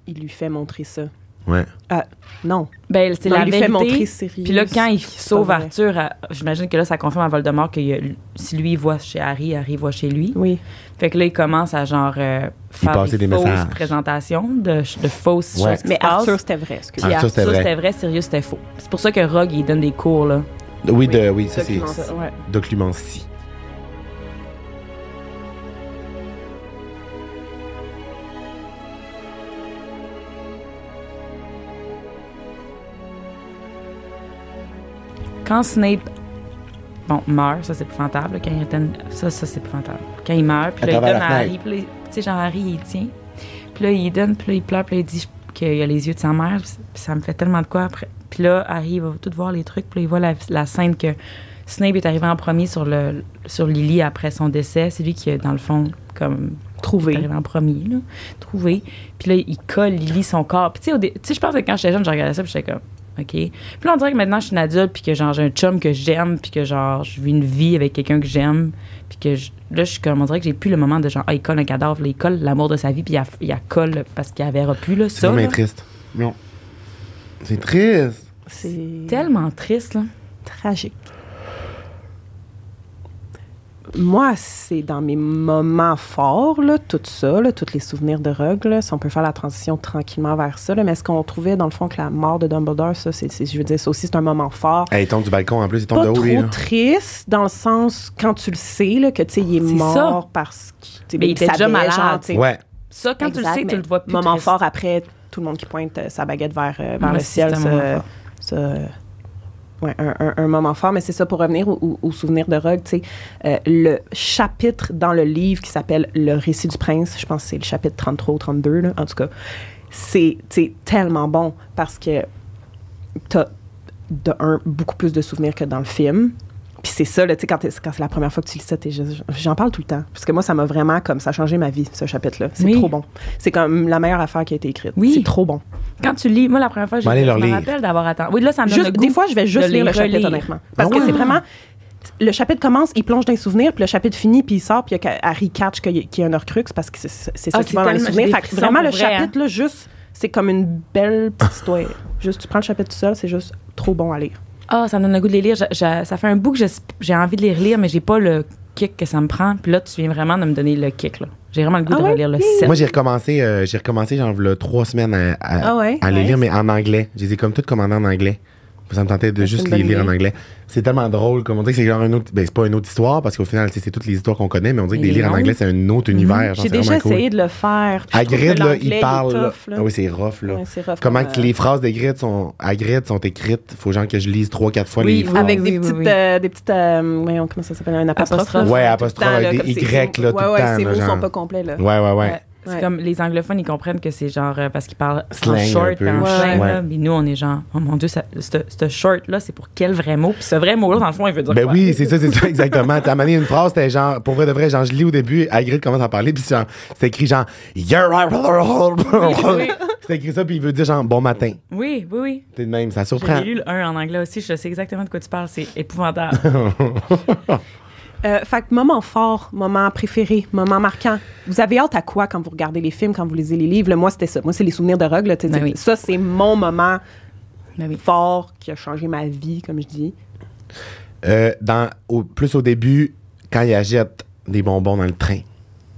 [SPEAKER 1] Il lui fait montrer ça.
[SPEAKER 3] Ouais.
[SPEAKER 1] Ah, non.
[SPEAKER 2] Ben, c'est
[SPEAKER 1] Non,
[SPEAKER 2] la
[SPEAKER 1] il lui fait
[SPEAKER 2] vérité.
[SPEAKER 1] montrer Sirius,
[SPEAKER 2] Puis là, quand il
[SPEAKER 1] qui se
[SPEAKER 2] sauve
[SPEAKER 1] sauve.
[SPEAKER 2] Arthur, à- j'imagine que là, ça confirme à Voldemort que il y a- si lui il voit chez Harry, Harry voit chez lui.
[SPEAKER 1] Oui.
[SPEAKER 2] Fait que là, il commence à genre euh, faire
[SPEAKER 3] passait
[SPEAKER 2] des,
[SPEAKER 3] des
[SPEAKER 2] fausses
[SPEAKER 3] messages.
[SPEAKER 2] présentations de, ch- de fausses
[SPEAKER 3] Ouais.
[SPEAKER 2] choses qui
[SPEAKER 1] Mais
[SPEAKER 2] se passent.
[SPEAKER 1] Arthur, c'était vrai, excusez
[SPEAKER 2] Puis Arthur,
[SPEAKER 3] Arthur, Ah, c'était vrai.
[SPEAKER 2] c'était vrai. Sirius, c'était faux. C'est pour ça que Rogue, il donne des cours, là.
[SPEAKER 3] Oui, de, oui, ça, c'est
[SPEAKER 1] Document.
[SPEAKER 2] Ça, ouais.
[SPEAKER 3] documentie.
[SPEAKER 2] Quand Snape bon, meurt, ça c'est épouvantable. là, Quand il retenait- ça, ça c'est épouvantable. Quand il meurt, puis
[SPEAKER 3] À
[SPEAKER 2] là, il donne
[SPEAKER 3] travers la
[SPEAKER 2] à
[SPEAKER 3] fenêtre.
[SPEAKER 2] Harry, puis là, il- tu sais, genre Harry, il tient. Puis là, il donne, puis là, il pleure, puis là, il dit qu'il a les yeux de sa mère, puis ça me fait tellement de quoi après. Puis là, Harry il va tout voir les trucs, puis là, il voit la, la scène que Snape est arrivé en premier sur, le, sur Lily après son décès. C'est lui qui, a, dans le fond, comme
[SPEAKER 1] Trouvé.
[SPEAKER 2] est arrivé en premier, là. Trouvé. Puis là, il colle, il lit son corps. Puis tu sais, au dé- tu sais, je pense que quand j'étais jeune, je regardais ça, puis j'étais comme, OK. Puis là, on dirait que maintenant, je suis une adulte, puis que genre, j'ai un chum que j'aime, puis que genre, je vis une vie avec quelqu'un que j'aime, puis que je- là, je suis comme, on dirait que j'ai plus le moment de genre, ah, il colle un cadavre, là, il colle l'amour de sa vie, puis il la- il la colle parce qu'il la verra plus, là,
[SPEAKER 3] C'est
[SPEAKER 2] ça.
[SPEAKER 3] vraiment
[SPEAKER 2] là.
[SPEAKER 3] triste. Non. C'est triste.
[SPEAKER 1] C'est
[SPEAKER 2] Tellement triste, là.
[SPEAKER 1] tragique. Moi, c'est dans mes moments forts, là, tout ça, là, tous les souvenirs de Rogue, là, si on peut faire la transition tranquillement vers ça, là, mais est-ce qu'on trouvait, dans le fond, que la mort de Dumbledore, ça, c'est, c'est- je veux dire, ça aussi, c'est un moment fort.
[SPEAKER 3] Hey, il tombe du balcon en plus, il tombe
[SPEAKER 1] Pas
[SPEAKER 3] de haut,
[SPEAKER 1] trop
[SPEAKER 3] lui. là.
[SPEAKER 1] triste, dans le sens, quand tu le sais, là, que, tu sais, il est,
[SPEAKER 2] C'est
[SPEAKER 1] mort parce que... tu sais,
[SPEAKER 2] Mais il était déjà
[SPEAKER 1] savait,
[SPEAKER 2] malade.
[SPEAKER 1] genre, tu sais.
[SPEAKER 3] Ouais.
[SPEAKER 2] Ça, quand
[SPEAKER 1] Exact,
[SPEAKER 2] tu le sais, tu
[SPEAKER 1] mais
[SPEAKER 2] le vois plus.
[SPEAKER 1] Moment
[SPEAKER 2] triste.
[SPEAKER 1] fort après, tout le monde qui pointe euh, sa baguette vers, euh, vers
[SPEAKER 2] Ouais,
[SPEAKER 1] le
[SPEAKER 2] c'est
[SPEAKER 1] ciel.
[SPEAKER 2] un
[SPEAKER 1] ça-
[SPEAKER 2] moment fort.
[SPEAKER 1] ça, euh, ouais, un, un- un moment fort. Mais c'est ça, pour revenir au, au- au souvenir de Rogue, tu sais, euh, le chapitre dans le livre qui s'appelle Le récit du prince, je pense que c'est le chapitre 33 ou 32, là, en tout cas, c'est tu sais, tellement bon parce que t'as de un beaucoup plus de souvenirs que dans le film. Puis c'est ça, là, tu sais, quand, t'es- quand c'est la première fois que tu lis ça, t'es juste- j'en parle tout le temps. Parce que moi, ça m'a vraiment, comme, ça a changé ma vie, ce chapitre-là. C'est
[SPEAKER 2] Oui.
[SPEAKER 1] trop bon. C'est comme la meilleure affaire qui a été écrite.
[SPEAKER 2] Oui.
[SPEAKER 1] C'est trop bon.
[SPEAKER 2] Quand tu lis, moi, la première fois, j'ai
[SPEAKER 3] Bon, allez
[SPEAKER 2] je
[SPEAKER 3] leur
[SPEAKER 2] me
[SPEAKER 3] lire.
[SPEAKER 2] rappelle d'avoir attendu. Oui, là, ça me donne
[SPEAKER 1] Juste,
[SPEAKER 2] le goût
[SPEAKER 1] des fois, je vais juste
[SPEAKER 2] de
[SPEAKER 1] lire
[SPEAKER 2] les
[SPEAKER 1] le chapitre,
[SPEAKER 2] relire.
[SPEAKER 1] honnêtement. Parce
[SPEAKER 3] Ah
[SPEAKER 1] que
[SPEAKER 3] ouais?
[SPEAKER 1] c'est vraiment. Le chapitre commence, il plonge dans les souvenirs, puis le chapitre finit, puis il sort, puis il y a Harry catch qu'il y a- qu'il y a un Horcrux parce que c'est- c'est c'est ça
[SPEAKER 2] Ah,
[SPEAKER 1] qui
[SPEAKER 2] c'est
[SPEAKER 1] va dans les
[SPEAKER 2] tellement-
[SPEAKER 1] souvenirs.
[SPEAKER 2] j'ai des
[SPEAKER 1] Fait que
[SPEAKER 2] frissons
[SPEAKER 1] vraiment,
[SPEAKER 2] pour
[SPEAKER 1] le
[SPEAKER 2] vrai, hein.
[SPEAKER 1] chapitre, là, juste, c'est comme une belle petite histoire. juste, tu prends le chapitre tout seul, c'est juste trop bon à lire.
[SPEAKER 2] Ah, ça me donne le goût de les lire. Je- je- ça fait un bout que je- j'ai envie de les relire, mais j'ai pas le kick que ça me prend. Puis là, tu viens vraiment de me donner le kick. là. J'ai vraiment le goût
[SPEAKER 1] Ah
[SPEAKER 2] de
[SPEAKER 1] ouais?
[SPEAKER 2] relire le set.
[SPEAKER 3] Moi, j'ai recommencé, euh, j'ai recommencé, genre, v'là trois semaines à, à-
[SPEAKER 1] Ah ouais?
[SPEAKER 3] à les
[SPEAKER 1] Nice.
[SPEAKER 3] lire, mais en anglais. Je les ai comme toutes commandées en anglais. Ça me tentait de juste
[SPEAKER 2] une bonne
[SPEAKER 3] les lire en
[SPEAKER 2] idée.
[SPEAKER 3] anglais. C'est tellement drôle, comme on dit que c'est genre une autre. Ben, c'est pas une autre histoire, parce qu'au final, tu sais, c'est toutes les histoires qu'on connaît, mais on dit que
[SPEAKER 2] Et
[SPEAKER 3] les lire en
[SPEAKER 2] non.
[SPEAKER 3] anglais, c'est un autre univers. genre,
[SPEAKER 1] Mhm. J'ai
[SPEAKER 3] c'est
[SPEAKER 1] déjà
[SPEAKER 3] vraiment cool.
[SPEAKER 1] essayé de le faire. puis
[SPEAKER 3] À
[SPEAKER 1] je trouve que
[SPEAKER 3] Grid, là,
[SPEAKER 1] l'anglais,
[SPEAKER 3] il parle.
[SPEAKER 1] est
[SPEAKER 3] là.
[SPEAKER 1] tough, là.
[SPEAKER 3] Ah Oui, c'est rough, là.
[SPEAKER 1] Ouais, c'est rough
[SPEAKER 3] Comment
[SPEAKER 1] comme,
[SPEAKER 3] que
[SPEAKER 1] euh,
[SPEAKER 3] les phrases des grids sont à grid sont écrites, faut genre que je lise trois, quatre fois les
[SPEAKER 2] Oui,
[SPEAKER 3] phrases.
[SPEAKER 1] Avec
[SPEAKER 2] oui,
[SPEAKER 1] des
[SPEAKER 2] oui,
[SPEAKER 1] petites.
[SPEAKER 2] oui.
[SPEAKER 1] euh, des petites euh, voyons, comment ça s'appelle Un apostrophe.
[SPEAKER 2] Apostrophe.
[SPEAKER 3] Ouais,
[SPEAKER 1] Tout le
[SPEAKER 3] apostrophe
[SPEAKER 1] temps,
[SPEAKER 3] avec
[SPEAKER 1] là,
[SPEAKER 3] des
[SPEAKER 1] comme
[SPEAKER 3] Y,
[SPEAKER 1] c'est-
[SPEAKER 3] là,
[SPEAKER 1] ouais,
[SPEAKER 3] tout le
[SPEAKER 1] ouais,
[SPEAKER 3] temps,
[SPEAKER 1] Ces
[SPEAKER 3] là,
[SPEAKER 1] mots sont
[SPEAKER 3] genre.
[SPEAKER 1] pas complets, là.
[SPEAKER 3] Ouais, ouais, ouais.
[SPEAKER 2] C'est
[SPEAKER 1] Ouais.
[SPEAKER 2] comme les anglophones, ils comprennent que c'est genre euh, parce qu'ils parlent
[SPEAKER 3] Slang,
[SPEAKER 2] en
[SPEAKER 3] un
[SPEAKER 2] short,
[SPEAKER 3] peu.
[SPEAKER 2] puis en
[SPEAKER 1] Ouais.
[SPEAKER 2] slang, là.
[SPEAKER 3] Ouais.
[SPEAKER 2] mais nous on est genre oh mon dieu, ça- ce ce short là, c'est pour quel vrai mot Puis ce vrai mot là, dans le fond, il veut dire
[SPEAKER 3] Ben
[SPEAKER 2] quoi?
[SPEAKER 3] oui, c'est ça, c'est ça, exactement. T'as amené une phrase, c'était genre, pour vrai de vrai, genre, je lis au début, Hagrid commence à parler, puis genre, c'est écrit genre, You're right. C'est écrit ça, puis il veut dire genre, bon matin.
[SPEAKER 2] Oui, oui, oui.
[SPEAKER 3] T'es de même, ça surprend.
[SPEAKER 2] J'ai lu le 1 en anglais aussi, je sais exactement de quoi tu parles, c'est
[SPEAKER 3] *laughs*
[SPEAKER 2] épouvantable.
[SPEAKER 1] Euh, fait que moment fort, moment préféré, moment marquant. Vous avez hâte à quoi quand vous regardez les films, quand vous lisez les livres? Là, moi, c'était ça. Moi, c'est les souvenirs de Rogue. là, tu sais,
[SPEAKER 2] Ben
[SPEAKER 1] dire,
[SPEAKER 2] oui.
[SPEAKER 1] Ça, c'est mon moment
[SPEAKER 2] Ben oui.
[SPEAKER 1] fort qui a changé ma vie, comme je dis.
[SPEAKER 3] Euh, dans, au- plus au début, quand il achète des bonbons dans le train.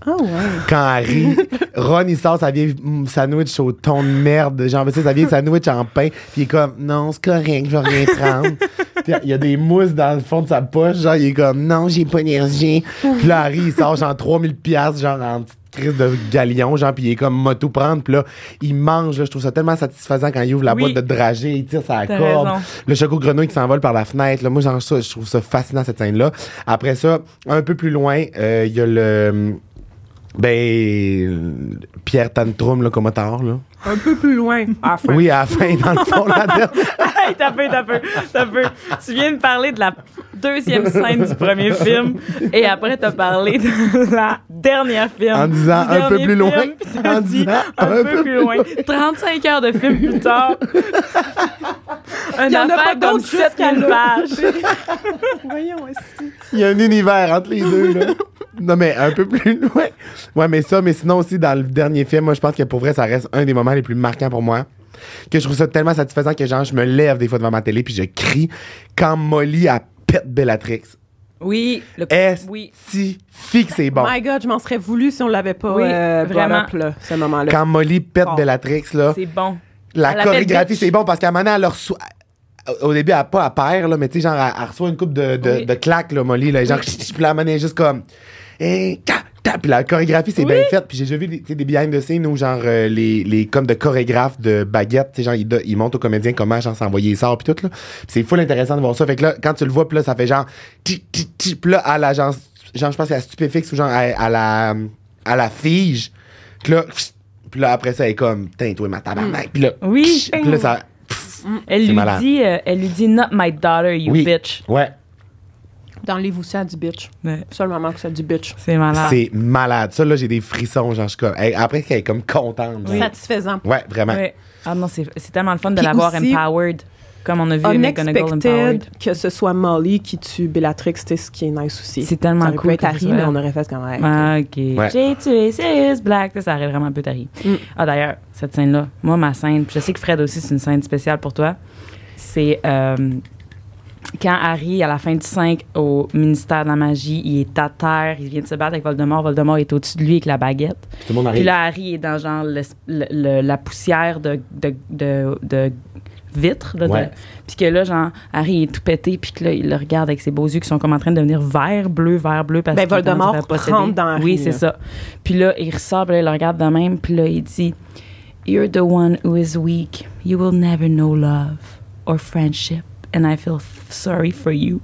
[SPEAKER 1] Ah ouais.
[SPEAKER 3] quand Harry, Ron, il sort sa vieille mm, sandwich au thon de merde, genre, tu sais, sa vieille sandwich en pain, puis il est comme, non, c'est correct, je vais rien prendre. Puis il y a des mousses dans le fond de sa poche, genre, il est comme, non, j'ai pas d'énergie. Puis là, Harry, il sort genre 3000 piastres, genre, en petite crise de galion, genre, puis il est comme, m'a tout prendre, puis là, il mange, là, je trouve ça tellement satisfaisant quand il ouvre la
[SPEAKER 2] Oui.
[SPEAKER 3] boîte de dragée, il tire sa
[SPEAKER 2] T'as
[SPEAKER 3] corde.
[SPEAKER 2] raison.
[SPEAKER 3] Le choco grenouille qui s'envole par la fenêtre. Là, moi, genre, ça, je trouve ça fascinant, cette scène-là. Après ça, un peu plus loin, euh, il y a le. Ben. Pierre Tantrum, le commentateur, là.
[SPEAKER 1] Un peu plus loin.
[SPEAKER 2] *laughs*
[SPEAKER 1] À la fin.
[SPEAKER 3] Oui, à la fin, dans le fond, la dernière.
[SPEAKER 2] Hey, t'as peu, t'as peu, t'as peu. Tu viens de parler de la deuxième scène du premier film et après t'as parlé de la dernière film.
[SPEAKER 3] En disant
[SPEAKER 2] du
[SPEAKER 3] un peu
[SPEAKER 2] dernier
[SPEAKER 3] plus loin.
[SPEAKER 2] film, puis t'as
[SPEAKER 3] En
[SPEAKER 2] dit
[SPEAKER 3] disant
[SPEAKER 2] un, peu, plus loin. 35 heures de film plus *laughs* tard. Un
[SPEAKER 1] Il y en a pas
[SPEAKER 2] affaire
[SPEAKER 1] d'autres
[SPEAKER 2] comme
[SPEAKER 1] jusqu'à
[SPEAKER 2] 7000
[SPEAKER 1] là.
[SPEAKER 2] pages.
[SPEAKER 1] *laughs* Voyons aussi.
[SPEAKER 3] Il y a un univers entre les
[SPEAKER 2] *laughs*
[SPEAKER 3] deux, là. Non, mais un peu plus loin. Ouais, mais ça, mais sinon aussi, dans le dernier film, moi, je pense que pour vrai, ça reste un des moments les plus marquants pour moi. Que je trouve ça tellement satisfaisant que, genre, je me lève des fois devant ma télé, puis je crie quand Molly a pète Bellatrix.
[SPEAKER 2] Oui, le
[SPEAKER 3] Est-ce
[SPEAKER 2] oui.
[SPEAKER 3] que c'est bon?
[SPEAKER 1] My God, je m'en serais voulu si on l'avait pas
[SPEAKER 2] Oui,
[SPEAKER 1] euh, brought
[SPEAKER 2] vraiment.
[SPEAKER 1] up, là, ce moment-là.
[SPEAKER 3] Quand Molly pète
[SPEAKER 1] Fort.
[SPEAKER 3] Bellatrix, là,
[SPEAKER 2] C'est bon.
[SPEAKER 3] la
[SPEAKER 2] Elle la pète
[SPEAKER 3] chorégraphie,
[SPEAKER 2] bitch.
[SPEAKER 3] c'est bon parce qu'à un moment donné, elle leur sou- Au début, elle pas à paire, là, mais tu sais, genre, elle, elle reçoit une coupe de, de,
[SPEAKER 2] Oui.
[SPEAKER 3] de claques, là, Molly. Là, genre, *laughs* puis la manée est juste comme. Et, ta, ta, puis la chorégraphie, c'est bien faite. Puis j'ai déjà vu des, tu sais, des behind the scenes où, genre, euh, les, les comme de chorégraphes de baguette, tu sais, genre, ils, do- ils montrent aux comédiens comment, genre, s'envoyer les sorts, puis tout, là. Puis c'est full intéressant de voir ça. Fait que là, quand tu le vois, puis là, ça fait genre. ti, ti, ti, Puis là, à la, genre, genre, je pense à la stupéfixe ou, genre, à, à la. à la fige. Puis là, puis là, après ça, elle est comme, tiens, toi, ma tabarnak. Puis là,
[SPEAKER 2] Oui. Mm.
[SPEAKER 3] puis là, ça. pff,
[SPEAKER 2] Elle
[SPEAKER 3] C'est
[SPEAKER 2] lui
[SPEAKER 3] malade.
[SPEAKER 2] dit, euh, elle lui dit, not my daughter, you
[SPEAKER 3] Oui.
[SPEAKER 2] bitch.
[SPEAKER 3] Ouais.
[SPEAKER 1] Dans le livre aussi, elle dit bitch.
[SPEAKER 2] Ouais,
[SPEAKER 1] C'est le moment que ça dit bitch.
[SPEAKER 2] C'est malade.
[SPEAKER 3] C'est malade. Ça, là, j'ai des frissons. Genre, je suis comme. hey, après, qu'elle est comme contente. genre.
[SPEAKER 1] Satisfaisant.
[SPEAKER 3] Ouais, vraiment.
[SPEAKER 2] Ouais. Ah non, c'est c'est tellement le fun de
[SPEAKER 1] Puis
[SPEAKER 2] l'avoir
[SPEAKER 1] aussi-
[SPEAKER 2] empowered, comme on a vu McGonagall empowered.
[SPEAKER 1] Unexpected que ce soit Molly qui tue Bellatrix, c'est ce qui est nice aussi.
[SPEAKER 2] C'est tellement
[SPEAKER 1] ça aurait pu
[SPEAKER 2] cool
[SPEAKER 1] être
[SPEAKER 2] que ce
[SPEAKER 1] Harry,
[SPEAKER 2] soit
[SPEAKER 1] mais
[SPEAKER 2] elle.
[SPEAKER 1] on aurait fait quand même.
[SPEAKER 2] Ah, ok.
[SPEAKER 3] Ouais.
[SPEAKER 2] J'ai tué Sirius Black. Ça, ça aurait vraiment un peu tari. Ah, d'ailleurs, cette scène-là, moi, ma scène, puis je sais que Fred aussi, c'est une scène spéciale pour toi. C'est euh, quand Harry, à la fin du 5, au ministère de la magie, il est à terre, il vient de se battre avec Voldemort. Voldemort est au-dessus de lui avec la baguette.
[SPEAKER 3] Tout le monde
[SPEAKER 2] Puis
[SPEAKER 3] arrive.
[SPEAKER 2] là, Harry est dans genre le- le- le- la poussière de, de, de, de vitre. là, de-
[SPEAKER 3] Ouais.
[SPEAKER 2] Puis que là, genre, Harry est tout pété, puis que là, il le regarde avec ses beaux yeux qui sont comme en train de devenir vert, bleu, vert, bleu. Parce
[SPEAKER 1] Ben,
[SPEAKER 2] qu'il est en train de se
[SPEAKER 1] Voldemort
[SPEAKER 2] faire posséder.
[SPEAKER 1] rentre dans Harry,
[SPEAKER 2] Oui, c'est
[SPEAKER 1] là.
[SPEAKER 2] ça. Puis là, il ressort, puis là, il le regarde de même, puis là, il dit You're the one who is weak. You will never know love or friendship. And I feel f- sorry for you.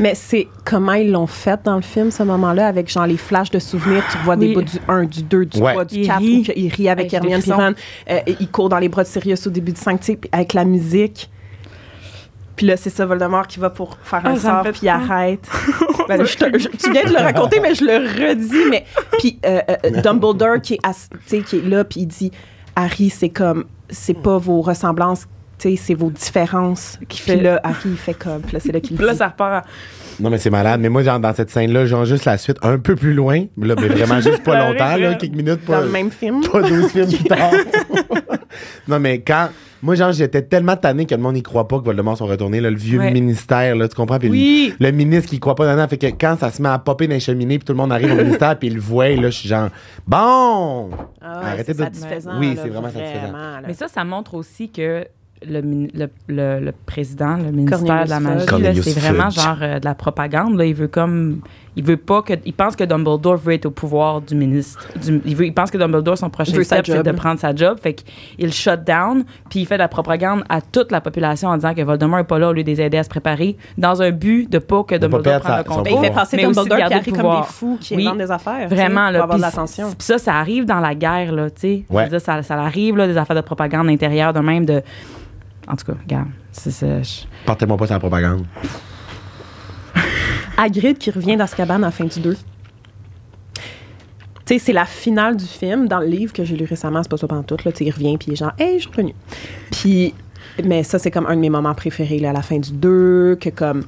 [SPEAKER 1] Mais c'est comment ils l'ont fait dans le film, ce moment-là, avec genre les flashs de souvenirs. Tu vois des
[SPEAKER 2] Oui.
[SPEAKER 1] bouts du 1, du 2, du
[SPEAKER 3] Ouais.
[SPEAKER 1] 3, du
[SPEAKER 2] Il
[SPEAKER 1] 4.
[SPEAKER 2] rit.
[SPEAKER 1] où que- il rit avec
[SPEAKER 2] Avec
[SPEAKER 1] Hermione
[SPEAKER 2] les
[SPEAKER 1] puis
[SPEAKER 2] frissons.
[SPEAKER 1] Ron. Euh, et il court dans les bras de Sirius au début du 5, tu sais, puis avec la musique. Puis là, c'est ça, Voldemort qui va pour faire un
[SPEAKER 2] Ah, ça me
[SPEAKER 1] sort,
[SPEAKER 2] fait
[SPEAKER 1] puis il
[SPEAKER 2] *laughs*
[SPEAKER 1] arrête. Ben, je te- je- tu viens de le raconter, mais je le redis. Mais puis euh, euh, Dumbledore qui est, ass- tu sais, qui est là, puis il dit Harry, c'est comme c'est pas vos ressemblances tu sais, c'est vos différences qui fait.
[SPEAKER 2] fait-
[SPEAKER 1] là, Harry, il fait comme. Puis là, c'est là qu'il
[SPEAKER 2] Puis là,
[SPEAKER 1] dit.
[SPEAKER 2] ça repart. en-
[SPEAKER 3] Non, mais c'est malade. Mais moi, genre, dans cette scène-là, genre, juste la suite un peu plus loin. Là, mais vraiment, juste pas longtemps, là, quelques minutes,
[SPEAKER 1] Dans
[SPEAKER 3] pas,
[SPEAKER 1] le même film.
[SPEAKER 3] pas 12 films plus tard. *laughs* non, mais quand. Moi, genre, j'étais tellement tanné que le monde n'y croit pas que Voldemort sont retournés, là, le vieux
[SPEAKER 2] Ouais.
[SPEAKER 3] ministère, là, tu comprends? Puis
[SPEAKER 2] Oui.
[SPEAKER 3] le, le ministre qui croit pas dedans, fait que quand ça se met à popper dans les cheminées, puis tout le monde arrive au ministère, puis il le voit, là, je suis genre,
[SPEAKER 1] Ah
[SPEAKER 3] bon!
[SPEAKER 1] ouais,
[SPEAKER 3] Arrêtez
[SPEAKER 1] c'est
[SPEAKER 3] de-
[SPEAKER 1] satisfaisant.
[SPEAKER 3] Oui,
[SPEAKER 1] là,
[SPEAKER 3] c'est vraiment satisfaisant.
[SPEAKER 1] là. Ben,
[SPEAKER 2] Mais ça, ça montre aussi que le, min- le, le- le président, le ministère de la magie, là,
[SPEAKER 3] Cornelius
[SPEAKER 2] c'est vraiment
[SPEAKER 3] Fudge.
[SPEAKER 2] genre euh, de la propagande. Là. Il veut comme. Il veut pas que. Il pense que Dumbledore veut être au pouvoir du ministre. du- il, veut, il pense que Dumbledore, son
[SPEAKER 1] Il
[SPEAKER 2] prochain
[SPEAKER 1] veut sa
[SPEAKER 2] step, c'est
[SPEAKER 1] job.
[SPEAKER 2] de prendre sa job. Fait qu'il shut down, puis il fait de la propagande à toute la population en disant que Voldemort est pas là au lieu de les aider à se préparer, dans un but de pas que
[SPEAKER 3] De
[SPEAKER 2] Dumbledore
[SPEAKER 3] pas perdre
[SPEAKER 2] prenne
[SPEAKER 3] sa-
[SPEAKER 2] le
[SPEAKER 3] son
[SPEAKER 2] contrôle.
[SPEAKER 1] Ben, il fait passer
[SPEAKER 2] mais aussi
[SPEAKER 1] Dumbledore
[SPEAKER 2] garder
[SPEAKER 1] qui arrive
[SPEAKER 2] le
[SPEAKER 1] comme
[SPEAKER 2] pouvoir.
[SPEAKER 1] des fous qui
[SPEAKER 2] Oui.
[SPEAKER 1] inventent des affaires. *laughs* tu sais,
[SPEAKER 2] Vraiment, là.
[SPEAKER 1] Pour avoir de
[SPEAKER 2] Puis
[SPEAKER 1] l'attention.
[SPEAKER 2] c- Puis ça, ça arrive dans la guerre, là, tu sais. Je veux
[SPEAKER 3] Ouais.
[SPEAKER 2] dire, ça, ça arrive, là, des affaires de propagande intérieure, de même de. En tout cas, regarde, c'est ça. je-
[SPEAKER 3] Portez-moi pas sur la propagande.
[SPEAKER 1] Hagrid qui revient d'Azkaban à la fin du 2. Tu sais, c'est la finale du film. Dans le livre que j'ai lu récemment, c'est pas ça pantoute. Là, Tu sais, il revient, puis il est genre « Hey, je suis revenu! » Puis, mais ça, c'est comme un de mes moments préférés, là, à la fin du 2, que comme,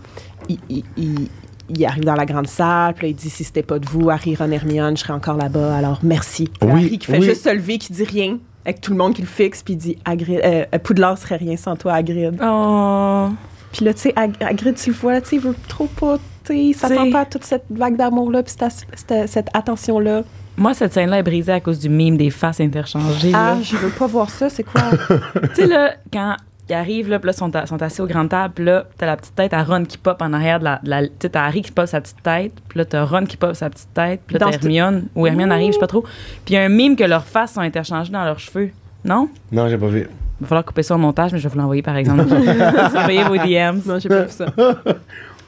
[SPEAKER 1] il, il- il- il arrive dans la grande salle, puis là, il dit « Si c'était pas de vous, Harry, Ron, Hermione, je serais encore là-bas, alors merci. » Puis
[SPEAKER 3] Oui,
[SPEAKER 1] Harry qui fait
[SPEAKER 3] oui.
[SPEAKER 1] juste se lever, qui dit rien, avec tout le monde qui le fixe, puis il dit « Hagrid, euh, Poudlard serait rien sans toi, Hagrid. »
[SPEAKER 2] Oh.
[SPEAKER 1] Puis là, tu sais, Hag- Hagrid, tu le vois, tu sais, il veut trop pas, tu sais, il s'attend
[SPEAKER 2] T'sais.
[SPEAKER 1] pas à toute cette vague d'amour-là, puis cette, cette- cette attention-là.
[SPEAKER 2] Moi, cette scène-là est brisée à cause du mime des faces interchangées.
[SPEAKER 1] Ah,
[SPEAKER 2] là.
[SPEAKER 1] je veux pas voir ça, c'est quoi?
[SPEAKER 2] tu sais, là, quand ils arrivent, là, puis là, sont, a- sont assis aux grandes tables, puis là, t'as la petite tête à Ron qui pop en arrière de la. de la- tu sais, t'as Harry qui pop sa petite tête, puis là, t'as Ron qui pop sa petite tête, puis là,
[SPEAKER 1] Dans
[SPEAKER 2] t'as
[SPEAKER 1] cette-
[SPEAKER 2] Hermione, ou Hermione arrive, je sais pas trop. Puis il y a un mime que leurs faces sont interchangées dans leurs cheveux, non?
[SPEAKER 3] Non, j'ai pas vu.
[SPEAKER 2] Il va falloir couper ça au montage, mais je vais vous l'envoyer par exemple.
[SPEAKER 1] *laughs*
[SPEAKER 2] Surveillez vos DMs.
[SPEAKER 1] non, j'ai pas vu ça.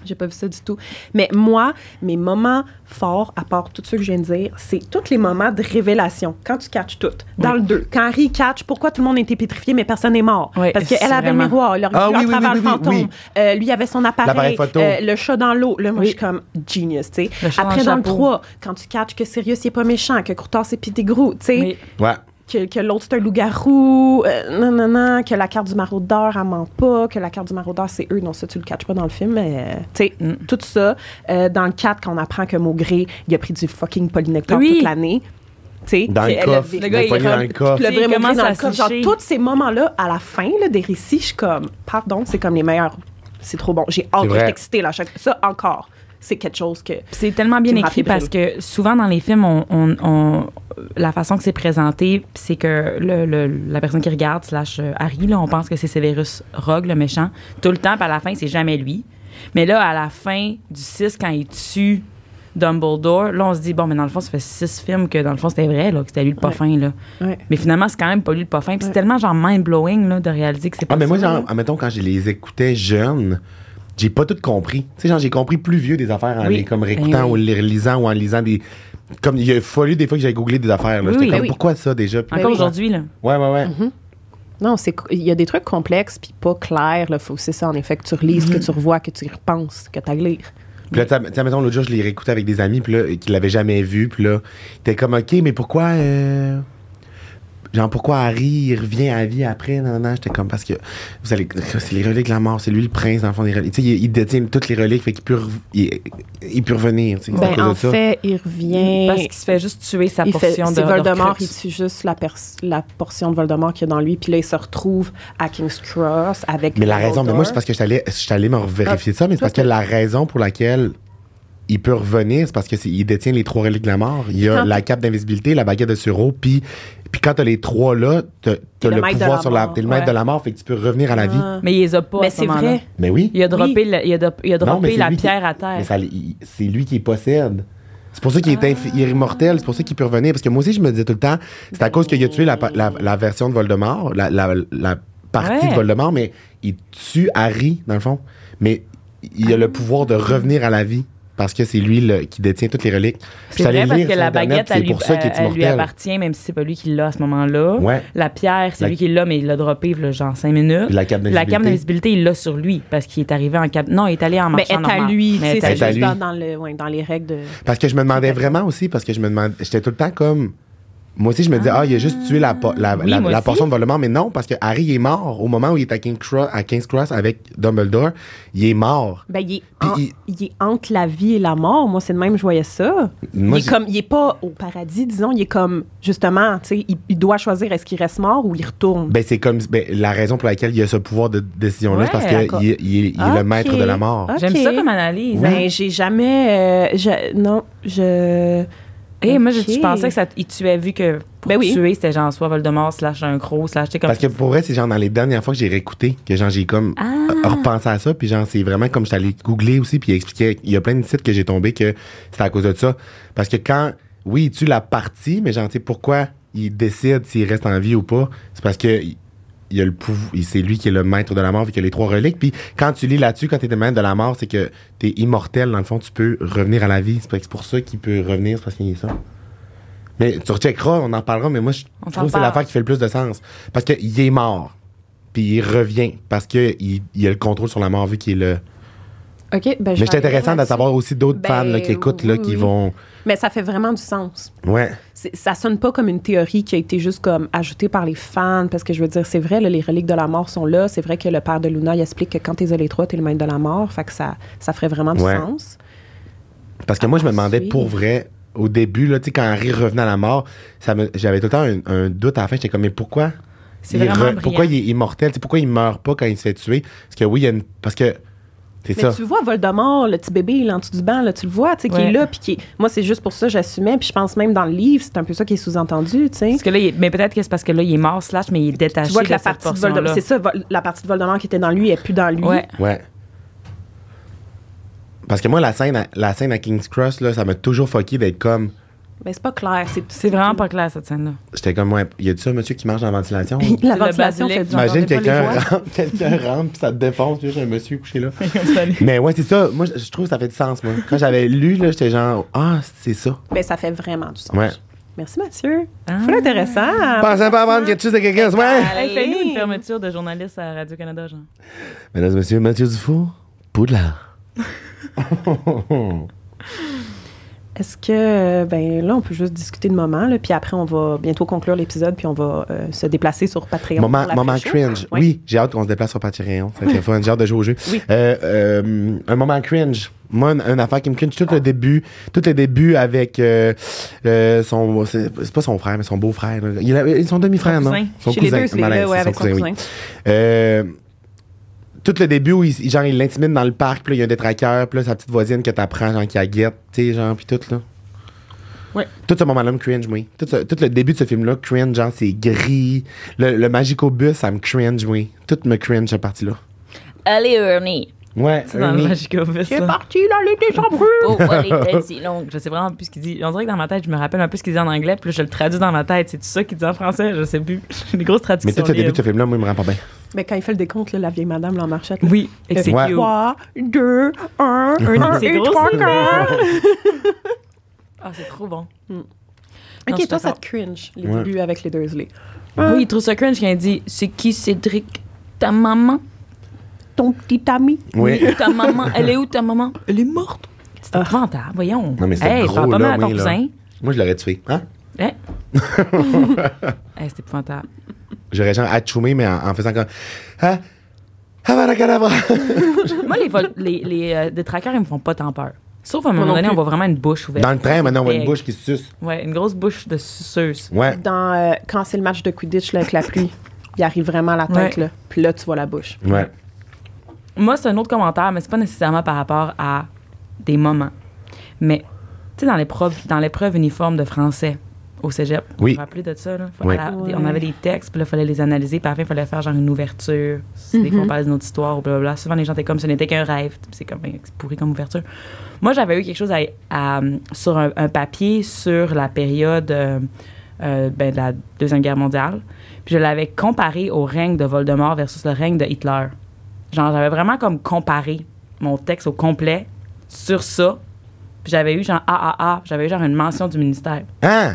[SPEAKER 1] J'ai pas vu ça du tout. Mais moi, mes moments forts, à part tout ce que je viens de dire, c'est tous les moments de révélation, quand tu catches tout. Dans
[SPEAKER 2] Oui.
[SPEAKER 1] le 2, quand Harry catch, pourquoi tout le monde était pétrifié, mais personne n'est mort?
[SPEAKER 2] Oui,
[SPEAKER 1] Parce
[SPEAKER 2] c'est
[SPEAKER 1] qu'elle avait le
[SPEAKER 2] vraiment-
[SPEAKER 1] miroir, elle a
[SPEAKER 3] Ah
[SPEAKER 1] revu à
[SPEAKER 3] oui, oui,
[SPEAKER 1] travers
[SPEAKER 3] oui,
[SPEAKER 1] le
[SPEAKER 3] oui,
[SPEAKER 1] fantôme.
[SPEAKER 3] oui.
[SPEAKER 1] Euh, lui, il avait son appareil,
[SPEAKER 3] L'appareil photo.
[SPEAKER 1] euh, le chat dans l'eau. Là, moi,
[SPEAKER 2] Oui.
[SPEAKER 1] je suis comme genius, tu
[SPEAKER 2] Le
[SPEAKER 1] sais.
[SPEAKER 2] chat dans
[SPEAKER 1] Après,
[SPEAKER 2] le
[SPEAKER 1] dans le
[SPEAKER 2] chapeau.
[SPEAKER 1] 3, quand tu catches que Sirius, il est pas méchant, que Croutard, c'est Pidigrou, tu sais
[SPEAKER 2] Mais
[SPEAKER 3] Ouais.
[SPEAKER 1] que, que l'autre c'est un loup-garou, euh, non, non, non, que la carte du maraudeur, elle ment pas, que la carte du maraudeur, c'est eux. Non, ça, tu le catches pas dans le film, mais euh, tu sais,
[SPEAKER 2] Mm.
[SPEAKER 1] tout ça. Euh, dans le 4, quand on apprend que Maugré, il a pris du fucking polynectar
[SPEAKER 2] Oui.
[SPEAKER 1] toute l'année. tu sais,
[SPEAKER 3] Dans
[SPEAKER 1] que
[SPEAKER 3] le
[SPEAKER 1] elle
[SPEAKER 3] coffre.
[SPEAKER 1] avait-
[SPEAKER 3] Le gars, il
[SPEAKER 1] le
[SPEAKER 3] est dans le coffre.
[SPEAKER 1] Le vrai
[SPEAKER 2] Il
[SPEAKER 1] Maugré
[SPEAKER 2] commence
[SPEAKER 1] dans
[SPEAKER 2] à
[SPEAKER 1] le coffre. Genre,
[SPEAKER 2] sécher.
[SPEAKER 1] tous ces moments-là, à la fin là, des récits, je suis comme, pardon, c'est comme les meilleurs. C'est trop bon. J'ai hâte,
[SPEAKER 3] C'est
[SPEAKER 1] je
[SPEAKER 3] vrai.
[SPEAKER 1] suis excitée, là. chaque- Ça, encore, c'est quelque chose que.
[SPEAKER 2] c'est tellement
[SPEAKER 1] Qui
[SPEAKER 2] bien
[SPEAKER 1] me
[SPEAKER 2] écrit
[SPEAKER 1] rappelle
[SPEAKER 2] parce que souvent dans les films, on, on- on- la façon que c'est présenté, c'est que le- le- la personne qui regarde, slash euh, Harry, là, on pense que c'est Severus Rogue, le méchant, tout le temps, puis à la fin, c'est jamais lui. Mais là, à la fin du 6, quand il tue Dumbledore, là, on se dit, bon, mais dans le fond, ça fait 6 films que dans le fond, c'était vrai, là, que c'était lui le pas
[SPEAKER 1] Ouais.
[SPEAKER 2] fin, là.
[SPEAKER 1] Ouais.
[SPEAKER 2] Mais finalement, c'est quand même pas lui le pas fin. Puis
[SPEAKER 1] Ouais.
[SPEAKER 2] c'est tellement, genre, mind-blowing, là, de réaliser que c'est pas
[SPEAKER 3] Ah, mais moi,
[SPEAKER 2] ça, là.
[SPEAKER 3] genre, admettons, quand je les écoutais jeunes, j'ai pas tout compris. Tu sais, genre, j'ai compris plus vieux des affaires en
[SPEAKER 2] Oui.
[SPEAKER 3] les comme réécoutant
[SPEAKER 2] Ben oui.
[SPEAKER 3] ou les relisant ou en lisant des. Comme il a fallu des fois que j'avais googlé des affaires. Là.
[SPEAKER 2] Oui,
[SPEAKER 3] J'étais
[SPEAKER 2] oui,
[SPEAKER 3] comme,
[SPEAKER 1] ben oui.
[SPEAKER 3] pourquoi ça déjà? Puis-
[SPEAKER 2] Encore aujourd'hui, Mm-hmm. là.
[SPEAKER 3] Ouais, ouais, ouais.
[SPEAKER 1] Non, c'est il y a des trucs complexes puis pas clairs. Là, faut c'est ça en effet que tu relises,
[SPEAKER 3] Mhm.
[SPEAKER 1] que tu revois, que tu y repenses, que tu lire.
[SPEAKER 3] Puis là, tu sais, mettons, l'autre jour, je l'ai réécouté avec des amis, puis là, qui l'avaient jamais vu, puis là, t'es comme, OK, mais pourquoi. euh, Genre, pourquoi Harry, il revient à la vie après? Non, non, non, j'étais comme, parce que vous allez. C'est les reliques de la mort, c'est lui le prince, dans le fond des reliques. Tu sais, il, il détient toutes les reliques, fait qu'il peut, rev- il, il peut revenir, tu sais, c'est à
[SPEAKER 1] Ben,
[SPEAKER 3] cause
[SPEAKER 1] en
[SPEAKER 3] de ça.
[SPEAKER 1] fait, il revient.
[SPEAKER 2] Parce qu'il se fait juste tuer sa
[SPEAKER 1] il fait,
[SPEAKER 2] portion de
[SPEAKER 1] c'est Voldemort,
[SPEAKER 2] d'Horcrux.
[SPEAKER 1] il tue juste la, pers- la portion de Voldemort qu'il y a dans lui, puis là, il se retrouve à King's Cross avec.
[SPEAKER 3] Mais la raison, mais moi, c'est parce que je suis allé- je suis allé me vérifier
[SPEAKER 1] Ah,
[SPEAKER 3] ça, mais c'est parce que la raison pour laquelle il peut revenir, c'est parce que c'est- il détient les trois reliques de la mort. Il y a
[SPEAKER 1] Quand-
[SPEAKER 3] la cape d'invisibilité, la baguette de sureau, puis puis quand t'as les trois là, t'as
[SPEAKER 1] T'es
[SPEAKER 3] t'as
[SPEAKER 1] le
[SPEAKER 3] le,
[SPEAKER 1] maître de
[SPEAKER 3] pouvoir
[SPEAKER 1] la
[SPEAKER 3] sur la,
[SPEAKER 1] mort,
[SPEAKER 3] t'es le maître
[SPEAKER 2] ouais.
[SPEAKER 3] de la mort, fait que tu peux revenir à la vie.
[SPEAKER 1] Ah.
[SPEAKER 2] Mais il les a pas
[SPEAKER 1] Mais
[SPEAKER 2] à ce
[SPEAKER 1] c'est
[SPEAKER 2] moment-là.
[SPEAKER 1] vrai.
[SPEAKER 3] Mais oui.
[SPEAKER 2] Il a droppé,
[SPEAKER 1] Oui.
[SPEAKER 2] la, il a dop- il a
[SPEAKER 3] Non, mais
[SPEAKER 2] droppé
[SPEAKER 3] c'est
[SPEAKER 2] la
[SPEAKER 3] lui qui-
[SPEAKER 2] pierre à terre.
[SPEAKER 3] Mais ça, il- c'est lui qui les possède. C'est pour ça qu'il est infi-
[SPEAKER 2] Ah.
[SPEAKER 3] il est immortel, c'est pour ça qu'il peut revenir. Parce que moi aussi, je me disais tout le temps, c'est à cause qu'il a tué la, pa- la- la version de Voldemort, la, la- la partie
[SPEAKER 2] Ouais.
[SPEAKER 3] de Voldemort, mais il tue Harry, dans le fond. Mais il
[SPEAKER 2] Ah.
[SPEAKER 3] a le pouvoir de revenir à la vie parce que c'est lui le- qui détient toutes les reliques.
[SPEAKER 2] C'est
[SPEAKER 3] J'étais allé
[SPEAKER 2] vrai parce
[SPEAKER 3] lire
[SPEAKER 2] que
[SPEAKER 3] sur
[SPEAKER 2] la
[SPEAKER 3] Internet,
[SPEAKER 2] baguette,
[SPEAKER 3] c'est
[SPEAKER 2] elle lui,
[SPEAKER 3] pour ça qu'il est
[SPEAKER 2] elle lui
[SPEAKER 3] immortel.
[SPEAKER 2] appartient, même si c'est pas lui qui l'a à ce moment-là.
[SPEAKER 3] Ouais.
[SPEAKER 2] La pierre, c'est
[SPEAKER 3] La-
[SPEAKER 2] lui qui l'a, mais il l'a droppé là, genre 5 minutes.
[SPEAKER 3] Puis la cape
[SPEAKER 2] La cam d'invisibilité,
[SPEAKER 3] d'invisibilité.
[SPEAKER 2] il l'a sur lui parce qu'il est arrivé en cap. Non, il est allé en
[SPEAKER 1] Mais
[SPEAKER 2] marchant
[SPEAKER 1] Ben, est à
[SPEAKER 2] normal.
[SPEAKER 1] lui, tu
[SPEAKER 2] Mais
[SPEAKER 1] sais,
[SPEAKER 2] est à
[SPEAKER 1] c'est
[SPEAKER 3] est à
[SPEAKER 1] juste
[SPEAKER 3] lui.
[SPEAKER 1] dans, dans le, ouais, dans les règles de.
[SPEAKER 3] Parce que je me demandais vraiment aussi, parce que je me demandais, j'étais tout le temps comme, Moi aussi, je me disais, ah, il a juste tué la, po- la,
[SPEAKER 2] Oui,
[SPEAKER 3] la-
[SPEAKER 2] moi
[SPEAKER 3] la
[SPEAKER 2] aussi.
[SPEAKER 3] portion de Voldemort. Mais non, parce que Harry est mort au moment où il est à King's Cross, à King's Cross avec Dumbledore. Il est mort.
[SPEAKER 1] Ben, il, est
[SPEAKER 3] Puis
[SPEAKER 1] en-
[SPEAKER 3] il-
[SPEAKER 1] il est entre la vie et la mort. Moi, c'est de même, que je voyais ça.
[SPEAKER 3] Moi,
[SPEAKER 1] il, est
[SPEAKER 3] j'ai-
[SPEAKER 1] comme, il est pas au paradis, disons. Il est comme, justement, tu sais, il, il doit choisir est-ce qu'il reste mort ou il retourne.
[SPEAKER 3] Ben, c'est comme ben, la raison pour laquelle il a ce pouvoir de décision-là,
[SPEAKER 2] Ouais,
[SPEAKER 3] c'est parce qu'il
[SPEAKER 2] d'accord.
[SPEAKER 3] il, il- il est
[SPEAKER 1] Ok.
[SPEAKER 3] le maître de la mort.
[SPEAKER 1] Ok.
[SPEAKER 2] J'aime ça comme analyse.
[SPEAKER 1] Ben,
[SPEAKER 2] hein.
[SPEAKER 1] j'ai jamais. euh, je- non, je.
[SPEAKER 2] Eh, moi, je,
[SPEAKER 1] Ok.
[SPEAKER 2] je pensais que ça il tuait vu que pour
[SPEAKER 1] Ben oui.
[SPEAKER 2] tuer, c'était genre soit Voldemort slash un gros slash, tu sais, comme.
[SPEAKER 3] Parce que pour vrai, c'est genre dans les dernières fois que j'ai réécouté que genre j'ai comme euh,
[SPEAKER 2] Ah.
[SPEAKER 3] repensé à ça, puis genre c'est vraiment comme je suis allé googler aussi, puis il expliquait, il y a plein de sites que j'ai tombé que c'était à cause de ça. Parce que quand, oui, il tue la partie, mais genre tu sais pourquoi il décide s'il reste en vie ou pas, c'est parce que il, il a le pouvoir, c'est lui qui est le maître de la mort, vu qu'il a les trois reliques. Puis quand tu lis là-dessus, quand t'es le maître de la mort, c'est que t'es immortel, dans le fond, tu peux revenir à la vie. C'est parce que c'est pour ça qu'il peut revenir, c'est parce qu'il est ça. Mais tu recheckeras, on en parlera, mais moi, je
[SPEAKER 2] On s'en
[SPEAKER 3] trouve que c'est
[SPEAKER 2] parle.
[SPEAKER 3] l'affaire qui fait le plus de sens. Parce qu'il est mort, puis il revient, parce qu'il il a le contrôle sur la mort, vu qu'il est le.
[SPEAKER 1] OK, ben, je
[SPEAKER 3] Mais
[SPEAKER 1] vais
[SPEAKER 3] c'est
[SPEAKER 1] aller
[SPEAKER 3] intéressant de
[SPEAKER 1] là-dessus.
[SPEAKER 3] savoir aussi d'autres
[SPEAKER 1] Ben,
[SPEAKER 3] fans là, qui écoutent, là,
[SPEAKER 1] oui,
[SPEAKER 3] qui
[SPEAKER 1] oui.
[SPEAKER 3] vont.
[SPEAKER 1] Mais ça fait vraiment du sens.
[SPEAKER 3] Ouais.
[SPEAKER 1] C'est- ça sonne pas comme une théorie qui a été juste comme ajoutée par les fans, parce que je veux dire, c'est vrai, là, les reliques de la mort sont là. C'est vrai que le père de Luna, il explique que quand t'es les trois, t'es le maître de la mort. Fait que ça, ça ferait vraiment du
[SPEAKER 3] Ouais.
[SPEAKER 1] sens.
[SPEAKER 3] Parce que moi, je me demandais
[SPEAKER 1] suivre.
[SPEAKER 3] pour vrai, au début, là, tu sais, quand Harry revenait à la mort, ça me- j'avais tout le temps un, un doute à la fin. J'étais comme, mais pourquoi?
[SPEAKER 2] C'est
[SPEAKER 3] il
[SPEAKER 2] vraiment brillant.
[SPEAKER 3] pourquoi il est immortel? Tu sais, pourquoi il meurt pas quand il se fait tuer? Parce que oui, il y a une. Parce que. C'est
[SPEAKER 1] Mais
[SPEAKER 3] ça.
[SPEAKER 1] tu vois Voldemort, le petit bébé, là, en dessous du banc, là, tu le vois, tu sais, qui est
[SPEAKER 2] Ouais.
[SPEAKER 1] là, puis qui est- Moi, c'est juste pour ça que j'assumais, puis je pense même dans le livre, c'est un peu ça qui est sous-entendu, tu sais.
[SPEAKER 2] Parce que là, il est- mais peut-être que c'est parce que là, il est mort slash, mais il est détaché
[SPEAKER 1] Tu vois
[SPEAKER 2] de
[SPEAKER 1] que la
[SPEAKER 2] cette
[SPEAKER 1] partie de
[SPEAKER 2] portion-là.
[SPEAKER 1] Voldemort, c'est ça, Vol- la partie de Voldemort qui était dans lui, elle est plus dans lui.
[SPEAKER 2] Ouais.
[SPEAKER 3] Ouais. Parce que moi, la scène à, la scène à King's Cross, là, ça m'a toujours fucké d'être comme.
[SPEAKER 1] Mais c'est pas clair. C'est,
[SPEAKER 2] C'est vraiment pas clair, cette scène-là.
[SPEAKER 3] J'étais comme, ouais, y a-tu ça, monsieur, qui marche dans la
[SPEAKER 2] *laughs*
[SPEAKER 3] ventilation?
[SPEAKER 1] La
[SPEAKER 2] le
[SPEAKER 1] ventilation
[SPEAKER 2] basilic.
[SPEAKER 1] fait du
[SPEAKER 3] Imagine
[SPEAKER 2] j'entendais pas
[SPEAKER 3] quelqu'un
[SPEAKER 2] les voix.
[SPEAKER 3] rentre, *laughs* quelqu'un rentre, puis ça te défonce, puis j'ai un monsieur couché là. Mais ouais, c'est ça. Moi, je je trouve que ça fait du sens, moi. Quand j'avais lu, là, j'étais genre, ah, c'est ça.
[SPEAKER 1] Ben, ça fait vraiment du sens.
[SPEAKER 3] Ouais.
[SPEAKER 1] Merci, Mathieu.
[SPEAKER 2] Ah.
[SPEAKER 1] Full intéressant.
[SPEAKER 3] Pensez pas à vendre quelque chose de quelqu'un ce matin.
[SPEAKER 1] Allez.
[SPEAKER 2] Fais-nous une fermeture de journaliste à Radio-Canada, genre.
[SPEAKER 3] Mesdames et messieurs, Mathieu Dufour, Poudlard.
[SPEAKER 1] Est-ce que, euh, ben là, on peut juste discuter de moment, là, puis après, on va bientôt conclure l'épisode, puis on va euh, se déplacer sur Patreon.
[SPEAKER 3] Moment,
[SPEAKER 1] pour la
[SPEAKER 3] moment
[SPEAKER 1] pré-show.
[SPEAKER 3] cringe.
[SPEAKER 1] Ouais.
[SPEAKER 3] Oui, j'ai hâte qu'on se déplace sur Patreon. Ça va être le fun. J'ai hâte de jouer au jeu. Euh, euh, un moment cringe. Moi, une, une affaire qui me cringe tout le début. Tout le début avec euh, euh, son. C'est c'est pas son frère, mais son beau-frère. là. Il a- Ils sont demi-frères,
[SPEAKER 2] Son
[SPEAKER 3] non?
[SPEAKER 2] cousin.
[SPEAKER 3] Son
[SPEAKER 1] Chez les deux, c'est
[SPEAKER 3] Malaise,
[SPEAKER 1] là, ouais,
[SPEAKER 3] c'est
[SPEAKER 1] avec son cousin.
[SPEAKER 3] oui. Euh, tout le début où il, genre, il l'intimide dans le parc, puis là, il y a un détraqueur, puis là, sa petite voisine que t'apprends, genre, qui aguette, tu sais, genre, puis tout, là.
[SPEAKER 2] Ouais.
[SPEAKER 3] Tout ce moment-là me cringe, oui. Tout, ce- tout le début de ce film-là, cringe, genre, c'est gris. Le, le Magico Bus, ça me cringe, oui. Tout me cringe, cette partie-là.
[SPEAKER 4] Allez, Ernie.
[SPEAKER 3] Ouais,
[SPEAKER 2] C'est dans le
[SPEAKER 3] Ernie.
[SPEAKER 2] Magicobus,
[SPEAKER 1] C'est
[SPEAKER 2] là.
[SPEAKER 1] parti, là, l'été sans bruit.
[SPEAKER 4] Pourquoi les têtes si longues?
[SPEAKER 2] Je sais vraiment plus ce qu'il dit. On dirait que dans ma tête, je me rappelle un peu ce qu'il dit en anglais, puis là, je le traduis dans ma tête. C'est tout ça qu'il dit en français, je sais plus. *laughs* J'ai des grosses traductions.
[SPEAKER 3] Mais tout le début de
[SPEAKER 2] libres.
[SPEAKER 3] ce film-là, moi, il me rend pas bien.
[SPEAKER 1] Mais quand il fait le décompte, là, la vieille madame, là, en marchette. là.
[SPEAKER 2] Oui, et que c'est
[SPEAKER 3] Ouais.
[SPEAKER 2] cute.
[SPEAKER 1] 3, 2,
[SPEAKER 3] *laughs*
[SPEAKER 1] 1,
[SPEAKER 2] Un,
[SPEAKER 1] 1,
[SPEAKER 2] c'est
[SPEAKER 1] et
[SPEAKER 2] gros,
[SPEAKER 1] 3,
[SPEAKER 2] ça.
[SPEAKER 1] 4.
[SPEAKER 2] Ah, c'est trop bon. Non, je
[SPEAKER 1] Ok,
[SPEAKER 2] suis
[SPEAKER 1] toi, ça
[SPEAKER 2] d'accord.
[SPEAKER 1] te cringe, les
[SPEAKER 3] Ouais.
[SPEAKER 1] débuts avec les Dursley.
[SPEAKER 2] Oui, il trouve ça cringe quand il dit C'est qui Cédric Ta maman
[SPEAKER 1] Ton petit ami.
[SPEAKER 3] Oui.
[SPEAKER 4] Où Ta maman, elle est où ta maman?
[SPEAKER 2] Elle est morte. C'est
[SPEAKER 1] Ah.
[SPEAKER 2] épouvantable, voyons.
[SPEAKER 3] Non, mais c'était
[SPEAKER 2] hey,
[SPEAKER 3] gros,
[SPEAKER 2] parle pas
[SPEAKER 3] là,
[SPEAKER 2] mal à ton
[SPEAKER 3] oui, là.
[SPEAKER 2] cousin.
[SPEAKER 3] *laughs* Moi, je l'aurais tué. Hein? *laughs*
[SPEAKER 2] Hein? hey, c'est épouvantable.
[SPEAKER 3] J'aurais genre achoumé, mais en, en faisant comme. Ah! Avaracadabra!
[SPEAKER 2] Moi, les, vol- les, les euh, détraqueurs, ils me font pas tant peur. Sauf à un
[SPEAKER 1] Moi
[SPEAKER 2] moment
[SPEAKER 1] non
[SPEAKER 2] donné, on
[SPEAKER 1] plus.
[SPEAKER 2] voit vraiment une bouche ouverte.
[SPEAKER 3] Dans le train, maintenant, on voit une
[SPEAKER 2] Hey.
[SPEAKER 3] bouche qui se suce.
[SPEAKER 2] Ouais, une grosse bouche de suceuse.
[SPEAKER 3] Ouais.
[SPEAKER 1] Dans, euh, quand c'est le match de Quidditch, là, avec la pluie, il arrive vraiment à la tête,
[SPEAKER 2] Ouais.
[SPEAKER 1] là. Puis là, tu vois la bouche.
[SPEAKER 3] Ouais.
[SPEAKER 2] Moi, c'est un autre commentaire, mais c'est pas nécessairement par rapport à des moments. Mais, tu sais, dans l'épreuve, dans l'épreuve uniforme de français au cégep,
[SPEAKER 3] Oui.
[SPEAKER 2] vous vous rappelez de ça? Là? Faut-
[SPEAKER 3] Oui.
[SPEAKER 2] à la-
[SPEAKER 1] Ouais.
[SPEAKER 2] On avait des textes, puis là, il fallait les analyser, puis à la fin, il fallait faire genre une ouverture. Si Des fois, on parlait d'une autre histoire, ou blablabla. Souvent, les gens étaient comme ce n'était qu'un rêve. Puis C'est comme ben, c'est pourri comme ouverture. Moi, j'avais eu quelque chose à, à- sur un, un papier sur la période euh, euh, ben, de la Deuxième Guerre mondiale. Puis je l'avais comparé au règne de Voldemort versus le règne de Hitler. Genre, j'avais vraiment comme comparé mon texte au complet sur ça. Puis j'avais eu genre AAA, j'avais eu genre une mention du ministère.
[SPEAKER 3] Hein?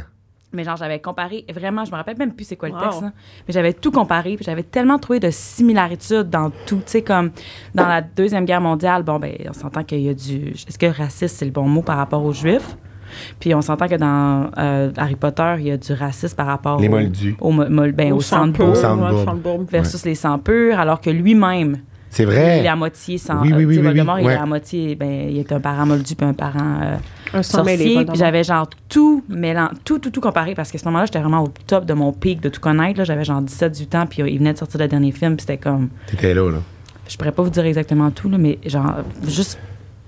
[SPEAKER 2] Mais genre, j'avais comparé, vraiment, je me rappelle même plus c'est quoi le
[SPEAKER 1] Wow.
[SPEAKER 2] texte, là. mais j'avais tout comparé, puis j'avais tellement trouvé de similarités dans tout, tu sais, comme dans la Deuxième Guerre mondiale, bon, ben, on s'entend qu'il y a du... Est-ce que raciste, c'est le bon mot par rapport aux Juifs? Puis on s'entend que dans euh, Harry Potter, il y a du racisme par rapport
[SPEAKER 3] Les
[SPEAKER 2] au-
[SPEAKER 3] moldus.
[SPEAKER 2] au, mo- mol- ben, au
[SPEAKER 1] sang
[SPEAKER 2] centre
[SPEAKER 1] pur,
[SPEAKER 3] Au
[SPEAKER 2] bourg
[SPEAKER 3] sang de
[SPEAKER 1] ouais,
[SPEAKER 3] bourg.
[SPEAKER 1] sang de bourg.
[SPEAKER 2] versus les sangs purs, alors que lui-même,
[SPEAKER 3] C'est
[SPEAKER 2] il
[SPEAKER 3] vrai.
[SPEAKER 2] est à moitié sans.
[SPEAKER 3] Oui, oui,
[SPEAKER 2] euh,
[SPEAKER 3] oui,
[SPEAKER 2] tu sais,
[SPEAKER 3] oui,
[SPEAKER 2] Voldemort,
[SPEAKER 3] oui,
[SPEAKER 2] il
[SPEAKER 3] ouais.
[SPEAKER 2] est à moitié. Ben, il est un parent moldu puis un parent euh,
[SPEAKER 1] Un sang mêlé,
[SPEAKER 2] sorcier.
[SPEAKER 1] Voldemort.
[SPEAKER 2] Puis j'avais genre tout mélan tout, tout, tout comparé parce qu'à ce moment-là, j'étais vraiment au top de mon pic de tout connaître. là. J'avais genre 17, 18 ans, puis euh, il venait de sortir le dernier film, puis c'était comme.
[SPEAKER 3] T'étais là, là.
[SPEAKER 2] Je pourrais pas vous dire exactement tout, là, mais genre, juste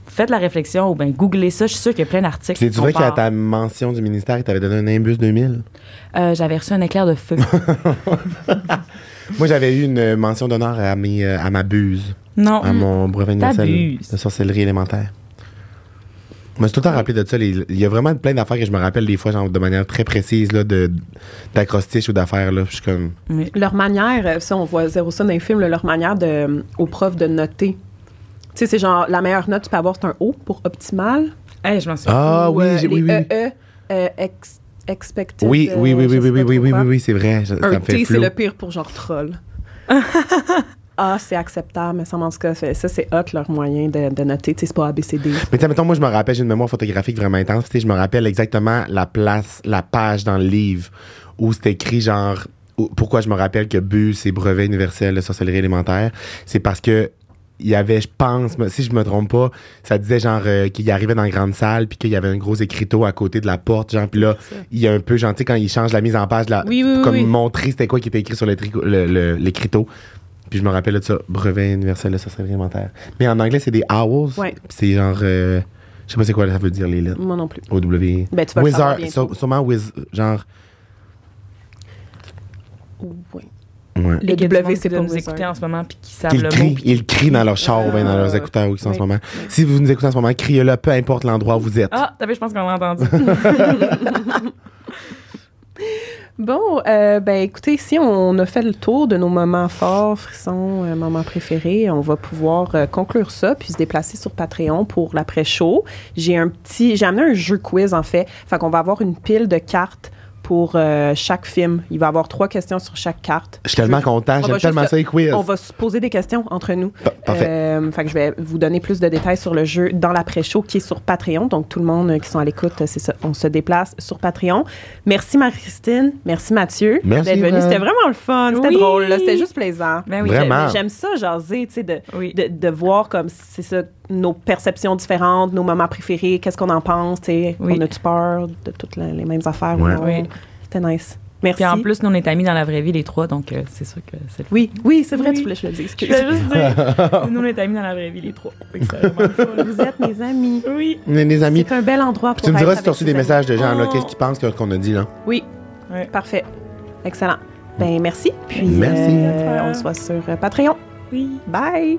[SPEAKER 2] faites la réflexion ou ben googlez ça. Je suis sûre qu'il y a plein d'articles.
[SPEAKER 3] C'est
[SPEAKER 2] qui
[SPEAKER 3] vrai qu'à
[SPEAKER 2] comparent.
[SPEAKER 3] ta mention du ministère, ils t'avaient donné un Imbus 2000.
[SPEAKER 2] Euh, J'avais reçu un éclair de
[SPEAKER 3] *laughs*
[SPEAKER 2] feu.
[SPEAKER 3] Moi, j'avais eu une euh, mention d'honneur à, mes, euh, à ma buse,
[SPEAKER 2] non.
[SPEAKER 3] à Ah, mon brevet universel
[SPEAKER 2] T'abuses.
[SPEAKER 3] de sorcellerie élémentaire. Je me suis tout le temps rappelé de ça. les- Il y a vraiment plein d'affaires que je me rappelle des fois, genre de manière très précise, là, de- d'acrostiches ou d'affaires. là. Je suis comme.
[SPEAKER 2] Oui.
[SPEAKER 1] Leur manière, euh, ça, on voit zéro ça dans les films, là, leur manière de, euh, aux profs de noter. Tu sais, c'est genre, la meilleure note que tu peux avoir, c'est un O pour optimal.
[SPEAKER 2] Hey, je m'en souviens.
[SPEAKER 3] Ah
[SPEAKER 1] Ou,
[SPEAKER 3] oui,
[SPEAKER 1] euh,
[SPEAKER 3] j'ai-
[SPEAKER 1] les
[SPEAKER 3] oui, oui.
[SPEAKER 1] EE, euh, ex- expected,
[SPEAKER 3] Oui,
[SPEAKER 1] euh,
[SPEAKER 3] oui, oui,
[SPEAKER 1] je
[SPEAKER 3] oui,
[SPEAKER 1] sais
[SPEAKER 3] oui,
[SPEAKER 1] pas
[SPEAKER 3] oui,
[SPEAKER 1] trop
[SPEAKER 3] oui, oui,
[SPEAKER 1] quoi.
[SPEAKER 3] oui, oui, c'est vrai. Ça, ça
[SPEAKER 1] Un
[SPEAKER 3] me fait
[SPEAKER 1] T, c'est
[SPEAKER 3] flou.
[SPEAKER 1] le pire pour genre
[SPEAKER 2] *laughs*
[SPEAKER 1] troll. ah, c'est acceptable, mais ça, en tout cas, ça, c'est hot leur moyen de, de noter. Tu sais, c'est pas ABCD.
[SPEAKER 3] Mais tu sais, mettons, moi, je me rappelle, j'ai une mémoire photographique vraiment intense. Tu sais, je me rappelle exactement la place, la page dans le livre où c'est écrit genre. où- Pourquoi je me rappelle que BU, c'est brevet universel de sorcellerie élémentaire? C'est parce que. Il y avait, je pense, mais si je me trompe pas, ça disait genre euh, qu'il arrivait dans la grande salle, puis qu'il y avait un gros écriteau à côté de la porte, genre, puis là, il y a un peu gentil quand il change la mise en page, là,
[SPEAKER 1] Oui, oui, oui,
[SPEAKER 3] comme
[SPEAKER 1] oui.
[SPEAKER 3] montrer c'était quoi qui était écrit sur le trico- le- le- l'écriteau. Puis je me rappelle de ça, brevet universel de sorcellerie élémentaire. Mais en anglais, c'est des owls.
[SPEAKER 1] Ouais.
[SPEAKER 3] Puis C'est genre. euh, je sais pas c'est quoi ça veut dire les lettres.
[SPEAKER 1] Moi non plus.
[SPEAKER 3] OW.
[SPEAKER 1] Ben, tu vas le savoir bientôt.
[SPEAKER 3] sur- sûrement whiz, genre.
[SPEAKER 1] Oui.
[SPEAKER 3] Ouais.
[SPEAKER 1] Le
[SPEAKER 2] Et qu'il y a du
[SPEAKER 1] W,
[SPEAKER 2] monde
[SPEAKER 1] c'est
[SPEAKER 2] qui
[SPEAKER 1] pas
[SPEAKER 2] doit nous
[SPEAKER 1] wizard.
[SPEAKER 2] écouter en ce moment puis qui savent
[SPEAKER 3] Ils
[SPEAKER 2] le
[SPEAKER 3] crient,
[SPEAKER 2] mot. puis-
[SPEAKER 3] ils crient dans leur char ou bien dans leurs
[SPEAKER 1] Ah,
[SPEAKER 3] écouteurs où ils sont en
[SPEAKER 1] oui.
[SPEAKER 3] ce moment. Si vous nous écoutez en ce moment, criez-le, peu importe l'endroit où vous êtes.
[SPEAKER 2] Ah, t'as vu, je pense qu'on l'a entendu.
[SPEAKER 1] Bon, euh, ben écoutez, si on a fait le tour de nos moments forts, frissons, euh, moments préférés, on va pouvoir euh, conclure ça puis se déplacer sur Patreon pour l'après-show. J'ai un petit, j'ai amené un jeu quiz en fait, fait qu'on va avoir une pile de cartes pour euh, chaque film. Il va y avoir trois questions sur chaque carte.
[SPEAKER 3] Je suis tellement content,
[SPEAKER 1] On
[SPEAKER 3] j'aime
[SPEAKER 1] va
[SPEAKER 3] tellement
[SPEAKER 1] juste-
[SPEAKER 3] ça les quiz.
[SPEAKER 1] On va se poser des questions entre nous.
[SPEAKER 3] Pa- Parfait.
[SPEAKER 1] Euh, fait que je vais vous donner plus de détails sur le jeu dans l'après-show qui est sur Patreon. Donc, tout le monde euh, qui sont à l'écoute, euh, c'est ça, on se déplace sur Patreon. Merci Marie-Christine, merci Mathieu
[SPEAKER 3] Merci,
[SPEAKER 1] d'être venu.
[SPEAKER 3] Val.
[SPEAKER 1] C'était vraiment le fun, c'était
[SPEAKER 2] Oui.
[SPEAKER 1] drôle, là, c'était juste plaisant.
[SPEAKER 2] Ben oui,
[SPEAKER 3] Vraiment.
[SPEAKER 1] J'aime ça, jaser, tu sais, de,
[SPEAKER 2] Oui.
[SPEAKER 1] de, de voir comme, c'est ça, nos perceptions différentes, nos moments préférés, qu'est-ce qu'on en pense, tu sais,
[SPEAKER 2] Oui.
[SPEAKER 1] on a-tu peur de toutes la- les mêmes affaires?
[SPEAKER 3] Ouais.
[SPEAKER 1] non?
[SPEAKER 2] Oui.
[SPEAKER 1] C'était nice. Merci.
[SPEAKER 2] Puis en plus, nous, on est amis dans la vraie vie, les trois, donc euh, c'est sûr que c'est le fun.
[SPEAKER 1] oui, oui, c'est vrai,
[SPEAKER 2] Oui.
[SPEAKER 1] tu voulais que je le dise.
[SPEAKER 2] Je voulais juste dire, *laughs* nous, on est amis dans la vraie vie, les trois. Fait que c'est vraiment le *laughs* fun.
[SPEAKER 1] Vous êtes mes amis.
[SPEAKER 2] Oui.
[SPEAKER 3] Les, les amis,
[SPEAKER 1] C'est un bel endroit
[SPEAKER 3] puis
[SPEAKER 1] pour
[SPEAKER 3] tu me
[SPEAKER 1] être
[SPEAKER 3] diras si tu as
[SPEAKER 1] avec
[SPEAKER 3] reçu
[SPEAKER 1] ses
[SPEAKER 3] des
[SPEAKER 1] amis.
[SPEAKER 3] messages de gens, là,
[SPEAKER 2] Oh.
[SPEAKER 3] qu'est-ce qu'ils pensent que- qu'on a dit, là.
[SPEAKER 1] Oui,
[SPEAKER 2] Ouais.
[SPEAKER 1] parfait. Excellent. Ben merci. Puis
[SPEAKER 3] Merci.
[SPEAKER 1] euh, on se voit sur euh, Patreon.
[SPEAKER 2] Oui.
[SPEAKER 1] Bye.